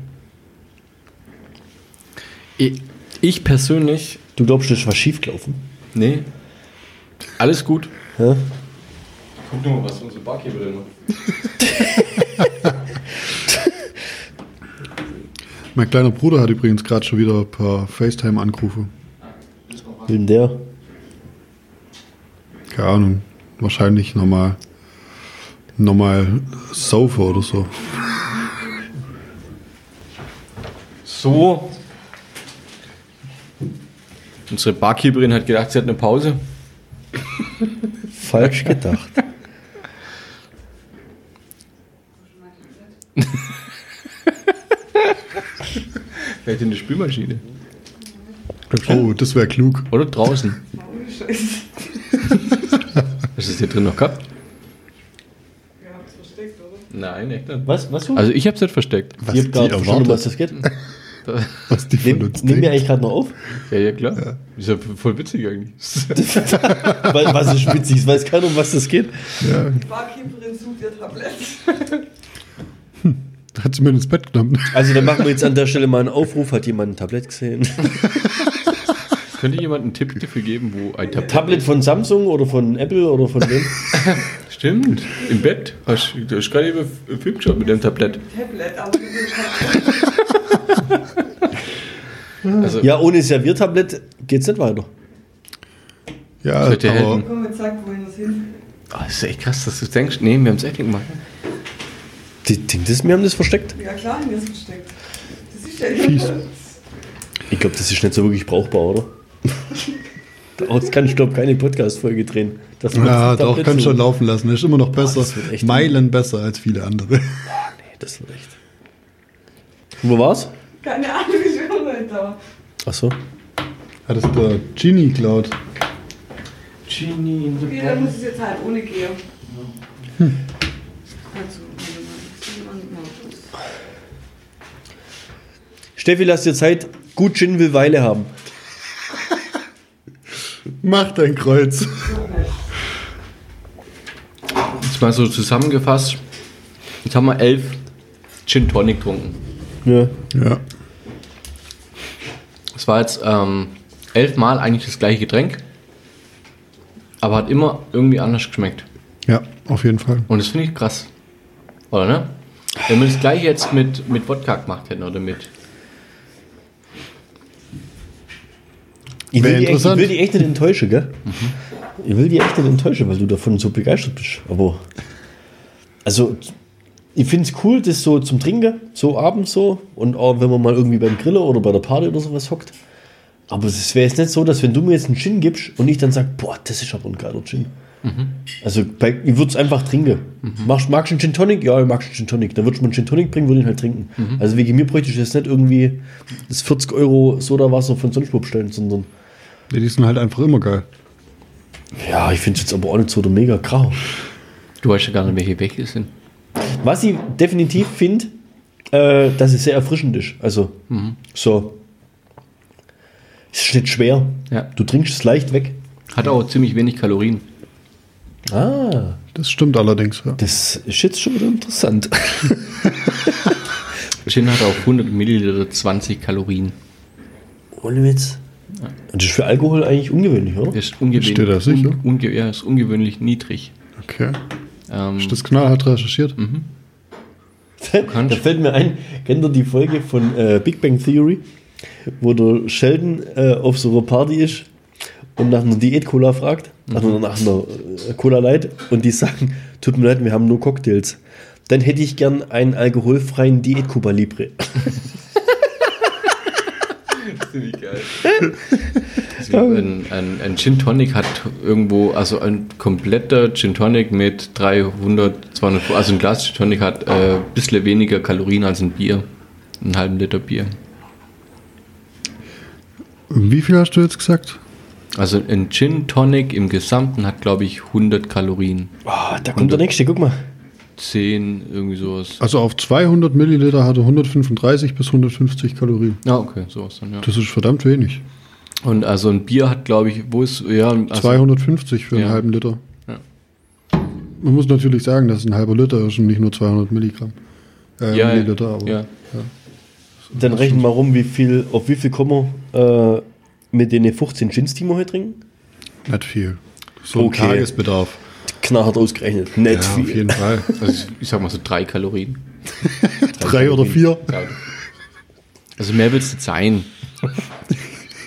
Speaker 6: Ich, ich persönlich,
Speaker 1: Du glaubst, das ist was schiefgelaufen?
Speaker 6: nee. Alles gut.
Speaker 1: Ja?
Speaker 6: Guck nur mal, was unsere Barkeeperin macht.
Speaker 3: Mein kleiner Bruder hat übrigens gerade schon wieder ein paar FaceTime-Anrufe.
Speaker 1: Wem der?
Speaker 3: Keine Ahnung. Wahrscheinlich nochmal. Nochmal Saufer oder so.
Speaker 6: So. Unsere Barkeeperin hat gedacht, sie hat eine Pause.
Speaker 1: Falsch gedacht.
Speaker 6: Vielleicht in der Spülmaschine.
Speaker 3: Oh, das wäre klug.
Speaker 6: Oder [LAUGHS] draußen. Hast du es hier drin noch gehabt?
Speaker 5: Ihr habt es versteckt, oder?
Speaker 6: Nein, echt
Speaker 1: [LAUGHS]
Speaker 6: nicht.
Speaker 1: Was? Was?
Speaker 6: Also ich hab's nicht versteckt.
Speaker 1: was ich hab
Speaker 3: die
Speaker 1: gerade verstanden, um was
Speaker 3: erwartet.
Speaker 1: das
Speaker 3: [LAUGHS]
Speaker 1: geht.
Speaker 3: Was die von
Speaker 1: Nehmen
Speaker 3: uns
Speaker 1: nehmen wir
Speaker 3: denkt.
Speaker 1: eigentlich gerade noch auf?
Speaker 6: Ja, ja, klar. Ist ja voll witzig eigentlich.
Speaker 1: Weil, was ist witzig? Ich weiß keiner, um was das geht.
Speaker 5: Die Barkeeperin sucht ihr Tablett.
Speaker 3: Hat sie mir ins Bett
Speaker 1: [LAUGHS]
Speaker 3: genommen.
Speaker 1: Also dann machen wir jetzt an der Stelle mal einen Aufruf. Hat jemand [LAUGHS] ein Tablet gesehen?
Speaker 6: Könnte jemand einen Tipp dafür geben, wo ein Tablet.
Speaker 1: Tablet von Samsung oder von Apple oder von wem?
Speaker 6: Stimmt. Im Bett. Hast du hast gerade eben einen Film geschaut mit dem Tablett.
Speaker 5: Tablett, aber wir sind schon-
Speaker 6: Also,
Speaker 1: Ja, ohne Serviertablett geht's nicht weiter.
Speaker 3: Ja,
Speaker 6: Sollt ihr
Speaker 3: aber
Speaker 6: helfen?
Speaker 5: komm jetzt sagt, wohin das hin.
Speaker 6: Ah, das ist echt krass, dass du denkst. Nee, wir haben es echt nicht gemacht.
Speaker 1: Die Ding, das, wir haben das versteckt.
Speaker 5: Ja klar, hier ist versteckt. Das ist ja
Speaker 3: Fies.
Speaker 1: Ich glaube, das ist nicht so wirklich brauchbar, oder? [LAUGHS] Daraus kann ich glaube keine Podcast-Folge drehen. Das
Speaker 3: ja, doch, kann schon laufen lassen. Ist immer noch besser.
Speaker 1: das wird echt-
Speaker 3: Meilen besser als viele andere. [LAUGHS]
Speaker 1: Das wird echt. Und wo war's?
Speaker 5: Keine Ahnung, ich bin nicht da.
Speaker 1: Achso.
Speaker 3: Hat es der Genie geklaut?
Speaker 5: Okay, dann muss es jetzt halt ohne gehen. Also, warte mal.
Speaker 1: Steffi, lass dir Zeit. Gut Gin will Weile haben.
Speaker 3: Mach dein Kreuz.
Speaker 6: Jetzt mal so zusammengefasst. Jetzt haben wir elf Gin Tonic getrunken.
Speaker 1: Ja.
Speaker 3: Ja.
Speaker 6: Es war jetzt ähm, elfmal eigentlich das gleiche Getränk. Aber hat immer irgendwie anders geschmeckt.
Speaker 3: Ja, auf jeden Fall.
Speaker 6: Und das finde ich krass. Oder ne? Wenn wir das gleiche jetzt mit, mit Wodka gemacht hätten oder mit.
Speaker 1: Ich
Speaker 3: Wär
Speaker 1: will, die echt, ich
Speaker 3: interessant.
Speaker 1: will die echt nicht enttäuschen, gell? Ich will die echt nicht enttäuschen, weil du davon so begeistert bist. Aber. Also, ich finde es cool, das so zum Trinken, so abends so. Und auch wenn man mal irgendwie beim Grillen oder bei der Party oder sowas hockt. Aber es wäre jetzt nicht so, dass wenn du mir jetzt einen Gin gibst und ich dann sage, boah, das ist aber ein geiler Gin. Also, bei, ich würde es einfach trinken. Magst, magst du einen Gin Tonic? Ja, ich mag einen Gin Tonic. Dann würdest du mir einen Gin Tonic bringen, würde ich ihn halt trinken. Also, wegen mir bräuchte ich jetzt nicht irgendwie das 40 Euro Sodawasser von sonst wo bestellen, sondern
Speaker 3: Ja, Die sind halt einfach immer geil.
Speaker 1: ja, ich finde es jetzt aber auch nicht so der mega grau.
Speaker 6: Du weißt ja gar nicht, welche Wege es sind.
Speaker 1: Was ich definitiv finde, äh, dass es sehr erfrischend ist. Also, so. Es ist nicht schwer.
Speaker 6: Ja.
Speaker 1: Du trinkst es leicht weg.
Speaker 6: Hat auch ziemlich wenig Kalorien.
Speaker 1: Ah,
Speaker 3: Das stimmt allerdings. Ja.
Speaker 1: das ist jetzt schon wieder interessant.
Speaker 6: Gin hat auf 100 Milliliter 20 Kalorien.
Speaker 1: Ohne Witz. Und das ist für Alkohol eigentlich ungewöhnlich, oder?
Speaker 6: Ist ungewöhnlich.
Speaker 3: Steht da sicher?
Speaker 6: Un, unge, ja, ist ungewöhnlich niedrig.
Speaker 3: Okay. [LAUGHS]
Speaker 6: Ähm,
Speaker 3: Ist das knallhart recherchiert?
Speaker 1: Mhm. da fällt mir ein, kennt ihr die Folge von äh, Big Bang Theory, wo der Sheldon äh, auf so einer Party ist und nach einer Diät-Cola fragt,
Speaker 3: Mhm.
Speaker 1: also nach einer äh, Cola Light und die sagen, tut mir leid, wir haben nur Cocktails. Dann hätte ich gern einen alkoholfreien Diät-Cuba Libre.
Speaker 6: ziemlich geil. also ein, ein, ein Gin Tonic hat irgendwo, also ein kompletter Gin Tonic mit 300, 200, also ein Glas Gin Tonic hat ein äh, bisschen weniger Kalorien als ein Bier. Einen halben Liter Bier.
Speaker 3: Wie viel hast du jetzt gesagt?
Speaker 6: Also ein Gin Tonic im Gesamten hat, glaube ich, 100 Kalorien.
Speaker 1: Ah, da kommt der nächste, guck mal.
Speaker 6: 10, irgendwie sowas.
Speaker 3: Also auf 200 Milliliter hatte 135 bis 150 Kalorien.
Speaker 6: Ja, Ah, okay, sowas dann, ja.
Speaker 3: Das ist verdammt wenig.
Speaker 6: Und also ein Bier hat, glaube ich, wo ist, ja, also,
Speaker 3: 250 für
Speaker 6: Ja.
Speaker 3: einen halben Liter.
Speaker 6: Ja.
Speaker 3: Man muss natürlich sagen, dass es ein halber Liter ist und nicht nur 200 Milligramm. Äh,
Speaker 6: ja,
Speaker 3: Milliliter, aber.
Speaker 6: ja.
Speaker 1: Dann rechnen wir rum, wie viel, auf wie viel kommen wir äh, mit den 15 Gins, die wir heute trinken.
Speaker 3: Nicht viel. So
Speaker 1: Okay.
Speaker 3: ein Tagesbedarf.
Speaker 1: Knallhart ausgerechnet. Nicht
Speaker 3: Ja, auf
Speaker 1: viel.
Speaker 3: jeden
Speaker 6: [LAUGHS]
Speaker 3: Fall. Also
Speaker 6: Ich sag mal so drei Kalorien.
Speaker 3: drei oder vier.
Speaker 6: Also mehr willst du sein.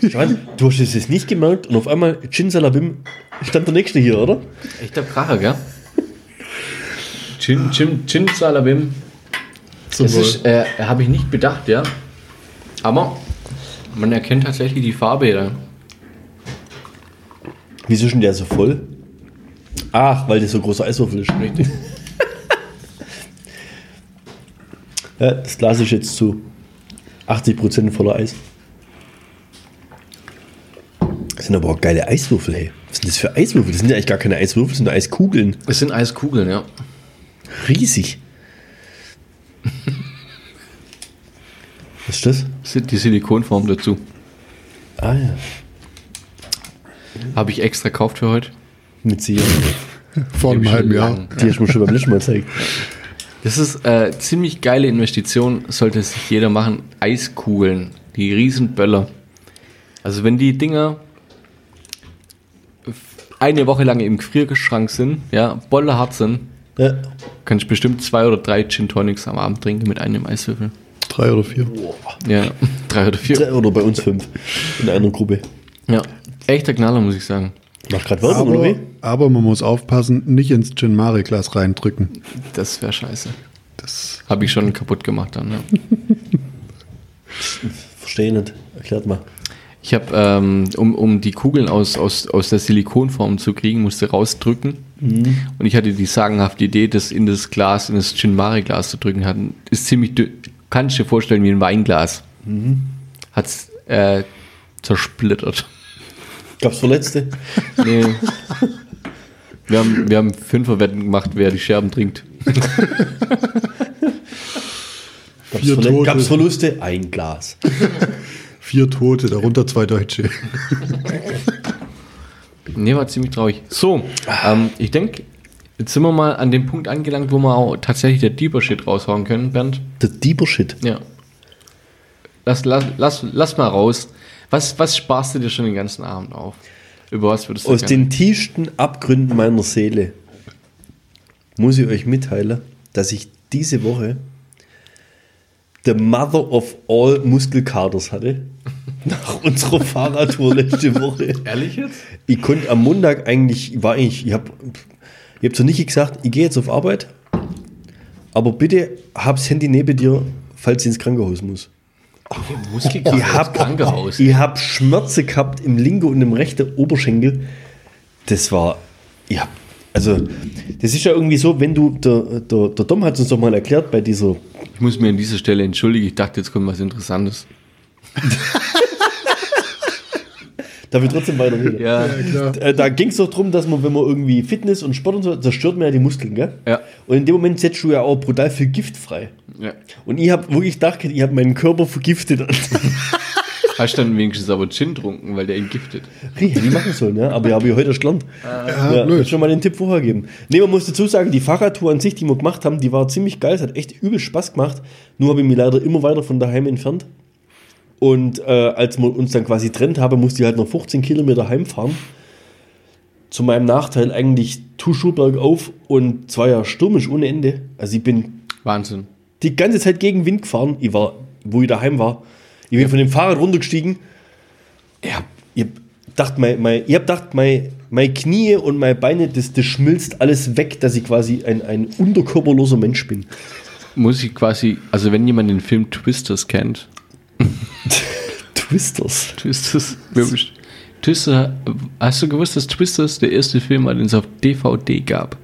Speaker 1: Schwan, du hast es jetzt nicht gemerkt und auf einmal Gin Salabim stand der nächste hier, oder?
Speaker 6: Echter Kracher, gell? Chin, Chin, Chin Salabim.
Speaker 3: Zum
Speaker 6: Das ist, äh, habe ich nicht bedacht, ja. Aber man erkennt tatsächlich die Farbe dann.
Speaker 1: Wieso ist denn der so voll? Ach, weil das so ein großer Eiswürfel ist.
Speaker 6: Richtig.
Speaker 1: Ja, das Glas ist jetzt zu 80% voller Eis. Das sind aber auch geile Eiswürfel, hey. Was sind das für Eiswürfel? Das sind ja eigentlich gar keine Eiswürfel, das sind Eiskugeln.
Speaker 6: Es sind Eiskugeln, ja.
Speaker 1: Riesig. Was ist das?
Speaker 6: Es sind die Silikonform dazu.
Speaker 1: Ah ja.
Speaker 6: Habe ich extra gekauft für heute.
Speaker 1: Mit Sicherheit.
Speaker 3: Vor einem
Speaker 6: Schon
Speaker 3: halben Jahr.
Speaker 6: lang.
Speaker 1: Die hast du mir schon beim letzten Mal gezeigt.
Speaker 6: Das ist äh, ziemlich geile Investition, sollte sich jeder machen. Eiskugeln, die Riesenböller. Also wenn die Dinger eine Woche lang im Gefrierschrank sind, ja, bollerhart sind,
Speaker 1: Ja.
Speaker 6: kann ich bestimmt zwei oder drei Gin Tonics am Abend trinken mit einem Eiswürfel.
Speaker 3: Drei oder vier.
Speaker 6: Ja, [LAUGHS] drei oder vier.
Speaker 1: Drei Oder bei uns fünf. In einer Gruppe.
Speaker 6: Ja, echter Knaller, muss ich sagen.
Speaker 1: Macht gerade Werbung, oder
Speaker 3: Aber,
Speaker 1: wie?
Speaker 3: aber man muss aufpassen, nicht ins Gin Mare Glas reindrücken.
Speaker 6: Das wäre scheiße.
Speaker 3: Das
Speaker 6: Habe ich schon kaputt gemacht dann, ja.
Speaker 1: Verstehe nicht. Erklärt mal.
Speaker 6: Ich habe, ähm, um, um die Kugeln aus, aus, aus der Silikonform zu kriegen, musste rausdrücken. Und ich hatte die sagenhafte Idee, das in das Glas, in das Chinmari-Glas zu drücken. Hat, ist ziemlich, dünn- kannst du dir vorstellen, wie ein Weinglas. Hat's äh, zersplittert.
Speaker 1: Gab's Verletzte?
Speaker 6: Nee. [LAUGHS] wir haben, wir haben Fünferwetten gemacht, wer die Scherben trinkt.
Speaker 1: Gab's,
Speaker 3: Vier
Speaker 1: Verle
Speaker 3: Tote.
Speaker 1: Gab's Verluste? Ein Glas.
Speaker 3: vier Tote, darunter zwei Deutsche. [LAUGHS]
Speaker 6: Nee, war ziemlich traurig. So, ähm, ich denke, jetzt sind wir mal an dem Punkt angelangt, wo wir auch tatsächlich der Deeper Shit raushauen können, Bernd.
Speaker 1: Der Deeper Shit.
Speaker 6: Ja. Lass, lass, lass, lass mal raus. Was, was sparst du dir schon den ganzen Abend auf? Über was würdest du
Speaker 1: Aus
Speaker 6: gerne-
Speaker 1: den tiefsten Abgründen meiner Seele muss ich euch mitteilen, dass ich diese Woche the mother of all Muskelkaders hatte. Nach unserer Fahrradtour letzte Woche.
Speaker 6: Ehrlich jetzt?
Speaker 1: Ich konnte am Montag eigentlich, war eigentlich, ich habe ich hab zu Niki gesagt, ich gehe jetzt auf Arbeit, aber bitte hab's Handy neben dir, falls ich ins Krankenhaus muss.
Speaker 6: Muskelkater
Speaker 1: ich
Speaker 6: im
Speaker 1: habe
Speaker 6: Krankenhaus.
Speaker 1: ich hab Schmerzen gehabt im linken und im rechten Oberschenkel. Das war, ja, also, das ist ja irgendwie so, wenn du, der, der, der Dom hat uns doch mal erklärt bei dieser
Speaker 6: Ich muss mir an dieser Stelle entschuldigen. Ich dachte, jetzt kommt was Interessantes.
Speaker 1: Darf ich trotzdem weiterreden?
Speaker 6: Ja. Ja,
Speaker 3: klar.
Speaker 1: Äh, Da ging es doch darum, dass man, wenn man irgendwie Fitness und Sport und so, zerstört man ja die Muskeln, gell?
Speaker 6: Ja.
Speaker 1: Und in dem Moment setzt du ja auch brutal viel Gift frei.
Speaker 6: Ja.
Speaker 1: Und ich habe wirklich gedacht, ich habe meinen Körper vergiftet.
Speaker 6: Hast dann wenigstens aber Gin trunken, weil der entgiftet.
Speaker 1: Wie machen sollen, ne? Aber ja, habe ich heute erst gelernt.
Speaker 3: Ja,
Speaker 1: Ja,
Speaker 3: blöd.
Speaker 1: schon mal den Tipp vorher geben. Nee, man muss dazu sagen, die Fahrradtour an sich, die wir gemacht haben, die war ziemlich geil. Es hat echt übel Spaß gemacht. Nur habe ich mich leider immer weiter von daheim entfernt. Und äh, als wir uns dann quasi trennt haben, musste ich halt noch 15 Kilometer heimfahren. Zu meinem Nachteil eigentlich Tuschuberg auf und zwar ja stürmisch ohne Ende. Also ich bin
Speaker 6: Wahnsinn.
Speaker 1: die ganze Zeit gegen Wind gefahren. Ich war, wo ich daheim war. Ich bin von dem Fahrrad runtergestiegen. Ich hab, ich hab gedacht, mein, mein, ich hab gedacht mein, meine Knie und meine Beine, das, das schmilzt alles weg, dass ich quasi ein, ein unterkörperloser Mensch bin.
Speaker 6: Muss ich quasi, also wenn jemand den Film Twisters kennt,
Speaker 1: Twisters.
Speaker 6: Twisters. Wirklich. Twister, hast du gewusst, dass Twisters der erste Film war, den es auf DVD gab?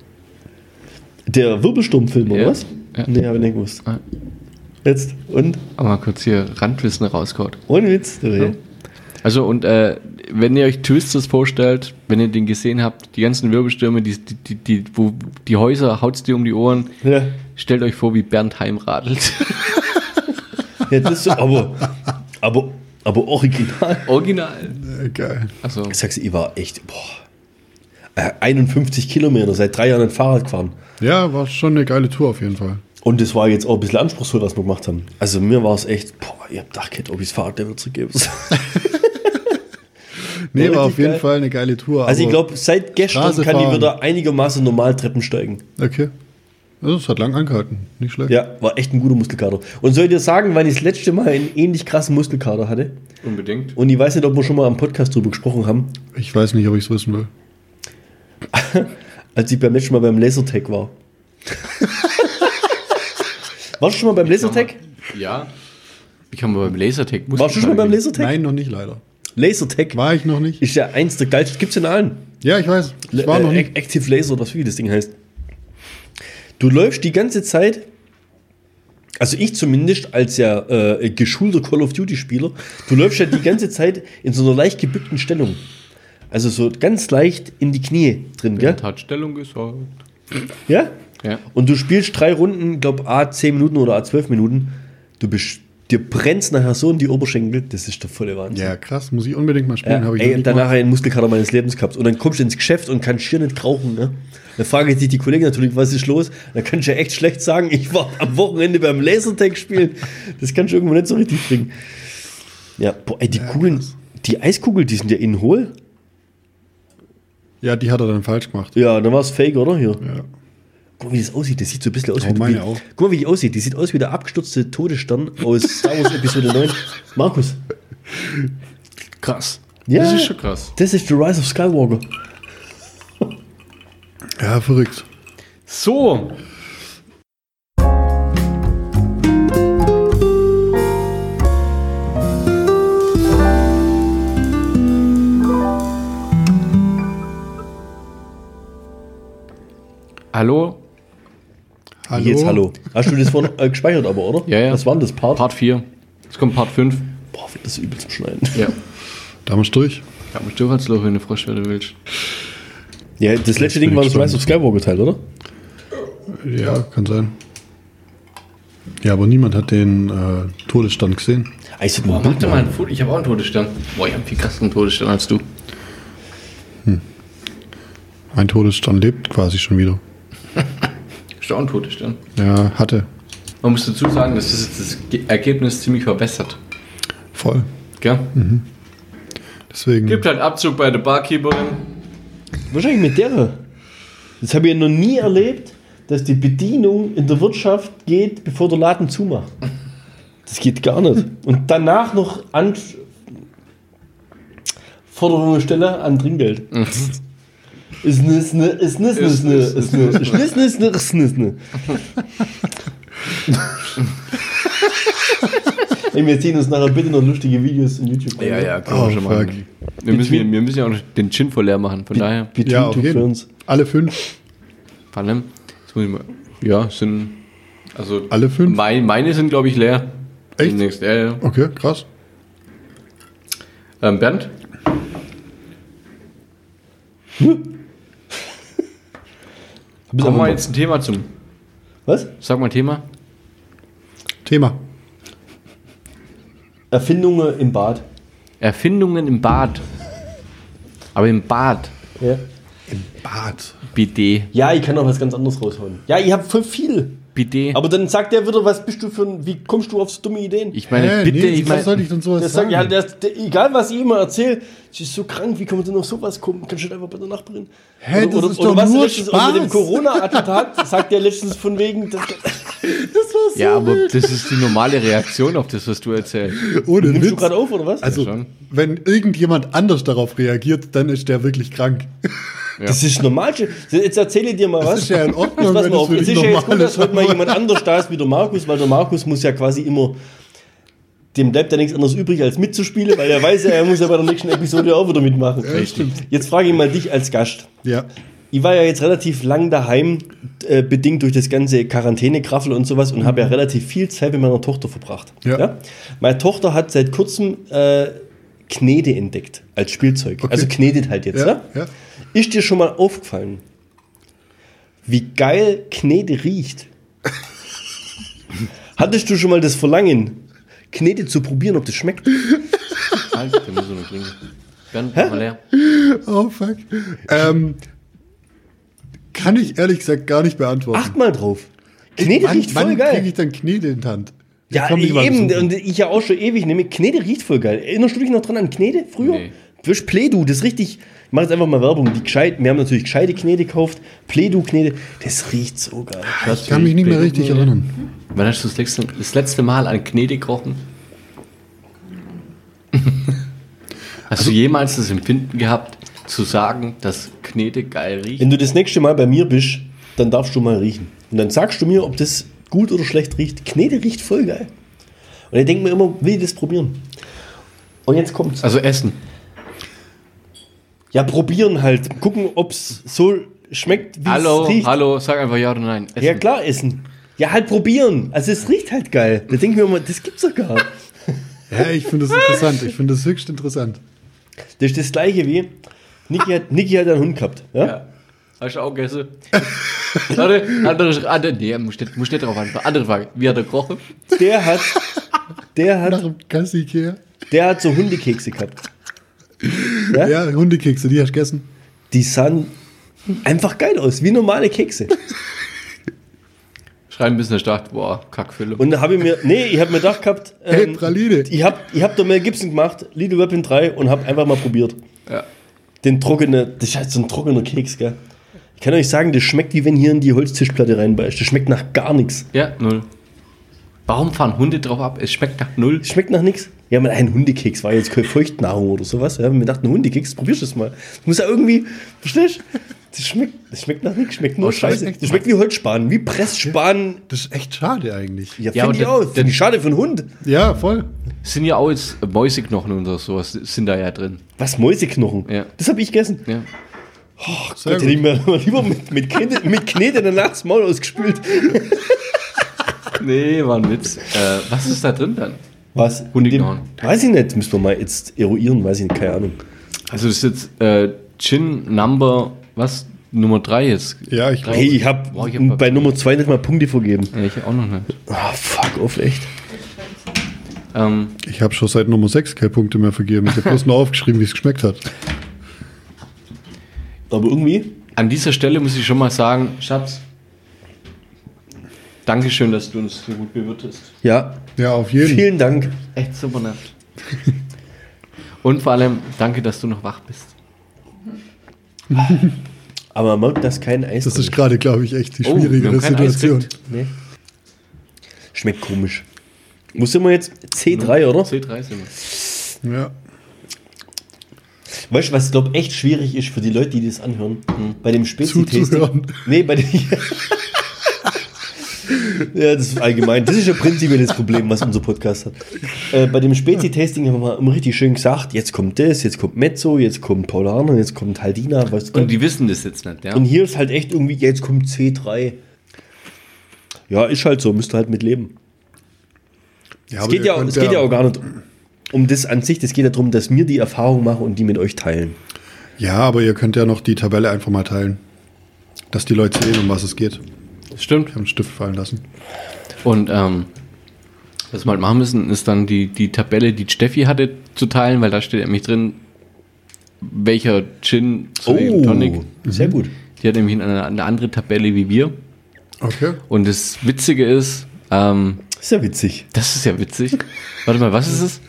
Speaker 1: Der Wirbelsturmfilm, oder
Speaker 6: Ja.
Speaker 1: was?
Speaker 6: Ja.
Speaker 1: Nee, habe ich nicht gewusst.
Speaker 6: Ah.
Speaker 1: Jetzt. Und?
Speaker 6: Aber mal kurz hier Randwissen rausgehauen.
Speaker 1: Ohne Witz. Ja.
Speaker 6: Also und äh, wenn ihr euch Twisters vorstellt, wenn ihr den gesehen habt, die ganzen Wirbelstürme, die, die, die, die, wo, die Häuser, haut's dir um die Ohren,
Speaker 1: Ja.
Speaker 6: stellt euch vor, wie Bernd heimradelt.
Speaker 1: ja, das ist so, aber, aber, aber original.
Speaker 6: [LAUGHS] Original.
Speaker 3: Geil.
Speaker 6: Also,
Speaker 1: Ich sag's, ich war echt, boah, äh, 51 Kilometer, seit drei Jahren ein Fahrrad gefahren.
Speaker 3: Ja, war schon eine geile Tour auf jeden Fall.
Speaker 1: Und das war jetzt auch ein bisschen anspruchsvoll, was wir gemacht haben. Also mir war es echt, boah, ich hab gedacht, ob ich das Fahrrad der [LAUGHS] zurückgeben soll.
Speaker 3: Nee, war
Speaker 1: richtig
Speaker 3: auf jeden
Speaker 1: geil.
Speaker 3: Fall eine geile Tour.
Speaker 1: Also ich
Speaker 3: aber-
Speaker 1: glaube, seit gestern
Speaker 3: Straße
Speaker 1: kann ich
Speaker 3: fahren.
Speaker 1: wieder einigermaßen normal Treppen steigen.
Speaker 3: Okay. Also, es hat lang angehalten. Nicht schlecht.
Speaker 1: Ja, war echt ein guter Muskelkater. Und soll ich dir sagen, wann ich das letzte Mal einen ähnlich krassen Muskelkater hatte?
Speaker 6: unbedingt.
Speaker 1: Und ich weiß nicht, ob wir schon mal am Podcast drüber gesprochen haben,
Speaker 3: Ich weiß nicht, ob ich es wissen will.
Speaker 1: als ich beim letzten Mal beim Lasertag [LAUGHS] war. Warst du schon mal beim Lasertag?
Speaker 6: Ja. Ich habe beim Lasertag.
Speaker 1: Warst du schon mal beim Lasertag?
Speaker 3: Nein, noch nicht leider.
Speaker 1: Lasertag
Speaker 3: War ich noch nicht?
Speaker 1: ist ja eins der geilsten, gibt's in allen.
Speaker 3: Ja, ich weiß. Ich war
Speaker 1: äh,
Speaker 3: noch nicht.
Speaker 1: Active Laser oder was wie das Ding heißt. Du läufst die ganze Zeit, also ich zumindest als ja äh, geschulter Call of Duty Spieler, du läufst ja die
Speaker 3: [LAUGHS]
Speaker 1: ganze Zeit in so einer leicht gebückten Stellung. Also so ganz leicht in die Knie drin, gell?
Speaker 6: Lasertag? Hat Stellung gesagt.
Speaker 1: Ja?
Speaker 6: Ja.
Speaker 1: Und du spielst drei Runden, glaub A 10 Minuten oder A 12 Minuten. Du bist, dir brennst nachher so in die Oberschenkel, das ist der volle Wahnsinn.
Speaker 3: Ja, krass. Muss ich unbedingt mal spielen.
Speaker 1: Ja,
Speaker 3: Habe ich
Speaker 1: ey,
Speaker 3: noch
Speaker 1: und
Speaker 3: nicht
Speaker 1: danach
Speaker 3: gemacht.
Speaker 1: einen Muskelkater meines Lebens gehabt. Und dann kommst du ins Geschäft und kannst hier nicht rauchen. Ne? Da fragen sich die Kollegen natürlich, was ist los? Da kannst du ja echt schlecht sagen, ich war am Wochenende beim Lasertag spielen. Das kannst du irgendwo nicht so richtig bringen. Ja, boah, ey, die Kugeln, die Eiskugel, die sind ja innen hohl.
Speaker 3: Ja, die hat er dann falsch gemacht.
Speaker 1: Ja, dann war es fake, oder? Hier.
Speaker 3: Ja.
Speaker 1: Guck mal, wie das aussieht. Das sieht so ein bisschen aus
Speaker 3: Oh,
Speaker 1: wie,
Speaker 3: meine
Speaker 1: wie
Speaker 3: auch.
Speaker 1: Guck mal, wie die aussieht. Die sieht aus wie der abgestürzte Todesstern aus Star
Speaker 3: [LAUGHS]
Speaker 1: Wars Episode 9. Markus.
Speaker 6: Krass.
Speaker 1: Ja.
Speaker 6: Das ist schon krass.
Speaker 1: Das ist The Rise of Skywalker.
Speaker 3: ja, verrückt.
Speaker 6: So. Hallo,
Speaker 3: Hallo.
Speaker 1: Jetzt hallo. Hast du das vorhin äh, gespeichert aber, oder?
Speaker 6: Ja, ja.
Speaker 1: Was war denn das Part?
Speaker 6: Part 4. Jetzt kommt Part 5.
Speaker 1: Boah, wird das übel zum Schneiden.
Speaker 6: Ja.
Speaker 3: Da musst du durch.
Speaker 6: Ich hab mich durch als Loch, wenn du Frosch werden willst.
Speaker 1: Ja, das letzte Ding war das Rise of Skywalker Teil, oder?
Speaker 3: Ja, kann sein. Ja, aber niemand hat den äh, Todesstand gesehen.
Speaker 1: Ah, ich sollte mal ein
Speaker 6: Mach
Speaker 1: Bild
Speaker 6: dir mal
Speaker 1: machen.
Speaker 6: ein Foto. Ich habe auch einen Todesstern. Boah, ich habe viel krasseren Todesstern als du.
Speaker 3: Mein Todesstand lebt quasi schon wieder.
Speaker 6: Hast du auch einen Todesstern?
Speaker 3: Ja, hatte.
Speaker 6: Man muss dazu sagen, dass das, jetzt das Ge- Ergebnis ziemlich verbessert.
Speaker 3: Voll.
Speaker 6: Gell?
Speaker 3: Deswegen.
Speaker 6: Gibt halt Abzug bei der Barkeeperin.
Speaker 1: Wahrscheinlich mit der. Das habe ich ja noch nie erlebt, dass die Bedienung in der Wirtschaft geht, bevor der Laden zumacht. Das geht gar nicht. Und danach noch an Forderungen stelle an Trinkgeld. Ist ne, ist ne, ist ne, ist ne, ist ne, Mhm. ist ne, ist ne, ist ne, ist ne, ist ne, ist ne. Ey, wir ziehen uns nachher bitte noch lustige Videos in YouTube. rein.
Speaker 6: können
Speaker 3: Oh, fuck.
Speaker 6: Wir müssen, ja- wir müssen ja auch noch den Chin voll leer machen, von daher.
Speaker 1: Between
Speaker 3: Ja, auf
Speaker 1: Two
Speaker 3: jeden
Speaker 1: Ferns.
Speaker 3: Fall. Alle fünf.
Speaker 6: Vor allem, jetzt muss ich mal. Ja, sind. Also.
Speaker 3: Alle fünf?
Speaker 6: Mein, meine sind, glaube ich, leer.
Speaker 3: Echt?
Speaker 6: Demnächst, ja, ja.
Speaker 3: Okay, krass.
Speaker 6: Ähm, Bernd?
Speaker 1: Bis
Speaker 6: Haben wir
Speaker 1: mal.
Speaker 6: jetzt ein Thema zum.
Speaker 1: Was?
Speaker 6: Sag mal Thema.
Speaker 3: Thema.
Speaker 1: Erfindungen im Bad.
Speaker 6: Erfindungen im Bad. Aber im Bad.
Speaker 1: Ja.
Speaker 3: Bad.
Speaker 6: Bidet.
Speaker 1: ja, ich kann noch was ganz anderes rausholen. Ja, ich habe voll viel.
Speaker 6: Bidet.
Speaker 1: Aber dann sagt der wieder, was bist du für ein, wie kommst du auf so dumme Ideen?
Speaker 6: ich meine, bitte, ich
Speaker 3: was soll
Speaker 6: meine.
Speaker 3: ich denn sowas
Speaker 1: der sagt,
Speaker 3: sagen?
Speaker 1: ja, der, der, egal was ich immer erzähle, sie ist so krank, wie kann man denn auf sowas kommen? Kannst du nicht einfach bei der Nachbarin?
Speaker 3: Hä, das ist doch
Speaker 1: was
Speaker 3: nur
Speaker 1: letztens, und mit dem
Speaker 3: Spaß.
Speaker 1: Corona-Attentat sagt der letztens von wegen, das,
Speaker 3: [LAUGHS] das war so
Speaker 6: Ja, aber das ist die normale Reaktion auf das, was du erzählst.
Speaker 3: Ohne
Speaker 1: nimmst
Speaker 3: Witz.
Speaker 1: du gerade auf oder was?
Speaker 3: also,
Speaker 6: Ja, schon.
Speaker 3: wenn irgendjemand anders darauf reagiert, dann ist der wirklich krank. [LAUGHS]
Speaker 1: Das ist normal. Jetzt erzähle ich dir mal was.
Speaker 3: ist ja in Ordnung,
Speaker 1: Jetzt pass
Speaker 3: wenn
Speaker 1: mal
Speaker 3: das
Speaker 1: auf.
Speaker 3: für
Speaker 1: Es
Speaker 3: dich
Speaker 1: ist ja jetzt
Speaker 3: normal
Speaker 1: gut, dass
Speaker 3: ist,
Speaker 1: heute mal
Speaker 3: aber-
Speaker 1: jemand anders da ist wie der Markus, weil der Markus muss ja quasi immer. Dem bleibt ja nichts anderes übrig, als mitzuspielen, weil er weiß ja, er muss ja bei der nächsten Episode auch wieder mitmachen.
Speaker 3: Richtig.
Speaker 1: Jetzt frage ich mal dich als Gast.
Speaker 3: Ja.
Speaker 1: Ich war ja jetzt relativ lang daheim, äh, bedingt durch das ganze Quarantäne-Kraffel und sowas und habe ja relativ viel Zeit mit meiner Tochter verbracht.
Speaker 3: Ja.
Speaker 1: Meine Tochter hat seit kurzem äh, Knete entdeckt als Spielzeug.
Speaker 3: Okay.
Speaker 1: Also knetet halt jetzt, ne?
Speaker 3: Ja, ja.
Speaker 1: Ist dir schon mal aufgefallen, wie geil Knete
Speaker 3: [LAUGHS]
Speaker 1: riecht? Hattest du schon mal das Verlangen, Knete zu probieren, ob das schmeckt?
Speaker 6: Alter, da muss ich noch klingen. Bernd, mach mal leer.
Speaker 3: Oh, fuck. Ähm, kann ich ehrlich gesagt gar nicht beantworten.
Speaker 1: Acht mal drauf. Knete
Speaker 3: wann
Speaker 1: riecht voll
Speaker 3: wann
Speaker 1: geil.
Speaker 3: kriege ich dann Knete in die Hand?
Speaker 1: ja,
Speaker 3: komm, ich war
Speaker 1: eben.
Speaker 3: besuchen.
Speaker 1: Und ich ja auch schon ewig nehme. Knete riecht voll geil. Erinnerst du dich noch dran an Knete früher?
Speaker 6: Nee.
Speaker 1: Wisch Pledu, das ist richtig. Ich mache jetzt einfach mal Werbung. Die gescheit, wir haben natürlich gescheite Knete gekauft. Pledu-Knete. Das riecht so geil.
Speaker 3: Ich kann mich nicht mehr richtig erinnern.
Speaker 6: Wann hast du das letzte, das letzte Mal an
Speaker 3: [LAUGHS]
Speaker 6: Knete gerochen? hast du jemals das Empfinden gehabt, zu sagen, dass Knete geil riecht?
Speaker 1: Wenn du das nächste Mal bei mir bist, dann darfst du mal riechen. Und dann sagst du mir, ob das gut oder schlecht riecht. Knete riecht voll geil. Und ich denke mir immer, will ich das probieren? Und jetzt kommt's.
Speaker 6: Also Essen.
Speaker 1: Ja, probieren halt. Gucken, ob's so schmeckt, wie
Speaker 6: hallo,
Speaker 1: es riecht.
Speaker 6: hallo, sag einfach ja oder nein. Essen.
Speaker 1: Ja, klar, essen. Ja, halt probieren. Also, es riecht halt geil. Da denken wir immer, das gibt's doch gar nicht.
Speaker 3: Ja, ich finde das interessant. Ich finde das höchst interessant.
Speaker 1: Das ist das Gleiche wie, Niki hat, Niki hat einen Hund gehabt. Ja?
Speaker 6: Ja. Hast du auch gegessen? Warte, andere, andere, nee, muss nicht, muss nicht drauf antworten. Andere Frage. Wie hat er gerochen?
Speaker 1: Der hat, der
Speaker 3: Nach
Speaker 1: hat,
Speaker 3: dem Gassi her.
Speaker 1: der hat so Hundekekse gehabt.
Speaker 3: Ja, Hundekekse, die hast du gegessen.
Speaker 1: Die sahen einfach geil aus, wie normale Kekse.
Speaker 6: Schreiben bis ich dachte, boah, Kackfülle.
Speaker 1: Und da habe ich mir, nee, ich habe mir gedacht gehabt,
Speaker 3: [LAUGHS] Hey,
Speaker 1: ähm,
Speaker 3: Praline.
Speaker 1: ich habe ich hab da Mel Gibson gemacht, Little Weapon 3 und habe einfach mal probiert.
Speaker 6: Ja.
Speaker 1: Den trockenen, das ist halt so ein trockener Keks, gell. Ich kann euch sagen, das schmeckt wie wenn hier in die Holztischplatte reinbeißt. Das schmeckt nach gar nichts.
Speaker 6: ja, null. Warum fahren Hunde drauf ab? Es schmeckt nach null.
Speaker 1: Das schmeckt nach nichts. Ja, man, ein Hundekeks war jetzt keine Feuchtnahrung oder sowas. Ja, wir dachten, Hundekeks, probierst du das mal. Du musst ja irgendwie, verstehst du? Das schmeckt, das schmeckt nach nichts, schmeckt nur
Speaker 3: Oh, scheiße.
Speaker 1: Scheiße. Das schmeckt wie Holzspan, wie Pressspan.
Speaker 3: Das ist echt schade eigentlich.
Speaker 1: Ja,
Speaker 6: Ja,
Speaker 1: finde
Speaker 6: und
Speaker 1: ich
Speaker 6: der-
Speaker 1: auch. Finde
Speaker 6: der-
Speaker 1: ich schade für einen Hund.
Speaker 3: Ja, voll.
Speaker 6: Sind ja auch jetzt Mäuseknochen und sowas, sind da ja drin.
Speaker 1: Was, Mäuseknochen?
Speaker 6: Ja.
Speaker 1: Das habe ich gegessen.
Speaker 6: Ja.
Speaker 1: Sehr Gott, hätte ich mir mal lieber mit, mit, Knete, mit Knete danach das Maul ausgespült.
Speaker 6: Nee, war ein Witz. Äh, was ist da drin dann?
Speaker 1: Was?
Speaker 6: Hunde
Speaker 1: Dem-
Speaker 6: gehauen.
Speaker 1: Weiß ich nicht, müssen wir mal jetzt eruieren, weiß ich nicht, keine Ahnung.
Speaker 6: Also das ist jetzt äh, Gin Number, was? Nummer 3 jetzt.
Speaker 3: Ja, ich
Speaker 1: Hey, ich habe
Speaker 6: Boah, ich hab-
Speaker 1: bei Nummer 2 nicht mal Punkte vergeben.
Speaker 6: Ja, ich auch noch nicht.
Speaker 1: Ah, fuck off, echt.
Speaker 6: Ähm,
Speaker 3: Ich habe schon seit Nummer 6 keine Punkte mehr vergeben. Ich habe bloß nur aufgeschrieben, wie es geschmeckt hat.
Speaker 1: Aber irgendwie,
Speaker 6: An dieser Stelle muss ich schon mal sagen, Schatz, Dankeschön, dass du uns so gut bewirtest.
Speaker 1: ja,
Speaker 3: Ja, auf jeden Fall.
Speaker 1: vielen Dank.
Speaker 6: Echt super nett. [LAUGHS] Und vor allem, danke, dass du noch wach bist.
Speaker 1: Aber man merkt, dass kein Eis
Speaker 3: Das
Speaker 1: drin
Speaker 3: ist gerade, glaube ich, echt die
Speaker 6: Oh, wir
Speaker 3: schwierigere
Speaker 6: haben kein Eis
Speaker 3: Situation.
Speaker 6: gekriegt.
Speaker 1: Nee. Schmeckt komisch. Wo sind wir jetzt?
Speaker 3: Mhm.
Speaker 1: C3, oder?
Speaker 6: C3 Ne? sind wir.
Speaker 3: Ja.
Speaker 1: Weißt du, was ich glaube echt schwierig ist für die Leute, die das anhören? Bei dem Spezi-Tasting.
Speaker 3: Zuzuhören.
Speaker 1: Nee, bei dem. [LAUGHS] ja, das ist allgemein. Das ist ja prinzipiell das Problem, was unser Podcast hat. Äh, bei dem Spezi-Tasting haben wir immer richtig schön gesagt: jetzt kommt das, jetzt kommt Mezzo, jetzt kommt Paulaner, jetzt kommt Haldina. Weißt du,
Speaker 6: Und die wissen das jetzt nicht, ja?
Speaker 1: Und hier ist halt echt irgendwie: jetzt kommt C3. Ja, ist halt so, müsst ihr halt mit leben.
Speaker 3: Ja,
Speaker 1: Es
Speaker 3: aber
Speaker 1: geht
Speaker 3: ihr
Speaker 1: ja,
Speaker 3: könnt
Speaker 1: es geht ja auch gar nicht um das an sich, es geht ja darum, dass wir die Erfahrung machen und die mit euch teilen.
Speaker 3: Ja, aber ihr könnt ja noch die Tabelle einfach mal teilen. Dass die Leute sehen, um was es geht. Ich
Speaker 6: Stimmt.
Speaker 3: habe einen Stift fallen lassen.
Speaker 6: Und ähm, was wir halt machen müssen, ist dann die, die Tabelle, die Steffi hatte, zu teilen, weil da steht nämlich drin, welcher Gin zu welchem Tonic.
Speaker 1: Oh. sehr gut.
Speaker 6: Die hat nämlich eine, eine andere Tabelle wie wir.
Speaker 3: Okay.
Speaker 6: Und das Witzige ist, ähm,
Speaker 1: Ist ja
Speaker 6: [LAUGHS]
Speaker 1: witzig.
Speaker 6: das ist ja witzig. Warte mal, was ist es?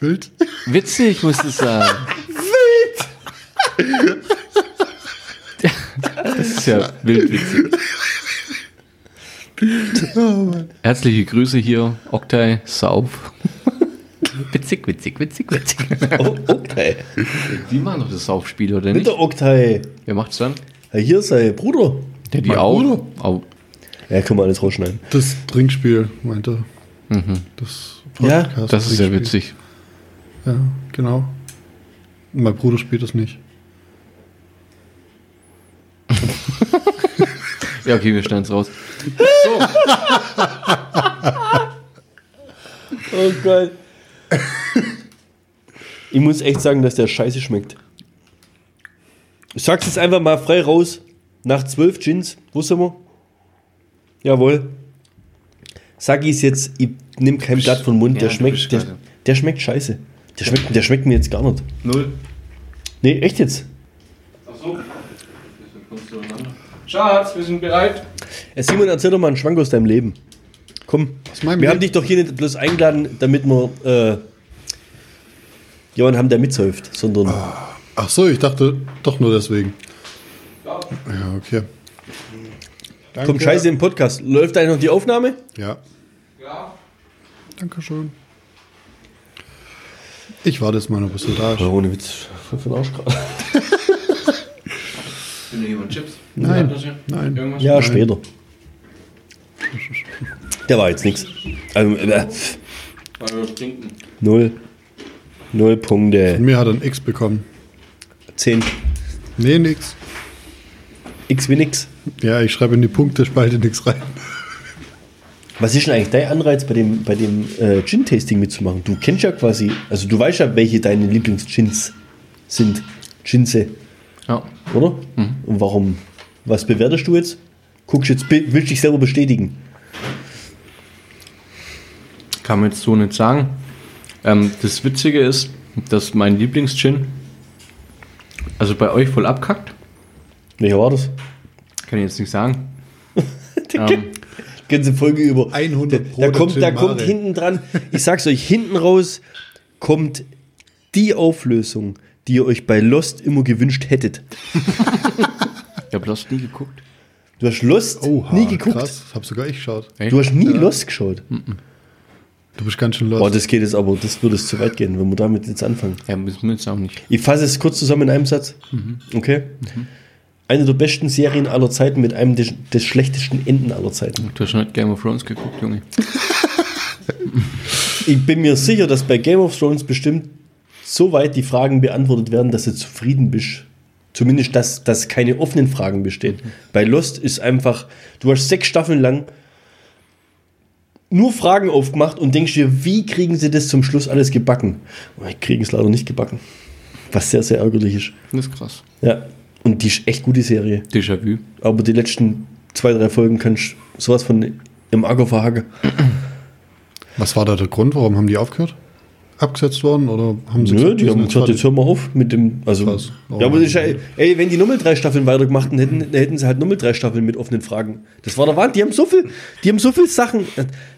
Speaker 3: Wild.
Speaker 6: Witzig muss es sein. Wild! Das ist ja wild witzig. Herzliche Grüße hier, Oktay Sauf. Witzig, witzig, witzig, witzig.
Speaker 1: Oh, Oktay.
Speaker 6: Die machen doch das Saufspiel, oder
Speaker 1: Mit
Speaker 6: nicht?
Speaker 1: der Oktay.
Speaker 6: Wer macht's dann?
Speaker 1: Ja, hier ist sein Bruder.
Speaker 6: Der, die
Speaker 3: Mein
Speaker 6: auch.
Speaker 3: Bruder.
Speaker 6: Au.
Speaker 1: Ja, können wir alles rausschneiden.
Speaker 3: Das Trinkspiel, meinte er. Das
Speaker 1: Mhm. Ja,
Speaker 6: Das ist ja
Speaker 3: Trinkspiel.
Speaker 6: witzig.
Speaker 3: Ja, genau. Mein Bruder spielt das nicht.
Speaker 6: Ja, okay, wir schneiden's raus.
Speaker 1: Oh Gott. ich muss echt sagen, dass der scheiße schmeckt. Ich sag's jetzt einfach mal frei raus. Nach zwölf Gins, wo sind wir? Jawohl. Sag ich's jetzt, ich nehm kein Blatt vom Mund,
Speaker 6: ja,
Speaker 1: der
Speaker 6: du
Speaker 1: schmeckt,
Speaker 6: bist
Speaker 1: der,
Speaker 6: gerade.
Speaker 1: der schmeckt scheiße. Der schmeckt, der schmeckt mir jetzt gar nicht.
Speaker 6: Null.
Speaker 1: Nee, echt jetzt.
Speaker 6: Achso. Schatz, wir sind bereit.
Speaker 1: Äh, Simon, erzähl doch mal einen Schwank aus deinem Leben. Komm,
Speaker 7: meinem
Speaker 1: wir
Speaker 7: Leben?
Speaker 1: haben dich doch hier nicht bloß eingeladen, damit wir äh, jemanden haben, der mithilft, sondern
Speaker 3: Ach so, ich dachte doch nur deswegen. Ja, okay.
Speaker 1: komm, scheiße im Podcast. Läuft eigentlich noch die Aufnahme?
Speaker 3: Ja. Dankeschön. Ich warte jetzt mal noch, bis du da bist.
Speaker 1: ohne Witz, für den Arsch gerade.
Speaker 6: Sind denn jemand Chips?
Speaker 3: Nein,
Speaker 6: Tasche?
Speaker 3: nein.
Speaker 6: Irgendwas?
Speaker 1: Ja, später. Der war jetzt nichts. Also, äh,
Speaker 6: Weil wir trinken.
Speaker 1: null. Null Punkte.
Speaker 3: Mir hat er ein X bekommen.
Speaker 1: Zehn.
Speaker 3: Nee, nix.
Speaker 1: X wie nix.
Speaker 3: Ja, ich schreibe in die Punkte, spalte nix rein.
Speaker 1: Was ist denn eigentlich dein Anreiz, bei dem, bei dem äh, Gin-Tasting mitzumachen? Du kennst ja quasi, also du weißt ja, welche deine Lieblings-Gins sind. Ginse,
Speaker 6: Ja.
Speaker 1: oder? Und warum? Was bewertest du jetzt? Guckst jetzt, be- willst dich selber bestätigen?
Speaker 6: Kann man jetzt so nicht sagen. Ähm, das Witzige ist, dass mein Lieblings-Gin also bei euch voll abkackt.
Speaker 1: Welcher war das?
Speaker 6: Kann ich jetzt nicht sagen.
Speaker 1: ganze Folge über.
Speaker 3: 100
Speaker 1: da,
Speaker 3: Pro
Speaker 1: da
Speaker 3: der
Speaker 1: kommt, da
Speaker 3: Jim
Speaker 1: kommt
Speaker 3: Mare.
Speaker 1: hinten
Speaker 3: [LAUGHS]
Speaker 1: dran, ich sag's euch, hinten raus kommt die Auflösung, die ihr euch bei Lost immer gewünscht hättet.
Speaker 6: Ich habe Lost nie geguckt.
Speaker 1: Du hast Lost nie geguckt.
Speaker 3: Krass, hab sogar ich geschaut.
Speaker 6: Echt?
Speaker 1: Du hast nie Lost geschaut.
Speaker 3: Du bist ganz schön lost.
Speaker 1: Boah, das geht jetzt aber, das würde es zu weit gehen, wenn wir damit jetzt anfangen.
Speaker 6: Ja, müssen wir jetzt auch nicht.
Speaker 1: Ich fasse es kurz zusammen in einem Satz. Okay? Eine der besten Serien aller Zeiten mit einem des, des schlechtesten Enden aller Zeiten.
Speaker 6: Du hast schon nicht Game of Thrones geguckt, Junge.
Speaker 1: Ich bin mir sicher, dass bei Game of Thrones bestimmt so weit die Fragen beantwortet werden, dass du zufrieden bist. Zumindest, dass, dass keine offenen Fragen bestehen. Bei Lost ist einfach, du hast sechs Staffeln lang nur Fragen aufgemacht und denkst dir, wie kriegen sie das zum Schluss alles gebacken? Und die kriegen es leider nicht gebacken. Was sehr, sehr ärgerlich ist.
Speaker 6: Das ist krass.
Speaker 1: Ja. Und die ist echt gute Serie.
Speaker 6: Déjà-vu.
Speaker 1: Aber die letzten zwei, drei Folgen kannst du sowas von im Acker verhacken.
Speaker 3: Was war da der Grund? Warum haben die aufgehört? Abgesetzt worden oder haben sie
Speaker 1: Nö,
Speaker 3: wir
Speaker 1: die haben
Speaker 3: sind
Speaker 1: gesagt, jetzt
Speaker 3: fertig?
Speaker 1: hören wir auf mit dem. Also,
Speaker 3: Krass. Oh.
Speaker 1: ja, aber das ist ja, ey, wenn die nochmal drei Staffeln weitergemacht hätten, dann hätten sie halt nochmal drei Staffeln mit offenen Fragen. Das war der Wahnsinn. Die haben so viel, die haben so viel Sachen.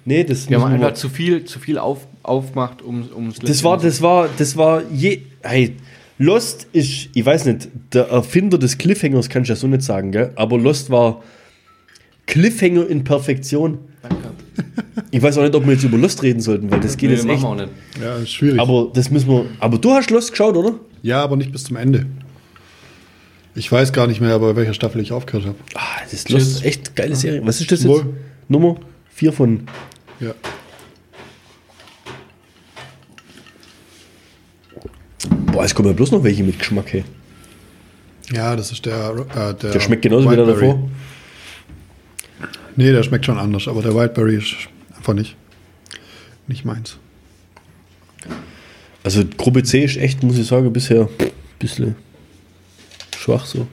Speaker 1: Nee, das,
Speaker 6: Wir haben
Speaker 1: müssen wir-
Speaker 6: einfach zu viel, zu viel auf, aufgemacht, um ums
Speaker 1: das war, das war, das war je. Hey, Lost ist, ich weiß nicht, der Erfinder des Cliffhangers kann ich ja so nicht sagen, gell? Aber Lost war Cliffhanger in Perfektion. Ich weiß auch nicht, ob wir jetzt über Lost reden sollten, weil das geht jetzt echt.
Speaker 6: nicht.
Speaker 3: Ja, ist schwierig.
Speaker 1: Aber das müssen wir. Aber du hast Lost geschaut, oder?
Speaker 3: ja, aber nicht bis zum Ende. Ich weiß gar nicht mehr, bei welcher Staffel ich aufgehört habe.
Speaker 1: Ah, das ist Lost. echt geile Serie. Was ist das jetzt?
Speaker 3: Wohl.
Speaker 1: Nummer 4 von.
Speaker 3: Ja.
Speaker 1: Boah, es kommen ja bloß noch welche mit Geschmack, hey.
Speaker 3: ja, das ist der. Äh, der,
Speaker 1: Der schmeckt genauso wie der
Speaker 3: Wildberry.
Speaker 1: davor.
Speaker 3: Nee, der schmeckt schon anders, aber der Wildberry ist einfach nicht. Nicht meins.
Speaker 1: Also Gruppe C ist echt, muss ich sagen, bisher ein bisschen schwach so.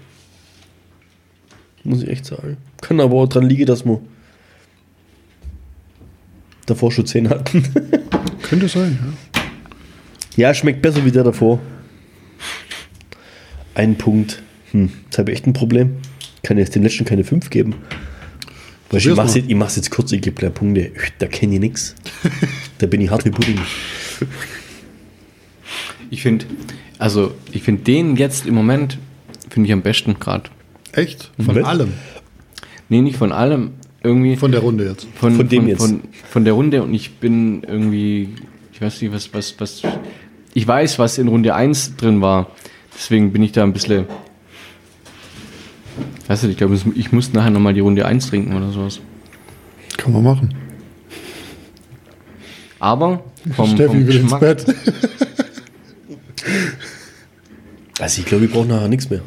Speaker 1: Muss ich echt sagen. Kann aber auch dran liegen, dass wir davor schon 10 hatten.
Speaker 3: Könnte sein, ja.
Speaker 1: ja, schmeckt besser wie der davor. Ein Punkt. Hm, jetzt habe ich echt ein Problem. Kann jetzt dem letzten keine 5 geben. Weil ich,
Speaker 3: Probier's
Speaker 1: mach's
Speaker 3: mal.
Speaker 1: jetzt, ich mach's jetzt kurz, ich gebe gleich Punkte. Da kenne ich nix. Da bin ich hart wie Pudding.
Speaker 6: Ich finde, also ich finde den jetzt im Moment finde ich am besten gerade.
Speaker 3: Echt? Von
Speaker 1: Was?
Speaker 3: allem.
Speaker 6: Nee, nicht von allem. Irgendwie
Speaker 3: Von der Runde jetzt.
Speaker 6: von,
Speaker 1: von dem
Speaker 6: von,
Speaker 1: jetzt.
Speaker 6: Von, von der Runde und ich bin irgendwie, ich weiß nicht, was, was, was. Ich weiß, was in Runde 1 drin war. Deswegen bin ich da ein bisschen. Weißt du, ich glaube, ich muss nachher nochmal die Runde 1 trinken oder sowas.
Speaker 3: Kann man machen.
Speaker 6: Aber vom, vom
Speaker 3: Steffi will ins
Speaker 6: Geschmack.
Speaker 3: Bett.
Speaker 1: Also ich glaube, ich brauche nachher nichts mehr.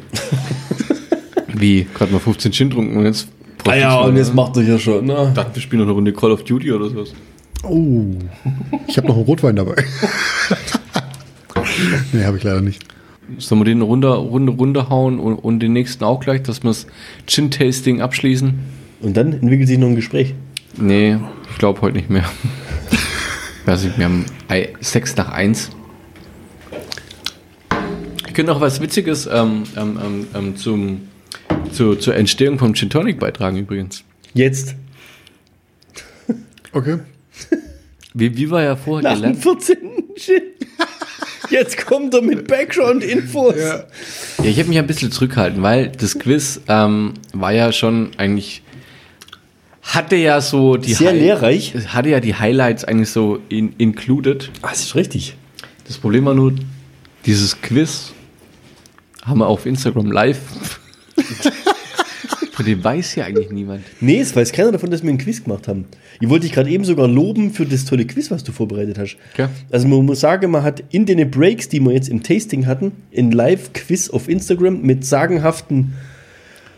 Speaker 6: Wie? Gerade mal 15 Gin trunken und jetzt.
Speaker 1: Ah ja, und jetzt macht er hier schon. ne? Na.
Speaker 6: dachte, wir spielen noch eine Runde Call of Duty oder sowas.
Speaker 3: Oh, ich habe noch einen
Speaker 1: [LAUGHS]
Speaker 3: Rotwein dabei. nee, habe ich leider nicht.
Speaker 6: Sollen wir den runter, runter, runterhauen und, und den nächsten auch gleich, dass wir das Gin-Tasting abschließen?
Speaker 1: Und dann entwickelt sich noch ein Gespräch.
Speaker 6: Nee, ich glaube heute nicht mehr. Weiß ich, wir haben ei- sechs nach eins. könnte noch was Witziges ähm, ähm, ähm, ähm, zum, zu, zur Entstehung vom Gin Tonic beitragen übrigens.
Speaker 1: Jetzt.
Speaker 3: Okay.
Speaker 6: Wie, wie war ja vorher
Speaker 1: Nach dem
Speaker 6: gelernt.
Speaker 1: 14. Gin. [LAUGHS] Jetzt kommt er mit Background-Infos.
Speaker 6: Ja, ich habe mich ein bisschen zurückgehalten, weil das Quiz ähm, war ja schon eigentlich hatte ja so die
Speaker 1: Sehr
Speaker 6: Hi-
Speaker 1: lehrreich.
Speaker 6: Es hatte ja die Highlights eigentlich so in, included.
Speaker 1: Ah, das ist richtig.
Speaker 6: Das Problem war nur, dieses Quiz haben wir auf Instagram [LAUGHS] live. Von dem weiß ja eigentlich niemand.
Speaker 1: Nee, es weiß keiner davon, dass wir ein Quiz gemacht haben. Ich wollte dich gerade eben sogar loben für das tolle Quiz, was du vorbereitet hast.
Speaker 6: Ja.
Speaker 1: Also man muss sagen, man hat in den Breaks, die wir jetzt im Tasting hatten, ein Live-Quiz auf Instagram mit sagenhaften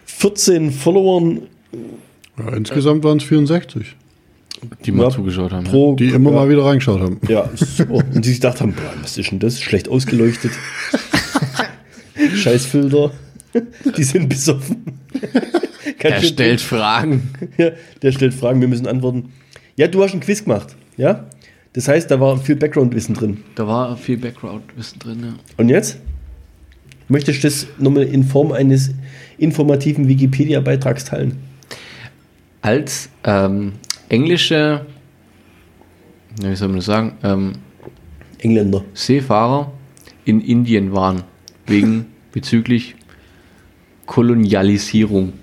Speaker 1: 14 Followern
Speaker 3: Ja, insgesamt waren es 64,
Speaker 6: Die mal
Speaker 1: Ja,
Speaker 6: zugeschaut haben. ne?
Speaker 1: pro...
Speaker 3: die immer mal wieder reingeschaut haben.
Speaker 1: Ja, super. Und die sich gedacht haben, boah, was ist denn das? Schlecht
Speaker 6: [LAUGHS]
Speaker 1: ausgeleuchtet. Scheißfilter. Die sind besoffen. Ganz
Speaker 6: Er
Speaker 1: schön-
Speaker 6: stellt Fragen.
Speaker 1: Ja, der stellt Fragen, wir müssen antworten. Ja, du hast einen Quiz gemacht, ja? Das heißt, da war viel Background-Wissen drin.
Speaker 6: Da war viel Background-Wissen drin. Ja.
Speaker 1: Und jetzt? Möchtest du das nochmal in Form eines informativen Wikipedia-Beitrags teilen?
Speaker 6: Als ähm, englische, na, wie soll man das sagen, ähm,
Speaker 1: Engländer.
Speaker 6: Seefahrer in Indien waren, wegen bezüglich Kolonialisierung.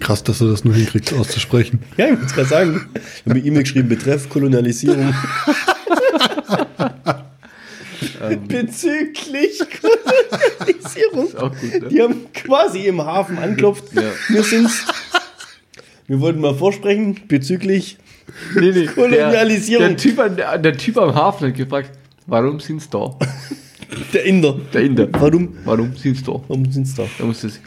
Speaker 3: Krass, dass du das nur hinkriegst auszusprechen.
Speaker 1: Ja, ich wollte es gerade sagen. Ich habe mir E-Mail geschrieben, betreff Kolonialisierung. Ähm. Bezüglich Kolonialisierung.
Speaker 6: auch gut, ne?
Speaker 1: Die haben quasi im Hafen anklopft.
Speaker 6: Ja.
Speaker 1: Wir sind's. Wir wollten mal vorsprechen bezüglich
Speaker 6: Nee, nee,
Speaker 1: Kolonialisierung.
Speaker 6: Der, der, typ, an- der, der Typ am Hafen hat gefragt, warum sind's da?
Speaker 1: der Inder.
Speaker 6: Der Inder.
Speaker 1: Warum?
Speaker 6: Warum sind's da?
Speaker 1: Warum sind's da?
Speaker 6: Da musste es.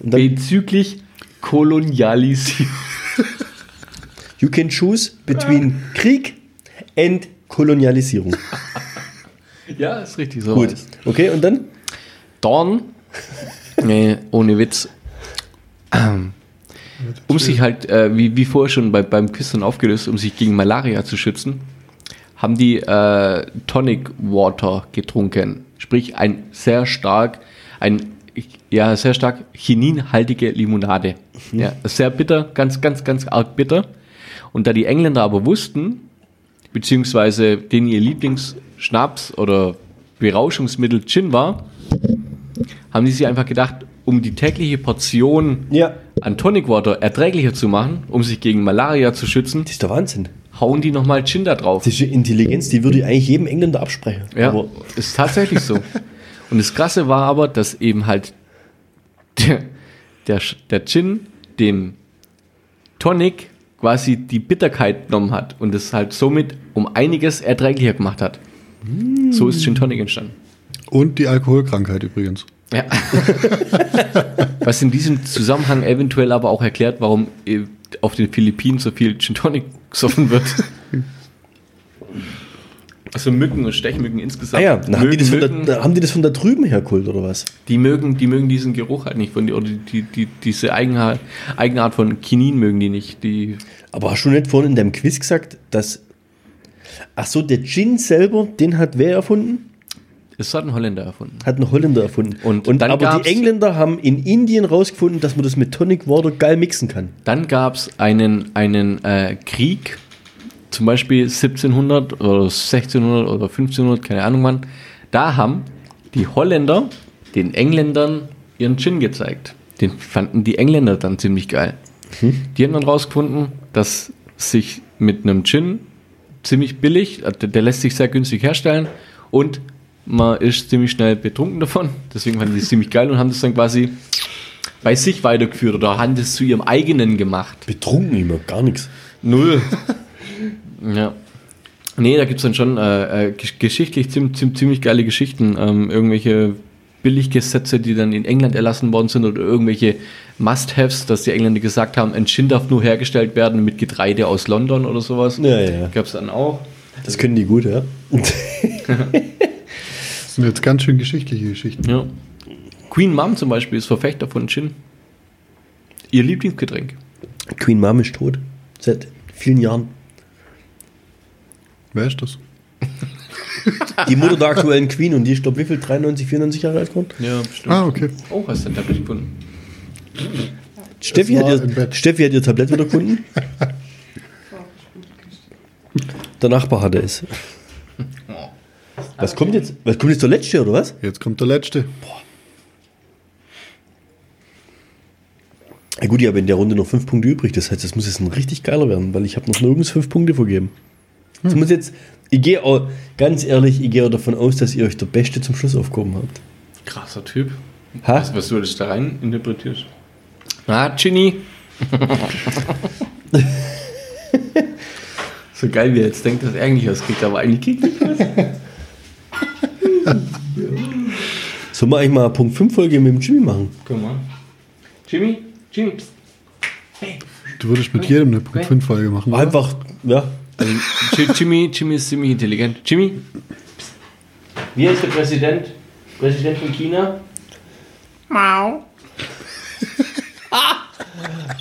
Speaker 1: Und dann,
Speaker 6: Bezüglich Kolonialisierung.
Speaker 1: you can choose between Krieg and Kolonialisierung.
Speaker 6: Ja, ist richtig so.
Speaker 1: Gut. Okay, und dann?
Speaker 6: Dorn. Nee, ohne Witz. Ähm, Um sich halt, äh, wie, wie vorher schon bei, beim Quiz dann aufgelöst, um sich gegen Malaria zu schützen, haben die äh, Tonic Water getrunken. Sprich, ein sehr stark, ein, ja, sehr stark chininhaltige Limonade. Ja, sehr bitter, ganz, ganz, ganz arg bitter. Und da die Engländer aber wussten, beziehungsweise den ihr Lieblingsschnaps oder Berauschungsmittel Gin war, haben sie sich einfach gedacht, um die tägliche Portion
Speaker 1: Ja.
Speaker 6: an Tonic Water erträglicher zu machen, um sich gegen Malaria zu schützen,
Speaker 1: Das ist der Wahnsinn.
Speaker 6: hauen die nochmal Gin da drauf.
Speaker 1: Das ist eine Intelligenz, die würde ich eigentlich jedem Engländer absprechen.
Speaker 6: Ja,
Speaker 1: Aber
Speaker 6: ist tatsächlich so. Und das Krasse war aber, dass eben halt der, der, Sch- der Gin dem Tonic quasi die Bitterkeit genommen hat und es halt somit um einiges erträglicher gemacht hat. So ist Gin Tonic entstanden.
Speaker 3: Und die Alkoholkrankheit übrigens.
Speaker 6: Ja. [LAUGHS] Was in diesem Zusammenhang eventuell aber auch erklärt, warum äh, auf den Philippinen so viel Gin Tonic gesoffen wird. Also Mücken und Stechmücken
Speaker 1: Ah
Speaker 6: insgesamt.
Speaker 1: ja, dann haben, die das
Speaker 6: Mücken,
Speaker 1: von da,
Speaker 6: Mücken,
Speaker 1: da- haben die das von da drüben hergeholt oder was?
Speaker 6: die, mögen, die mögen diesen Geruch halt nicht. Von, die- oder die, die, diese Eigenart, Eigenart von Kinin mögen die nicht. Die,
Speaker 1: Aber hast du nicht vorhin in deinem Quiz gesagt, dass. Ach so, der Gin selber, den hat wer erfunden?
Speaker 6: das hat ein Holländer erfunden.
Speaker 1: Hat ein Holländer erfunden.
Speaker 6: Und dann
Speaker 1: aber
Speaker 6: gab's-
Speaker 1: die Engländer haben in Indien rausgefunden, dass man das mit Tonic Water geil mixen kann.
Speaker 6: Dann gab es einen, einen äh, Krieg, zum Beispiel 1700 oder 1600 oder 1500, keine Ahnung wann. Da haben die Holländer den Engländern ihren Gin gezeigt. Den fanden die Engländer dann ziemlich geil. Die haben dann rausgefunden, dass sich mit einem Gin ziemlich billig, äh, der der lässt sich sehr günstig herstellen und man ist ziemlich schnell betrunken davon. Deswegen fanden die es ziemlich geil und haben das dann quasi bei sich weitergeführt oder haben das zu ihrem eigenen gemacht.
Speaker 1: Betrunken immer, gar nichts.
Speaker 6: Null. [LAUGHS] ja. Nee, da gibt es dann schon äh, äh, gesch- geschichtlich ziem, ziem, ziemlich geile Geschichten. Ähm, irgendwelche Billiggesetze, die dann in England erlassen worden sind oder irgendwelche Must-Haves, dass die Engländer gesagt haben, ein Gin darf nur hergestellt werden mit Getreide aus London oder sowas.
Speaker 1: Ja, ja, ja.
Speaker 6: Gab es dann auch.
Speaker 1: Das können die gut, ja.
Speaker 3: Das sind jetzt ganz schön geschichtliche Geschichten.
Speaker 6: Ja. Queen Mom zum Beispiel ist Verfechter von Gin. Ihr Lieblingsgetränk.
Speaker 1: [LAUGHS] Queen Mom ist tot. Seit vielen Jahren.
Speaker 3: Wer ist das?
Speaker 1: Die Mutter der aktuellen Queen und die ist, glaube wie viel? 93, 94 Jahre alt geworden?
Speaker 6: Ja, bestimmt.
Speaker 3: Ah, okay.
Speaker 6: Oh, hast du ein Tablet gefunden?
Speaker 1: Steffi
Speaker 3: war
Speaker 1: hat,
Speaker 3: im
Speaker 1: ihr,
Speaker 3: Bett.
Speaker 1: Steffi hat ihr Tablett wieder gefunden.
Speaker 3: [LAUGHS]
Speaker 1: der Nachbar hatte es. Was kommt jetzt? Was kommt jetzt der letzte oder was?
Speaker 3: Jetzt kommt der letzte.
Speaker 1: Ja gut, ich habe in der Runde noch fünf Punkte übrig. Das heißt, das muss jetzt ein richtig geiler werden, weil ich habe noch nirgends fünf Punkte vergeben.
Speaker 3: Hm.
Speaker 1: Das muss jetzt. Ich gehe auch- ganz ehrlich, ich gehe auch davon aus, dass ihr euch der Beste zum Schluss aufgehoben habt.
Speaker 6: Krasser Typ.
Speaker 1: Ha?
Speaker 6: Was, was du das da rein interpretierst? Na, Ginny. [LAUGHS] so geil, wie er jetzt denkt, dass er eigentlich was kriegt, aber eigentlich kriegt er nicht.
Speaker 1: Sollen wir eigentlich mal Punkt 5 Folge mit dem Jimmy machen?
Speaker 6: Guck mal. Jimmy, Jimmy, psst.
Speaker 3: Du würdest mit jedem eine Punkt 5 Folge machen. oder?
Speaker 1: Einfach, ja.
Speaker 6: Also, Ji- Jimmy, Jimmy ist ziemlich intelligent. Jimmy? Wie ist der Präsident? Präsident von China?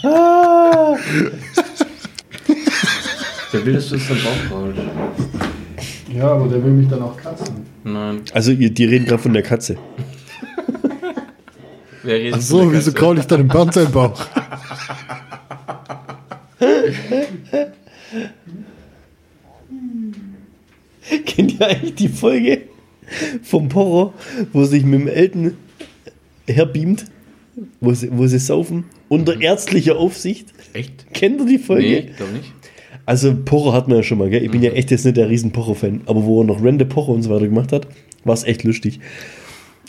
Speaker 6: Mau. [LAUGHS] Der will, dass du es dann brauchst.
Speaker 3: Ja, aber der will mich dann auch kratzen.
Speaker 6: Nein.
Speaker 1: Also ihr- die reden gerade von der Katze.
Speaker 6: Wer redet
Speaker 3: Ach so, wieso kraul ich dann im Band seinen Bauch?
Speaker 1: [LAUGHS] Kennt ihr eigentlich die Folge vom Porro, wo sich mit dem Elton herbeamt, wo sie, wo sie saufen, unter ärztlicher Aufsicht?
Speaker 6: Echt?
Speaker 1: Kennt ihr die
Speaker 6: Nee,
Speaker 1: Folge?
Speaker 6: ich glaube nicht.
Speaker 1: Also Porro hatten wir ja schon mal, gell? Ich bin ja echt jetzt nicht der riesen Porro-Fan, aber wo er noch Rende Porro und so weiter gemacht hat, war es echt lustig.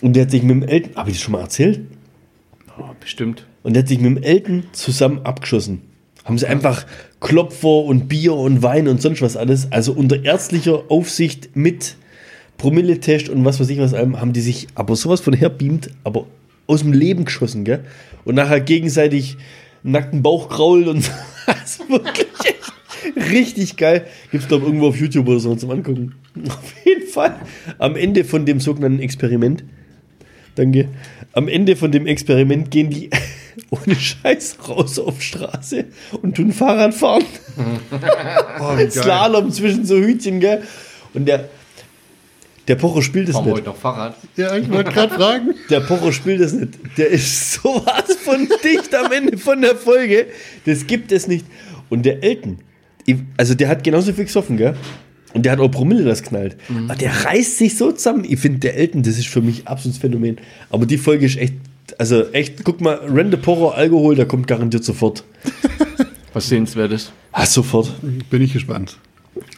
Speaker 1: Und der hat sich mit dem Elton, habe ich das schon mal erzählt?
Speaker 6: Oh, bestimmt.
Speaker 1: Und der hat sich mit dem Elton zusammen abgeschossen. Haben sie einfach Klopfer und Bier und Wein und sonst was alles, also unter ärztlicher Aufsicht mit Promilletest und was weiß ich was allem, haben die sich aber sowas von herbeamt, aber aus dem Leben geschossen, gell? Und nachher gegenseitig nackten Bauch kraulen und [LAUGHS] das ist wirklich echt richtig geil. Gibt's glaube irgendwo auf YouTube oder so zum Angucken. [LAUGHS] Auf jeden Fall am Ende von dem sogenannten Experiment Danke. Am Ende von dem Experiment gehen die [LAUGHS] ohne Scheiß raus auf Straße und tun Fahrrad fahren.
Speaker 3: [LAUGHS] Oh, wie geil.
Speaker 1: Slalom zwischen so Hütchen, gell? Und der, der Pocho spielt es
Speaker 6: Fahren wir heute
Speaker 1: nicht.
Speaker 6: noch Fahrrad?
Speaker 3: [LAUGHS] Ja, ich wollte gerade fragen.
Speaker 1: Der Pocho spielt es nicht. Der ist [LAUGHS] sowas von dicht am Ende von der Folge. Das gibt es nicht. Und der Elton, ich- also der hat genauso viel gesoffen, gell? Und der hat auch Promille das knallt. Aber der reißt sich so zusammen. Ich finde, der Elton, das ist für mich absolutes Phänomen. Aber die Folge ist echt, also echt, guck mal, Rende Porro Alkohol, da kommt garantiert sofort.
Speaker 6: Was sehenswertes.
Speaker 1: Ah, sofort.
Speaker 3: Bin ich gespannt.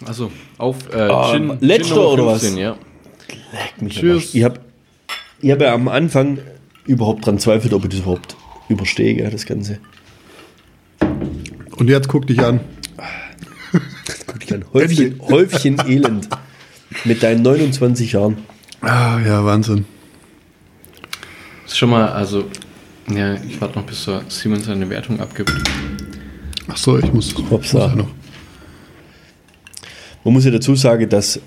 Speaker 6: Achso, auf äh,
Speaker 1: Ah,
Speaker 6: Gin,
Speaker 1: letzter
Speaker 6: Nummer
Speaker 1: oder was?
Speaker 6: Ja.
Speaker 1: Leck mich
Speaker 3: Tschüss.
Speaker 1: am Arsch. Ich habe ich hab ja am Anfang überhaupt dran zweifelt, ob ich das überhaupt überstehe, gell, das Ganze.
Speaker 3: Und jetzt guck dich an.
Speaker 1: Guck dich an. Häufchen, Häufchen Elend. Mit deinen 29 Jahren.
Speaker 3: Ah, ja, Wahnsinn.
Speaker 6: Ist schon mal, also, ja, ich warte noch, bis der Simon seine Wertung abgibt.
Speaker 3: Ach so, ich muss, muss
Speaker 1: Hoppsa.
Speaker 3: ja noch.
Speaker 1: Man muss ja dazu sagen, dass,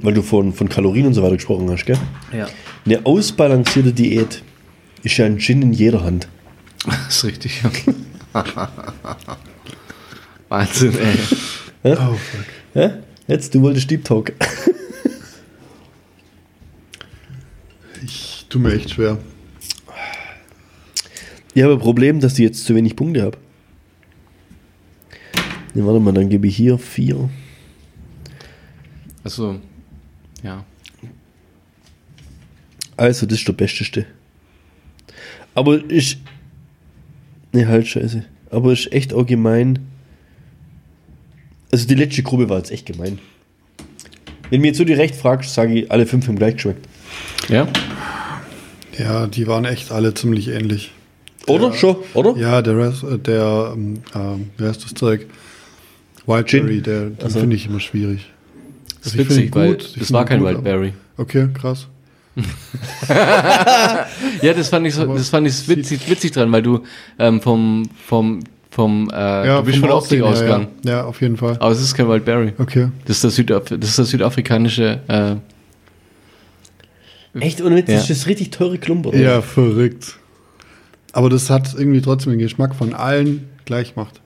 Speaker 1: weil du von, von Kalorien und so weiter gesprochen hast, gell?
Speaker 6: Ja.
Speaker 1: Eine ausbalancierte Diät ist ja ein Gin in jeder Hand.
Speaker 6: Das ist richtig, ja. [LAUGHS] Wahnsinn, ey.
Speaker 3: Oh, fuck.
Speaker 1: Ja? Jetzt, du wolltest Deep Talk.
Speaker 3: Ich tue mir echt schwer.
Speaker 1: Ich habe ein Problem, dass ich jetzt zu wenig Punkte habe. Ne, warte mal, dann gebe ich hier vier.
Speaker 6: Also, ja.
Speaker 1: Also, das ist der besteste. Aber ist. Ne, halt, scheiße. Aber ist echt auch gemein. Also, die letzte Gruppe war jetzt echt gemein. Wenn du mir jetzt so direkt fragst, sage ich, alle fünf haben gleich geschmeckt.
Speaker 6: Ja?
Speaker 3: Ja, die waren echt alle ziemlich ähnlich.
Speaker 1: Oder? Schon? Oder?
Speaker 3: Ja, der Rest, äh, der, ähm, ähm, wer ist das Zeug? Wild
Speaker 1: Gin.
Speaker 3: Berry, der, den
Speaker 1: Also.
Speaker 3: finde ich immer schwierig.
Speaker 6: Das ist
Speaker 3: Ich find ihn
Speaker 6: witzig, weil
Speaker 3: gut, ich
Speaker 6: das
Speaker 3: find
Speaker 6: war
Speaker 3: ihn
Speaker 6: kein
Speaker 3: gut, aber-
Speaker 6: Wildberry.
Speaker 3: Okay, krass.
Speaker 6: Ja, das fand ich, so,
Speaker 3: Aber
Speaker 6: das fand ich witzig, witzig dran, weil du ähm, vom, vom, vom, äh,
Speaker 3: Ja,
Speaker 6: du bist
Speaker 3: vom
Speaker 6: von der Optik
Speaker 3: Aussehen her,
Speaker 6: ausgegangen.
Speaker 3: Ja, ja, auf jeden Fall.
Speaker 6: Aber es ist kein Wildberry.
Speaker 3: Okay.
Speaker 6: Das ist das, Südaf das, ist das südafrikanische, äh,
Speaker 1: Echt ohne Witz,
Speaker 6: Ja.
Speaker 1: das ist das richtig teure Klump, oder?
Speaker 3: Ja, verrückt. Aber das hat irgendwie trotzdem den Geschmack von allen gleich gemacht.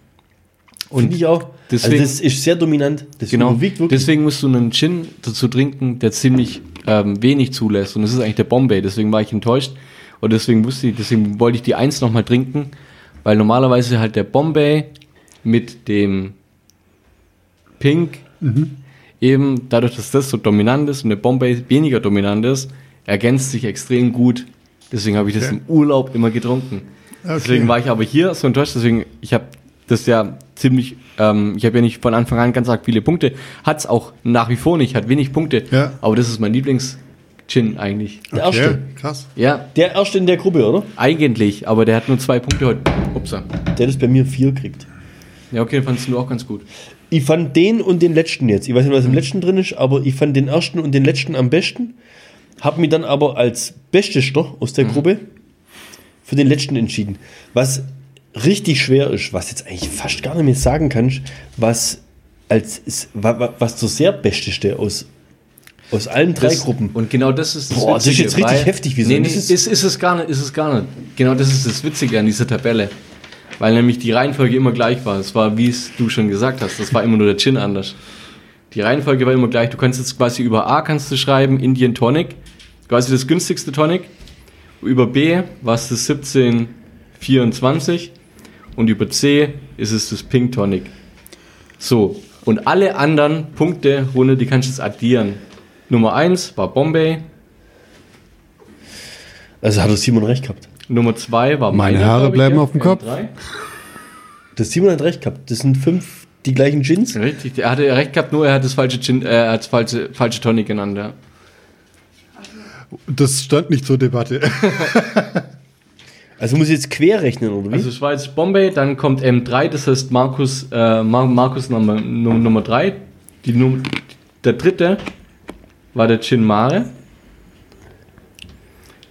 Speaker 1: Finde ich auch. Also
Speaker 6: Deswegen,
Speaker 1: das ist sehr dominant. Das
Speaker 6: genau,
Speaker 1: überwiegt wirklich.
Speaker 6: deswegen musst du einen Gin dazu trinken, der ziemlich ähm, wenig zulässt. Und das ist eigentlich der Bombay. Deswegen war ich enttäuscht. Und deswegen wusste ich, deswegen wollte ich die 1 nochmal trinken. Weil normalerweise halt der Bombay mit dem Pink eben dadurch, dass das so dominant ist und der Bombay weniger dominant ist, ergänzt sich extrem gut. Deswegen habe ich das im Urlaub immer getrunken. Deswegen war ich aber hier so enttäuscht. Deswegen, ich habe das ja ziemlich, ähm, ich habe ja nicht von Anfang an ganz arg viele Punkte. Hat es auch nach wie vor nicht, hat wenig Punkte.
Speaker 3: Ja.
Speaker 6: Aber das ist mein Lieblings-Gin eigentlich.
Speaker 1: der erste.
Speaker 3: krass.
Speaker 6: Ja,
Speaker 1: Der erste in der Gruppe, oder?
Speaker 6: eigentlich, aber der hat nur zwei Punkte heute. Upsa.
Speaker 1: Der das bei mir vier kriegt.
Speaker 6: Ja, okay, fandst du auch ganz gut.
Speaker 1: Ich fand den und den letzten jetzt. Ich weiß nicht,
Speaker 6: Mhm.
Speaker 1: was im letzten drin ist, aber ich fand den ersten und den letzten am besten. Hab mich dann aber als Bestester aus
Speaker 6: Mhm.
Speaker 1: der Gruppe für den letzten entschieden. Was richtig schwer ist, was jetzt eigentlich fast gar nicht mehr sagen kannst, was als wa- wa- was der sehr Besteste aus, aus allen drei
Speaker 6: Das-
Speaker 1: Gruppen.
Speaker 6: Und genau das ist das
Speaker 1: Boah, das ist jetzt richtig
Speaker 6: weil-
Speaker 1: heftig, wieso?
Speaker 6: Nee, nee,
Speaker 1: Das
Speaker 6: ist,
Speaker 1: ist-
Speaker 6: ist, es gar nicht, ist es gar nicht. Genau das ist das Witzige an dieser Tabelle. Weil nämlich die Reihenfolge immer gleich war. Es war, wie es du schon gesagt hast, das war immer nur der Gin anders. Die Reihenfolge war immer gleich. Du kannst jetzt quasi über A kannst du schreiben, Indian Tonic, quasi das günstigste Tonic. Über B war es das 1724 und über C ist es das Pink Tonic. So, und alle anderen Punkte, Runde, die kannst du jetzt addieren. Nummer 1 war Bombay,
Speaker 1: Also hat der Simon recht gehabt.
Speaker 6: Nummer 2 war
Speaker 3: Meine
Speaker 6: meine.
Speaker 3: Haare
Speaker 6: glaub ich,
Speaker 3: bleiben
Speaker 6: ja.
Speaker 3: auf dem
Speaker 6: Äh,
Speaker 3: Kopf.
Speaker 6: drei.
Speaker 1: Der Simon hat recht gehabt. Das sind fünf die gleichen Gins.
Speaker 6: Richtig, er hatte recht gehabt, nur er hat das falsche, Gin, äh, er hat das falsche, falsche Tonic genannt. Ja.
Speaker 3: Das stand nicht zur Debatte. [LAUGHS]
Speaker 1: Also muss ich jetzt quer rechnen, oder wie?
Speaker 6: Also es war jetzt Bombay, dann kommt M3, das heißt Markus, äh, Mar Markus Nummer 3. Nummer drei. Die Num der dritte war der Chin Mare.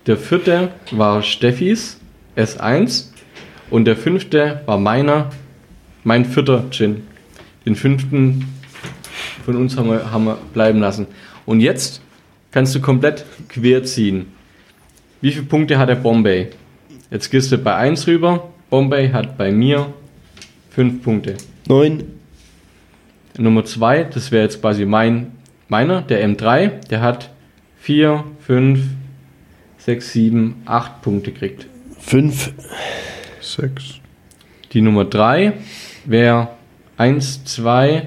Speaker 6: Der vierte war Steffis S1. Und der fünfte war meiner, mein vierter Gin. Den fünften von uns haben wir, haben wir bleiben lassen. Und jetzt kannst du komplett quer ziehen. Wie viele Punkte hat der Bombay? Jetzt gehst du bei 1 rüber. Bombay hat bei mir 5 Punkte.
Speaker 1: Neun.
Speaker 6: Nummer 2, das wäre jetzt quasi mein, meiner, der M3, der hat 4, 5, 6, 7, 8 Punkte kriegt.
Speaker 1: Fünf.
Speaker 3: Sechs.
Speaker 6: Die Nummer 3 wäre 1, 2,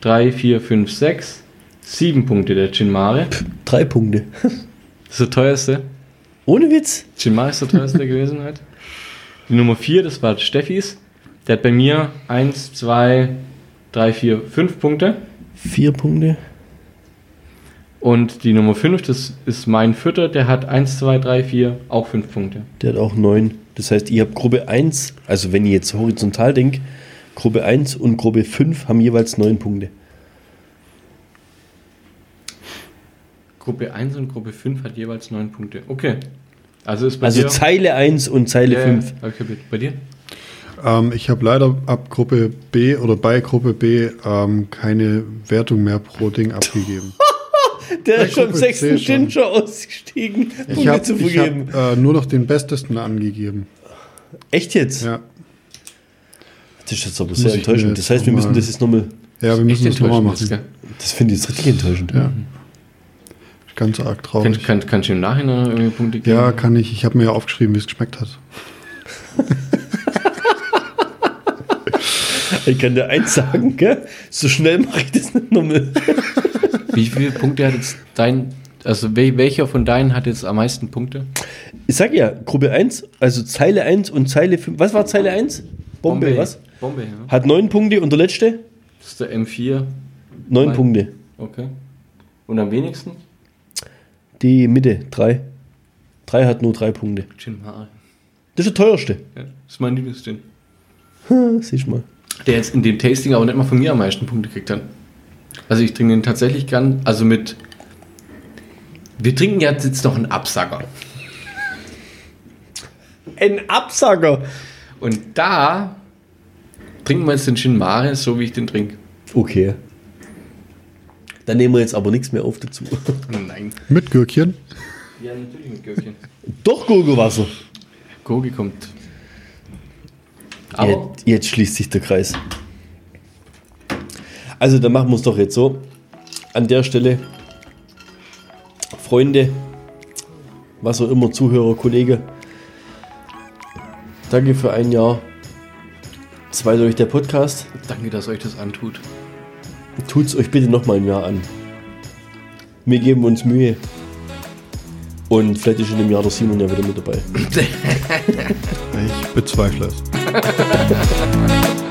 Speaker 6: 3, 4, 5, 6, 7 Punkte der Chinmare.
Speaker 1: Drei Punkte.
Speaker 6: Das ist der teuerste.
Speaker 1: Ohne Witz.
Speaker 6: Chinmar ist der teuerste gewesen halt. Die Nummer 4, das war Steffis. Der hat bei mir 1, 2, 3, 4, 5 Punkte.
Speaker 1: Vier Punkte.
Speaker 6: Und die Nummer 5, das ist mein Vierter, der hat 1, 2, 3, 4, auch 5 Punkte.
Speaker 1: Der hat auch neun. Das heißt, ihr habt Gruppe 1, also wenn ihr jetzt horizontal denkt, Gruppe 1 und Gruppe 5 haben jeweils neun Punkte.
Speaker 6: Gruppe 1 und Gruppe 5 hat jeweils 9 Punkte. Okay. Also ist bei
Speaker 1: Also
Speaker 6: dir.
Speaker 1: Zeile 1 und Zeile
Speaker 6: Ja,
Speaker 1: 5.
Speaker 6: ja. Okay, bei dir?
Speaker 3: Ähm, ich habe leider ab Gruppe B oder bei Gruppe B ähm, keine Wertung mehr pro Ding abgegeben.
Speaker 1: Der
Speaker 3: Ja,
Speaker 1: ist schon am
Speaker 3: Gruppe C
Speaker 1: sechsten
Speaker 3: schon.
Speaker 1: Gin schon ausgestiegen,
Speaker 3: Ich
Speaker 1: Punkte
Speaker 3: habe
Speaker 1: zu vergeben.
Speaker 3: hab, äh, nur noch den Bestesten angegeben.
Speaker 1: Echt jetzt?
Speaker 3: Ja,
Speaker 1: Das ist jetzt aber sehr
Speaker 3: ich mir
Speaker 1: enttäuschend. Das
Speaker 3: jetzt
Speaker 1: heißt, wir
Speaker 3: noch
Speaker 1: müssen
Speaker 3: mal-
Speaker 1: das jetzt nochmal.
Speaker 3: ja wir müssen das nochmal machen.
Speaker 1: Das finde ich jetzt richtig enttäuschend.
Speaker 3: Ja. Ganz arg traurig.
Speaker 6: Kannst kann, kannst du im Nachhinein irgendwie Punkte geben?
Speaker 3: Ja, kann ich. Ich habe mir ja aufgeschrieben, wie es geschmeckt hat.
Speaker 1: Ich kann dir eins sagen, gell? So schnell mache ich das nicht nochmal.
Speaker 6: Wie viele Punkte hat jetzt dein. Also wel- welcher von deinen hat jetzt am meisten Punkte?
Speaker 1: Ich sag ja, Gruppe 1, also Zeile 1 und Zeile 5. Was war Zeile 1? Bombe, was?
Speaker 6: Bombe, ja.
Speaker 1: Hat neun Punkte und der letzte?
Speaker 6: Das ist der M4.
Speaker 1: Neun
Speaker 6: Nein.
Speaker 1: Punkte.
Speaker 6: Okay. Und am wenigsten?
Speaker 1: Die Mitte, drei. Drei hat nur drei Punkte.
Speaker 6: Jim Haare.
Speaker 1: Das ist der teuerste.
Speaker 6: Ja, das ist mein Lieblingsgin.
Speaker 1: Ha, siehst mal.
Speaker 6: der jetzt in dem Tasting aber nicht mal von mir am meisten Punkte kriegt dann. Also ich trinke den tatsächlich gern, also mit. Wir trinken ja jetzt noch einen Absacker.
Speaker 1: Ein Absacker.
Speaker 6: Und da trinken wir jetzt den Gin Mare, so wie ich den trinke.
Speaker 1: Okay. Dann nehmen wir jetzt aber nichts mehr auf dazu. [LAUGHS]
Speaker 6: Nein.
Speaker 3: Mit Gürkchen.
Speaker 6: Ja, natürlich mit [LAUGHS] Gürkchen.
Speaker 1: Doch Gurgelwasser.
Speaker 6: Gogi kommt. Aber
Speaker 1: Jetzt, jetzt schließt sich der Kreis. Also dann machen wir es doch jetzt so. An der Stelle, Freunde, was auch immer, Zuhörer, Kollege, danke für ein Jahr. Zwei durch der Podcast.
Speaker 6: Danke, dass euch das antut.
Speaker 1: Tut's euch bitte nochmal ein Jahr an. Wir geben uns Mühe. Und vielleicht ist in dem Jahr der Simon ja wieder mit dabei.
Speaker 3: Ich bezweifle es.